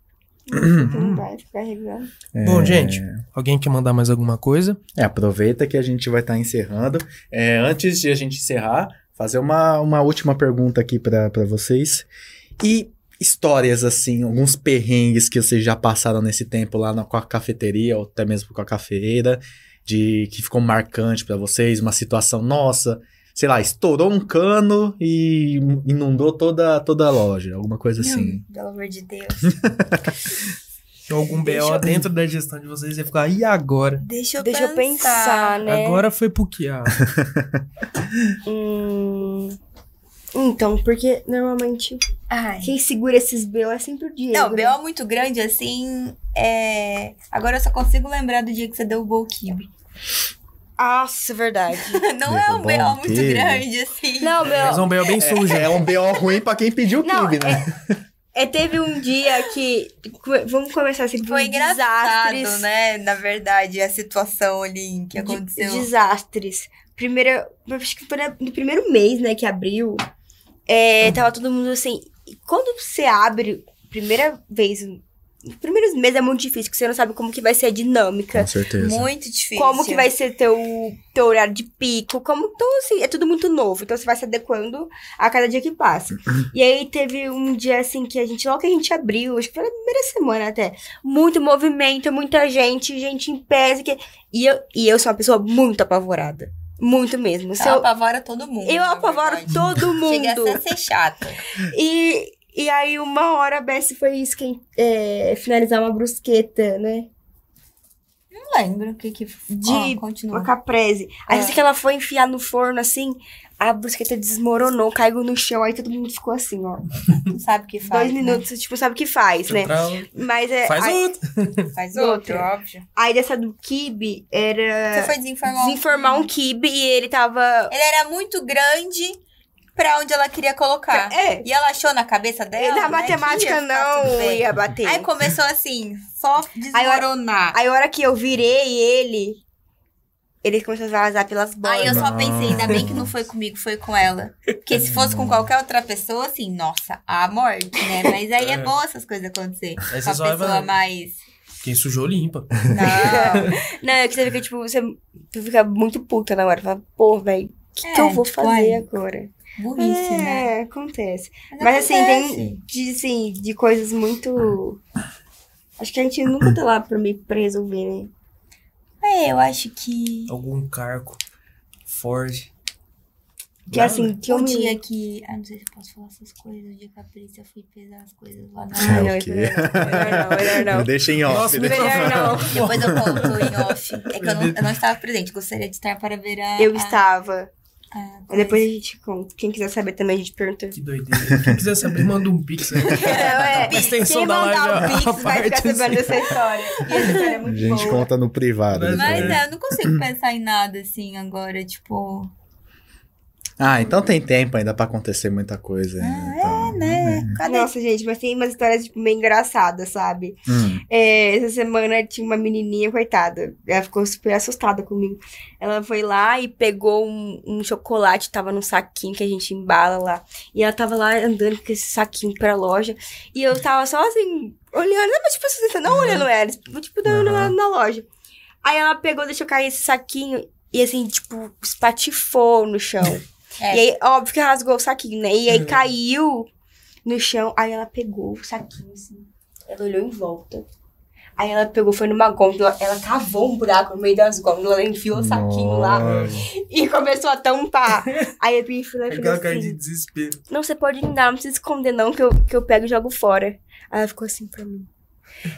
Speaker 3: Não vai ficar regando.
Speaker 2: Hum. Bom, gente, alguém quer mandar mais alguma coisa?
Speaker 1: É, aproveita que a gente vai estar encerrando. É, antes de a gente encerrar, fazer uma, uma última pergunta aqui para vocês. E histórias, assim, alguns perrengues que vocês já passaram nesse tempo lá na, com a cafeteria, ou até mesmo com a cafeira, de que ficou marcante para vocês, uma situação nossa, sei lá, estourou um cano e inundou toda, toda a loja, alguma coisa assim.
Speaker 4: Pelo amor de Deus.
Speaker 2: Algum
Speaker 4: Deixa
Speaker 2: BO
Speaker 4: eu-
Speaker 2: dentro da gestão de vocês ia ficar, e agora?
Speaker 4: Deixa eu
Speaker 3: Deixa eu
Speaker 4: pensar.
Speaker 3: pensar, né?
Speaker 2: Agora foi pro que? Ah,
Speaker 3: Hum, Então, porque normalmente
Speaker 4: Ai.
Speaker 3: quem segura esses B.O. é sempre o Diego.
Speaker 4: Não,
Speaker 3: né?
Speaker 4: B.O. muito grande, assim. É... Agora eu só consigo lembrar do dia que você derrubou o kibe. é
Speaker 3: Nossa, verdade.
Speaker 4: Não é
Speaker 1: Derrubou
Speaker 4: um
Speaker 1: um
Speaker 4: B.O. muito
Speaker 1: quibe?
Speaker 4: grande, assim.
Speaker 3: Não,
Speaker 2: mas é
Speaker 3: B.O.
Speaker 2: um BO bem sujo.
Speaker 1: É um BO ruim pra quem pediu o
Speaker 3: Não,
Speaker 1: clube, né?
Speaker 3: É, teve um dia que. co- Vamos começar assim.
Speaker 4: Foi
Speaker 3: com
Speaker 4: engraçado,
Speaker 3: desastres,
Speaker 4: né? Na verdade, a situação ali que aconteceu.
Speaker 3: De, desastres. Primeira. Acho que foi na- no primeiro mês, né, que abriu. é, tava todo mundo assim. e Quando você abre, primeira vez. Nos primeiros meses é muito difícil, porque você não sabe como que vai ser a dinâmica.
Speaker 1: certeza.
Speaker 4: Muito difícil.
Speaker 3: Como que vai ser teu, teu horário de pico? Como, então, assim, é tudo muito novo. Então, você vai se adequando a cada dia que passa. e aí, teve um dia, assim, que a gente... Logo que a gente abriu, acho que foi na primeira semana até. Muito movimento, muita gente, gente em pé. assim, que- E, eu, e eu sou uma pessoa muito apavorada. Muito mesmo. Se
Speaker 4: Ela
Speaker 3: eu,
Speaker 4: apavora todo mundo.
Speaker 3: eu
Speaker 4: na
Speaker 3: apavoro
Speaker 4: verdade.
Speaker 3: todo
Speaker 4: Chega
Speaker 3: mundo.
Speaker 4: a ser assim. chata.
Speaker 3: E, e aí, uma hora, a Bessie foi isso, quem, é, finalizar uma brusqueta, né?
Speaker 4: Não lembro o que que... Ó,
Speaker 3: De-
Speaker 4: continua.
Speaker 3: Uma caprese. Aí
Speaker 4: É.
Speaker 3: assim que ela foi enfiar no forno, assim, a brusqueta desmoronou, caiu no chão, aí todo mundo ficou assim, ó.
Speaker 4: Não sabe o que faz.
Speaker 3: Dois
Speaker 4: né?
Speaker 3: minutos, tipo, sabe o que faz, né?
Speaker 2: Pra-
Speaker 3: Mas é.
Speaker 2: Faz
Speaker 3: aí,
Speaker 2: outro.
Speaker 4: Faz
Speaker 3: Outra.
Speaker 4: outro, óbvio.
Speaker 3: aí dessa do kibe era
Speaker 4: Você foi desinformar. um-
Speaker 3: desinformar um kibe e ele tava.
Speaker 4: Ele era muito grande pra onde ela queria colocar.
Speaker 3: É.
Speaker 4: E ela achou na cabeça dela.
Speaker 3: ele
Speaker 4: Tá.
Speaker 3: na
Speaker 4: né, que
Speaker 3: matemática
Speaker 4: ia ficar tudo
Speaker 3: não
Speaker 4: bem.
Speaker 3: ia bater.
Speaker 4: Aí começou assim, só desmoronar.
Speaker 3: Aí a hora que eu virei ele, ele começou a vazar pelas
Speaker 4: Aí eu
Speaker 3: bolas.
Speaker 4: só pensei, ainda bem que não foi comigo, foi com ela. Porque se fosse com qualquer outra pessoa, assim, nossa, a morte, né? Mas aí é,
Speaker 2: É.
Speaker 4: bom essas coisas acontecer. Com
Speaker 2: Aí
Speaker 4: a
Speaker 2: você só
Speaker 4: pessoa
Speaker 2: vai-
Speaker 4: mais.
Speaker 2: Quem sujou, limpa.
Speaker 4: Não.
Speaker 3: Não, é que você fica, tipo, você tu fica muito puta na hora. Fala, pô, velho, o que, que
Speaker 4: É,
Speaker 3: eu vou
Speaker 4: tipo,
Speaker 3: fazer
Speaker 4: ai,
Speaker 3: agora?
Speaker 4: Burrice, né?
Speaker 3: É, acontece. Mas assim, tem de, assim, de coisas muito. Acho que a gente nunca tá lá pra, me, pra resolver, né?
Speaker 4: É, eu acho que.
Speaker 2: Algum cargo. Ford.
Speaker 3: Que
Speaker 2: Nada.
Speaker 3: assim, que eu
Speaker 4: Um
Speaker 3: me-
Speaker 4: dia que. Ah, não sei se eu posso falar essas coisas. O dia que a polícia foi pesar as coisas lá na.
Speaker 3: Ah, não,
Speaker 1: É, o
Speaker 3: isso
Speaker 1: quê?
Speaker 3: Melhor não, melhor não.
Speaker 1: Me deixa em off.
Speaker 2: Nossa,
Speaker 1: né?
Speaker 3: Melhor não.
Speaker 4: Depois eu conto em off. É que eu não, eu não estava presente. Gostaria de estar para ver a.
Speaker 3: Eu
Speaker 4: a-
Speaker 3: estava.
Speaker 4: a
Speaker 3: Mas Depois a gente. com- Quem quiser saber também, a gente pergunta.
Speaker 2: Que doideira. Quem quiser saber, manda um pix aí.
Speaker 3: É,
Speaker 2: A extensão
Speaker 3: Quem
Speaker 2: da
Speaker 3: mandar
Speaker 2: live,
Speaker 3: o
Speaker 2: a-
Speaker 3: Pix
Speaker 2: a
Speaker 3: vai ficar
Speaker 2: parte,
Speaker 3: sabendo dessa história. E essa história é
Speaker 1: A
Speaker 3: muito
Speaker 1: gente
Speaker 3: boa.
Speaker 1: conta no privado.
Speaker 2: Mas-
Speaker 1: depois.
Speaker 4: Mas é, eu não consigo pensar em nada assim agora, tipo.
Speaker 1: Ah, então tem tempo ainda pra acontecer muita coisa.
Speaker 3: Ah,
Speaker 1: ainda,
Speaker 3: é,
Speaker 1: então.
Speaker 4: Né? Cadê?
Speaker 3: Nossa, gente, mas tem umas histórias tipo, meio engraçadas, sabe?
Speaker 1: Hum,
Speaker 3: É, essa semana tinha uma menininha, coitada. Ela ficou super assustada comigo. Ela foi lá e pegou um, um chocolate, tava num saquinho que a gente embala lá. E ela tava lá andando com esse saquinho pra loja. E eu tava só assim, olhando. Não, mas tipo, assim, você não olhando ela, tipo, tipo dando lá na loja. Aí ela pegou, deixou cair esse saquinho e assim, tipo, espatifou no chão.
Speaker 4: É.
Speaker 3: E aí, óbvio que rasgou o saquinho, né? E aí
Speaker 2: Uhum.
Speaker 3: caiu no chão. Aí ela pegou o saquinho, assim. Ela olhou em volta. Aí ela pegou, foi numa gôndola, ela cavou um buraco no meio das gôndolas, ela enfiou o saquinho lá e começou a tampar. Aí eu peguei e fui lá e falei
Speaker 2: É Aquela cara de
Speaker 3: assim,
Speaker 2: desespero.
Speaker 3: não, você pode me dar, não precisa esconder não, que eu, que eu pego e jogo fora. Aí ela ficou assim pra mim.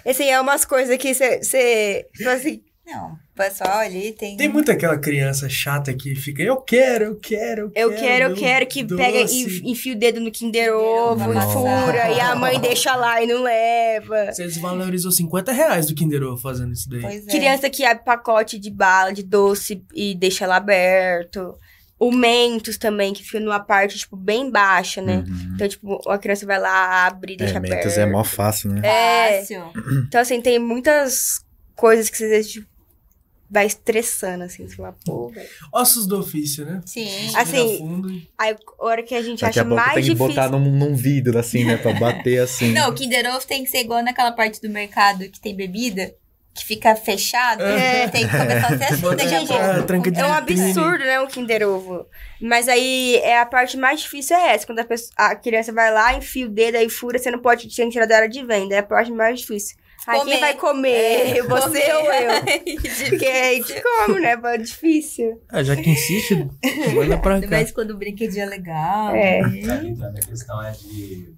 Speaker 3: Assim, é umas coisas que você- você, tipo assim,
Speaker 4: Não, o pessoal ali tem.
Speaker 2: Tem muito aquela criança chata que fica, eu quero, eu quero, eu quero.
Speaker 3: eu
Speaker 1: É,
Speaker 3: quero, eu quero, que
Speaker 2: doce."
Speaker 3: pega
Speaker 1: assim.
Speaker 3: e enfia o dedo no Kinder Ovo,
Speaker 4: Kinder Ovo,
Speaker 3: fura,
Speaker 4: amassar.
Speaker 3: e a mãe deixa lá e não leva.
Speaker 2: Você desvalorizou 50 reais do Kinder Ovo fazendo isso daí.
Speaker 4: Pois é.
Speaker 3: Criança que abre pacote de bala, de doce e deixa ela aberto. O Mentos também, que fica numa parte, tipo, bem baixa, né?
Speaker 1: uhum.
Speaker 3: Então, tipo, a criança vai lá, abre e deixa
Speaker 1: É, Mentos
Speaker 3: aberto.
Speaker 1: é mó fácil, né?
Speaker 3: É.
Speaker 4: Fácil.
Speaker 3: Então, assim, tem muitas coisas que vocês tipo, vai estressando, assim, você fala, pô, velho.
Speaker 2: Ossos do ofício, né?
Speaker 4: Sim.
Speaker 3: Assim,
Speaker 2: Respira fundo.
Speaker 3: Aí, a hora que a gente
Speaker 1: Daqui
Speaker 3: acha
Speaker 1: a pouco
Speaker 3: mais
Speaker 1: tem que
Speaker 3: difícil.
Speaker 1: botar num, num vidro, assim, né? Pra bater assim.
Speaker 4: Não, o Kinder Ovo tem que ser igual naquela parte do mercado que tem bebida, que fica fechado.
Speaker 2: É.
Speaker 4: Tem que começar a ser assim,
Speaker 2: Bota
Speaker 4: daqui a
Speaker 2: na
Speaker 4: pouco.
Speaker 2: cara, tranca de
Speaker 3: É um
Speaker 2: vitrine.
Speaker 3: absurdo, né, o Kinder Ovo. Mas aí é a parte mais difícil é essa, quando a, pessoa- a criança vai lá, enfia o dedo aí fura, você não pode você tem que tirar da área de venda, é a parte mais difícil. Aí
Speaker 4: Comer.
Speaker 3: quem vai comer?
Speaker 4: É,
Speaker 3: você
Speaker 4: comer.
Speaker 3: ou eu? Porque
Speaker 4: Difícil.
Speaker 3: aí te como, né? pô, É difícil.
Speaker 2: Ah, já que insiste, manda pra
Speaker 4: Ainda
Speaker 2: cá.
Speaker 4: mais quando o brinquedinho é legal.
Speaker 3: É.
Speaker 5: Tá brincando, a questão é de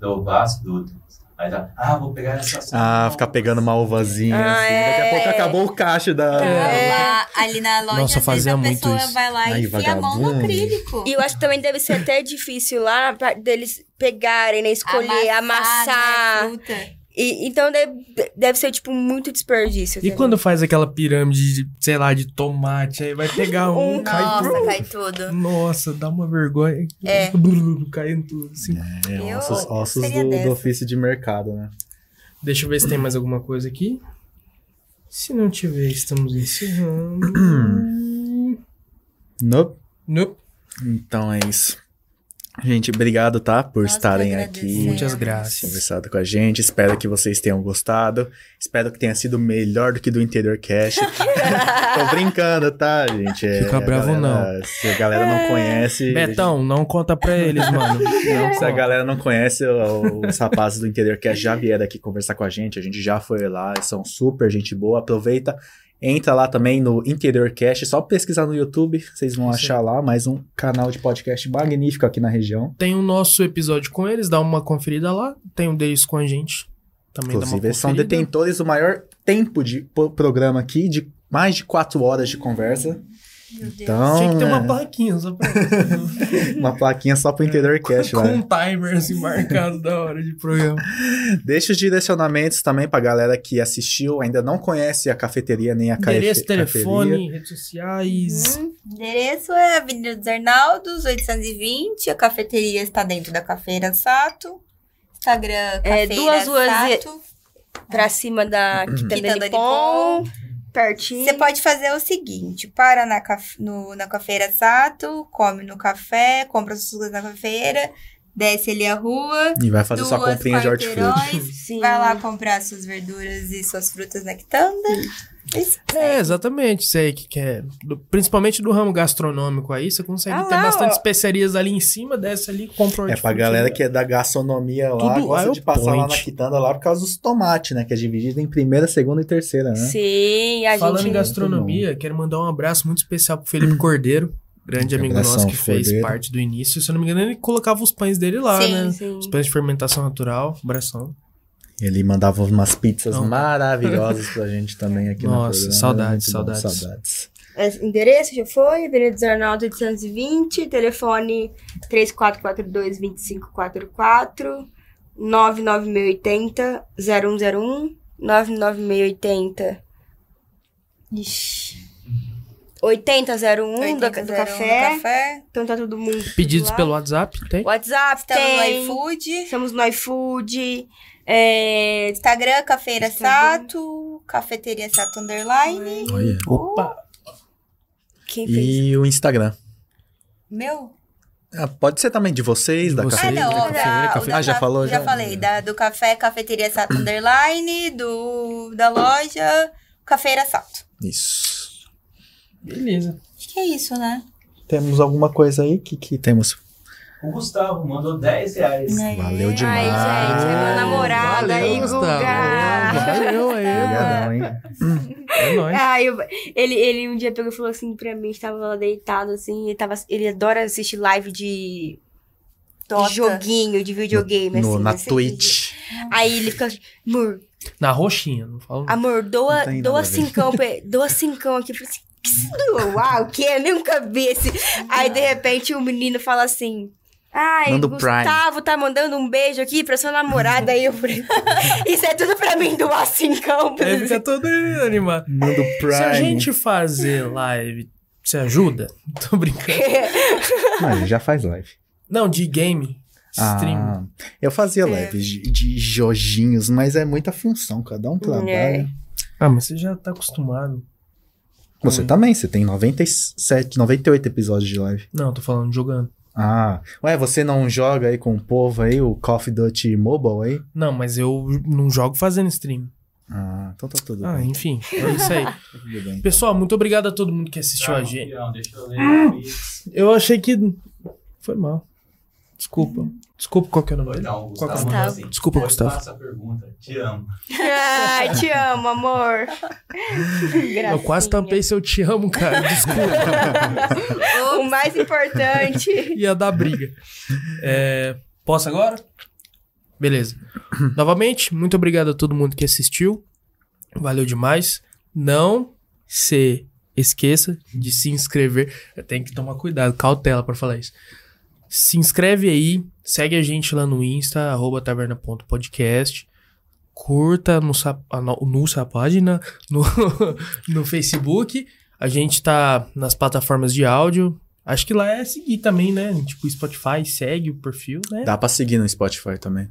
Speaker 5: do Vasco, do outro. Aí tá, ah, vou pegar essa
Speaker 1: Ah, ficar pegando uma uvazinha,
Speaker 3: Ah,
Speaker 1: assim.
Speaker 3: é.
Speaker 1: Daqui a pouco acabou o caixa da.
Speaker 3: É.
Speaker 4: Lá, ali na loja,
Speaker 2: Nossa,
Speaker 4: às vezes
Speaker 2: fazia
Speaker 4: a
Speaker 2: muito
Speaker 4: pessoa
Speaker 2: isso.
Speaker 4: vai lá
Speaker 1: Ai,
Speaker 4: e enfia a mão no
Speaker 1: vagabundo.
Speaker 4: acrílico.
Speaker 3: E eu acho que também deve ser até difícil lá pra- deles pegarem, né? Escolher, amassar.
Speaker 4: né, fruta.
Speaker 3: E- então deve, deve ser, tipo, muito desperdício.
Speaker 2: E
Speaker 3: também.
Speaker 2: quando faz aquela pirâmide, de, sei lá, de tomate, aí vai pegar um,
Speaker 3: Um
Speaker 2: cai
Speaker 4: Nossa,
Speaker 2: tudo.
Speaker 4: cai tudo.
Speaker 2: Nossa, dá uma vergonha.
Speaker 4: É.
Speaker 2: Blululu, Caindo tudo. assim.
Speaker 1: É,
Speaker 4: Eu
Speaker 1: ossos, ossos
Speaker 4: seria
Speaker 1: do, do
Speaker 4: dessa.
Speaker 1: ofício de mercado, né?
Speaker 2: Deixa eu ver se tem mais alguma coisa aqui. Se não tiver, estamos encerrando.
Speaker 1: Nope.
Speaker 2: nope.
Speaker 1: Então é isso. Gente, obrigado, tá? Por
Speaker 4: Nós que
Speaker 1: estarem
Speaker 4: agradecemos.
Speaker 1: aqui.
Speaker 2: Muitas graças.
Speaker 1: Conversado com a gente. Espero que vocês tenham gostado. Espero que tenha sido melhor do que do Interior Cast. Tô brincando, tá, gente? É,
Speaker 2: Fica
Speaker 1: a
Speaker 2: bravo,
Speaker 1: galera- Se a galera não conhece.
Speaker 2: Betão, não conta pra eles, mano. Não
Speaker 1: um- Se a
Speaker 2: conta.
Speaker 1: galera não conhece, o- os rapazes do interior que já vieram aqui conversar com a gente, a gente já foi lá, eles são super gente boa, aproveita, entra lá também no Interior Cast, só pesquisar no YouTube, vocês vão
Speaker 2: Isso aí.
Speaker 1: achar lá mais um canal de podcast magnífico aqui na região.
Speaker 2: Tem o nosso episódio com eles, dá uma conferida lá. Tem o deles com a gente. Também dá uma
Speaker 1: Inclusive,
Speaker 2: conferida.
Speaker 1: eles são detentores do maior tempo de po- programa aqui, de mais de quatro horas de conversa.
Speaker 4: Meu Deus.
Speaker 1: Então,
Speaker 2: Tinha que ter uma É,
Speaker 1: é,
Speaker 2: plaquinha só pra eles.
Speaker 1: uma plaquinha só pro Interior Cast
Speaker 2: com
Speaker 1: lá.
Speaker 2: um timer assim marcado da hora de programa.
Speaker 1: Deixa os direcionamentos também pra galera que assistiu, ainda não conhece a cafeteria nem a cafe-
Speaker 2: Endereço, telefone,
Speaker 1: cafeteria.
Speaker 2: redes sociais.
Speaker 4: Hum, O endereço é Avenida dos Arnaldos, 820. A cafeteria está dentro da Cafeira Sato. Instagram, Cafeira
Speaker 3: É, duas ruas e-
Speaker 4: Sato.
Speaker 3: Pra cima da
Speaker 4: Quitanda
Speaker 3: Quitanda
Speaker 4: de
Speaker 3: de
Speaker 4: Pão.
Speaker 3: Pão, pertinho.
Speaker 4: Você pode fazer o seguinte: para na, caf- no- na cafeira Sato, come no café, compra suas coisas na cafeira, desce ali a rua,
Speaker 1: E vai fazer sua
Speaker 4: duas
Speaker 1: comprinha de hortifruti.
Speaker 4: quarteirões,
Speaker 3: Sim.
Speaker 4: vai lá comprar suas verduras e suas frutas né, na quitanda. Isso.
Speaker 2: É, exatamente. Isso aí que quer. do- principalmente do ramo gastronômico aí, você consegue
Speaker 3: Ah
Speaker 2: ter
Speaker 3: lá,
Speaker 2: bastante
Speaker 3: ó.
Speaker 2: especiarias ali em cima, desce ali e compra um o
Speaker 1: É pra
Speaker 2: hortifruti.
Speaker 1: galera que é da gastronomia lá,
Speaker 2: Tudo lá é
Speaker 1: gosta
Speaker 2: o
Speaker 1: de passar lá na
Speaker 2: point.
Speaker 1: quitanda lá por causa dos tomates, né? Que é dividido em primeira, segunda e terceira, né?
Speaker 3: Sim, a
Speaker 2: Falando em
Speaker 3: gente.
Speaker 2: gastronomia, quero mandar um abraço muito especial pro Felipe Cordeiro, grande amigo
Speaker 1: Abração,
Speaker 2: nosso que fez
Speaker 1: Cordeiro.
Speaker 2: parte do início. Se eu não me engano, ele colocava os pães dele lá,
Speaker 4: Sim,
Speaker 2: né?
Speaker 3: Sim.
Speaker 2: Os pães de fermentação natural, abração.
Speaker 1: Ele mandava umas pizzas
Speaker 2: Não.
Speaker 1: maravilhosas pra gente também aqui no programa.
Speaker 2: Nossa,
Speaker 1: né? Muito
Speaker 2: saudades,
Speaker 1: bom,
Speaker 2: saudades.
Speaker 1: saudades.
Speaker 3: Esse É, endereço já foi, Avenida dos Arnaldo 820, telefone 3442-2544, 99680-0101, 99680... Ixi... 8001 do,
Speaker 4: 80
Speaker 3: do
Speaker 4: zero um
Speaker 3: café.
Speaker 4: do café.
Speaker 3: Então tá todo mundo.
Speaker 2: Pedidos
Speaker 3: lá.
Speaker 2: pelo WhatsApp, tem?
Speaker 3: WhatsApp,
Speaker 4: Estamos
Speaker 3: tem.
Speaker 4: no iFood.
Speaker 3: Estamos no iFood. É,
Speaker 4: Instagram, Cafeira
Speaker 3: Instagram.
Speaker 4: Sato, Cafeteria Sato Underline.
Speaker 1: Olha.
Speaker 2: Opa!
Speaker 3: quem fez?
Speaker 1: E o Instagram.
Speaker 4: Meu?
Speaker 1: Ah, pode ser também de vocês, da
Speaker 2: Vocês,
Speaker 4: Ah, não,
Speaker 2: da
Speaker 4: ó,
Speaker 2: cafeira,
Speaker 4: da-
Speaker 2: cafeira.
Speaker 4: da
Speaker 1: Ah, já
Speaker 4: ca-
Speaker 1: falou,
Speaker 4: Já
Speaker 1: já?
Speaker 4: falei, da, do café Cafeteria Sato Underline, do, da loja Cafeira Sato.
Speaker 1: Isso.
Speaker 2: Beleza.
Speaker 4: Acho que é isso, né?
Speaker 1: Temos alguma coisa aí que, que temos?
Speaker 5: O Gustavo mandou 10 reais.
Speaker 4: Né?
Speaker 1: Valeu
Speaker 3: Ai,
Speaker 1: demais.
Speaker 3: gente, é meu namorado
Speaker 2: Valeu,
Speaker 3: aí,
Speaker 2: Gustavo.
Speaker 3: Guga.
Speaker 2: Valeu aí.
Speaker 1: É, Obrigadão, hein?
Speaker 2: É nóis.
Speaker 3: Ah, eu- ele, ele um dia pegou e falou assim pra mim, estava lá deitado assim, ele, tava, ele adora assistir live de,
Speaker 4: Dota.
Speaker 3: de joguinho, de videogame,
Speaker 1: No-
Speaker 3: assim.
Speaker 1: na
Speaker 3: não sei o que dizer.
Speaker 1: Twitch.
Speaker 3: Aí ele fica assim, amor,
Speaker 2: Na roxinha, não falo. nada.
Speaker 3: amor, doa,
Speaker 1: Não tem nada a
Speaker 3: doa
Speaker 1: ver.
Speaker 3: cincão, pra ele, doa cincão aqui. Eu falei assim, que se doa? Uau, o que é? Nem um cabeça. Aí, de repente, o menino fala assim... Ai,
Speaker 1: Manda o
Speaker 3: Gustavo tá mandando um beijo aqui pra sua namorada. Aí eu falei, isso é tudo pra mim, doar cincão. pra
Speaker 1: É
Speaker 2: Ele fica todo animado.
Speaker 1: Manda o Prime.
Speaker 2: Se a gente fazer live, você ajuda? Tô brincando.
Speaker 1: Não, ele já faz live.
Speaker 2: Não, de game. Stream.
Speaker 1: Ah, eu fazia
Speaker 4: É.
Speaker 1: lives de, de joginhos, mas é muita função, cada um trabalha.
Speaker 3: É.
Speaker 2: Ah, mas você já tá acostumado.
Speaker 1: Você também, você tem 97, 98 episódios de live.
Speaker 2: Não, tô falando jogando.
Speaker 1: Ah, ué, você não joga aí com o povo aí, o Call of Duty Mobile aí?
Speaker 2: Não, mas eu não jogo fazendo stream.
Speaker 1: Ah, então tá tudo
Speaker 2: Ah,
Speaker 1: bem.
Speaker 2: enfim, é isso aí.
Speaker 1: Tudo bem.
Speaker 2: Pessoal, muito obrigado a todo mundo que assistiu a
Speaker 5: Tchau,
Speaker 2: gente.
Speaker 5: Pião, Deixa eu ler. aqui.
Speaker 2: Ah, Eu achei que. Foi mal. Desculpa. Desculpa qual que é o nome
Speaker 5: Foi
Speaker 2: dele.
Speaker 5: não, o
Speaker 2: Qual que é o
Speaker 5: Gustavo
Speaker 2: nome?
Speaker 5: mandou assim.
Speaker 2: Desculpa,
Speaker 5: "Pois
Speaker 2: Gustavo.
Speaker 5: Faça a pergunta. Te amo.
Speaker 3: Ai, te amo, amor.
Speaker 2: Eu quase tampei seu te amo, cara. Desculpa.
Speaker 3: O mais importante.
Speaker 2: Ia dar briga. É, posso agora? Beleza. Novamente, muito obrigado a todo mundo que assistiu. Valeu demais. Não se esqueça de se inscrever. Eu tenho que tomar cuidado, cautela pra falar isso. Se inscreve aí, segue a gente lá no Insta, arroba taverna.podcast. Curta no, sa- a no- nossa página no, no Facebook. A gente tá nas plataformas de áudio. Acho que lá é seguir também, né? Tipo, Spotify segue o perfil, né?
Speaker 1: Dá pra seguir no Spotify também.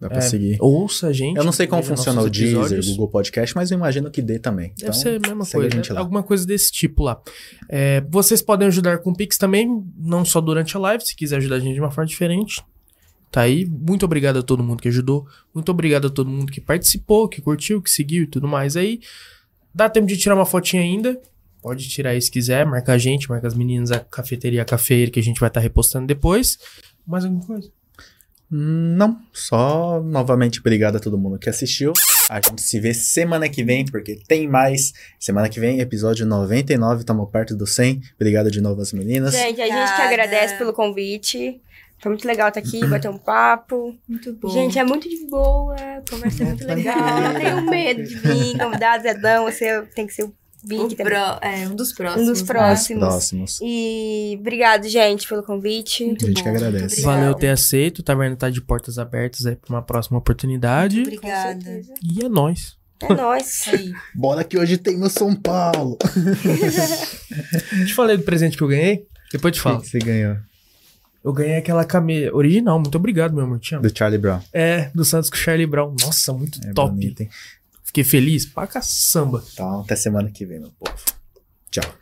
Speaker 1: Dá pra
Speaker 2: É.
Speaker 1: seguir.
Speaker 2: Ouça a gente.
Speaker 1: Eu não sei como
Speaker 2: veja
Speaker 1: funciona o
Speaker 2: nossos
Speaker 1: Deezer,
Speaker 2: episódios.
Speaker 1: o Google Podcast, mas eu imagino que dê também.
Speaker 2: Deve
Speaker 1: Então,
Speaker 2: ser a mesma
Speaker 1: segue
Speaker 2: coisa,
Speaker 1: a gente
Speaker 2: né?
Speaker 1: lá.
Speaker 2: alguma coisa desse tipo lá. É, vocês podem ajudar com o Pix também, não só durante a live, se quiser ajudar a gente de uma forma diferente. Tá aí. Muito obrigado a todo mundo que ajudou. Muito obrigado a todo mundo que participou, que curtiu, que seguiu e tudo mais aí. Dá tempo de tirar uma fotinha ainda. Pode tirar aí se quiser, marca a gente, marca as meninas, a cafeteria, a cafeira, que a gente vai estar repostando depois. Mais alguma coisa?
Speaker 1: Hum, Não, só novamente obrigado a todo mundo que assistiu. A gente se vê semana que vem, porque tem mais. Semana que vem, episódio 99, tamo perto do 100. Obrigado de novo às meninas.
Speaker 3: Gente, a gente
Speaker 4: Obrigada.
Speaker 3: que agradece pelo convite. Foi muito legal estar aqui, bater um papo.
Speaker 7: Muito bom.
Speaker 3: Gente, é muito de boa, a conversa é muito legal. Eu tenho medo de vir, convidar Zedão, você tem que ser o
Speaker 7: O
Speaker 3: Big
Speaker 7: pró-
Speaker 3: também.
Speaker 7: é, um dos próximos.
Speaker 3: Um dos
Speaker 7: né?
Speaker 3: próximos.
Speaker 1: Próximos.
Speaker 3: E obrigado, gente, pelo convite.
Speaker 1: A gente que
Speaker 7: bom, muito
Speaker 1: agradece.
Speaker 7: obrigada.
Speaker 2: Valeu ter aceito. Taverna tá de portas abertas aí pra uma próxima oportunidade.
Speaker 7: Muito
Speaker 3: Com
Speaker 4: Obrigada.
Speaker 3: certeza.
Speaker 2: E é nóis.
Speaker 3: É nóis.
Speaker 4: Aí.
Speaker 1: Bora que hoje tem no São Paulo.
Speaker 2: Eu te falei do presente que eu ganhei? Depois eu te
Speaker 1: O
Speaker 2: falo.
Speaker 1: que que você ganhou?
Speaker 2: Eu ganhei aquela camisa original. Muito obrigado, meu amor. Te amo.
Speaker 1: Do Charlie Brown.
Speaker 2: É, do Santos com o Charlie Brown. Nossa, muito
Speaker 1: É
Speaker 2: top.
Speaker 1: bonito, hein?
Speaker 2: Fiquei feliz pra caçamba.
Speaker 1: Então, até semana que vem, meu povo. Tchau.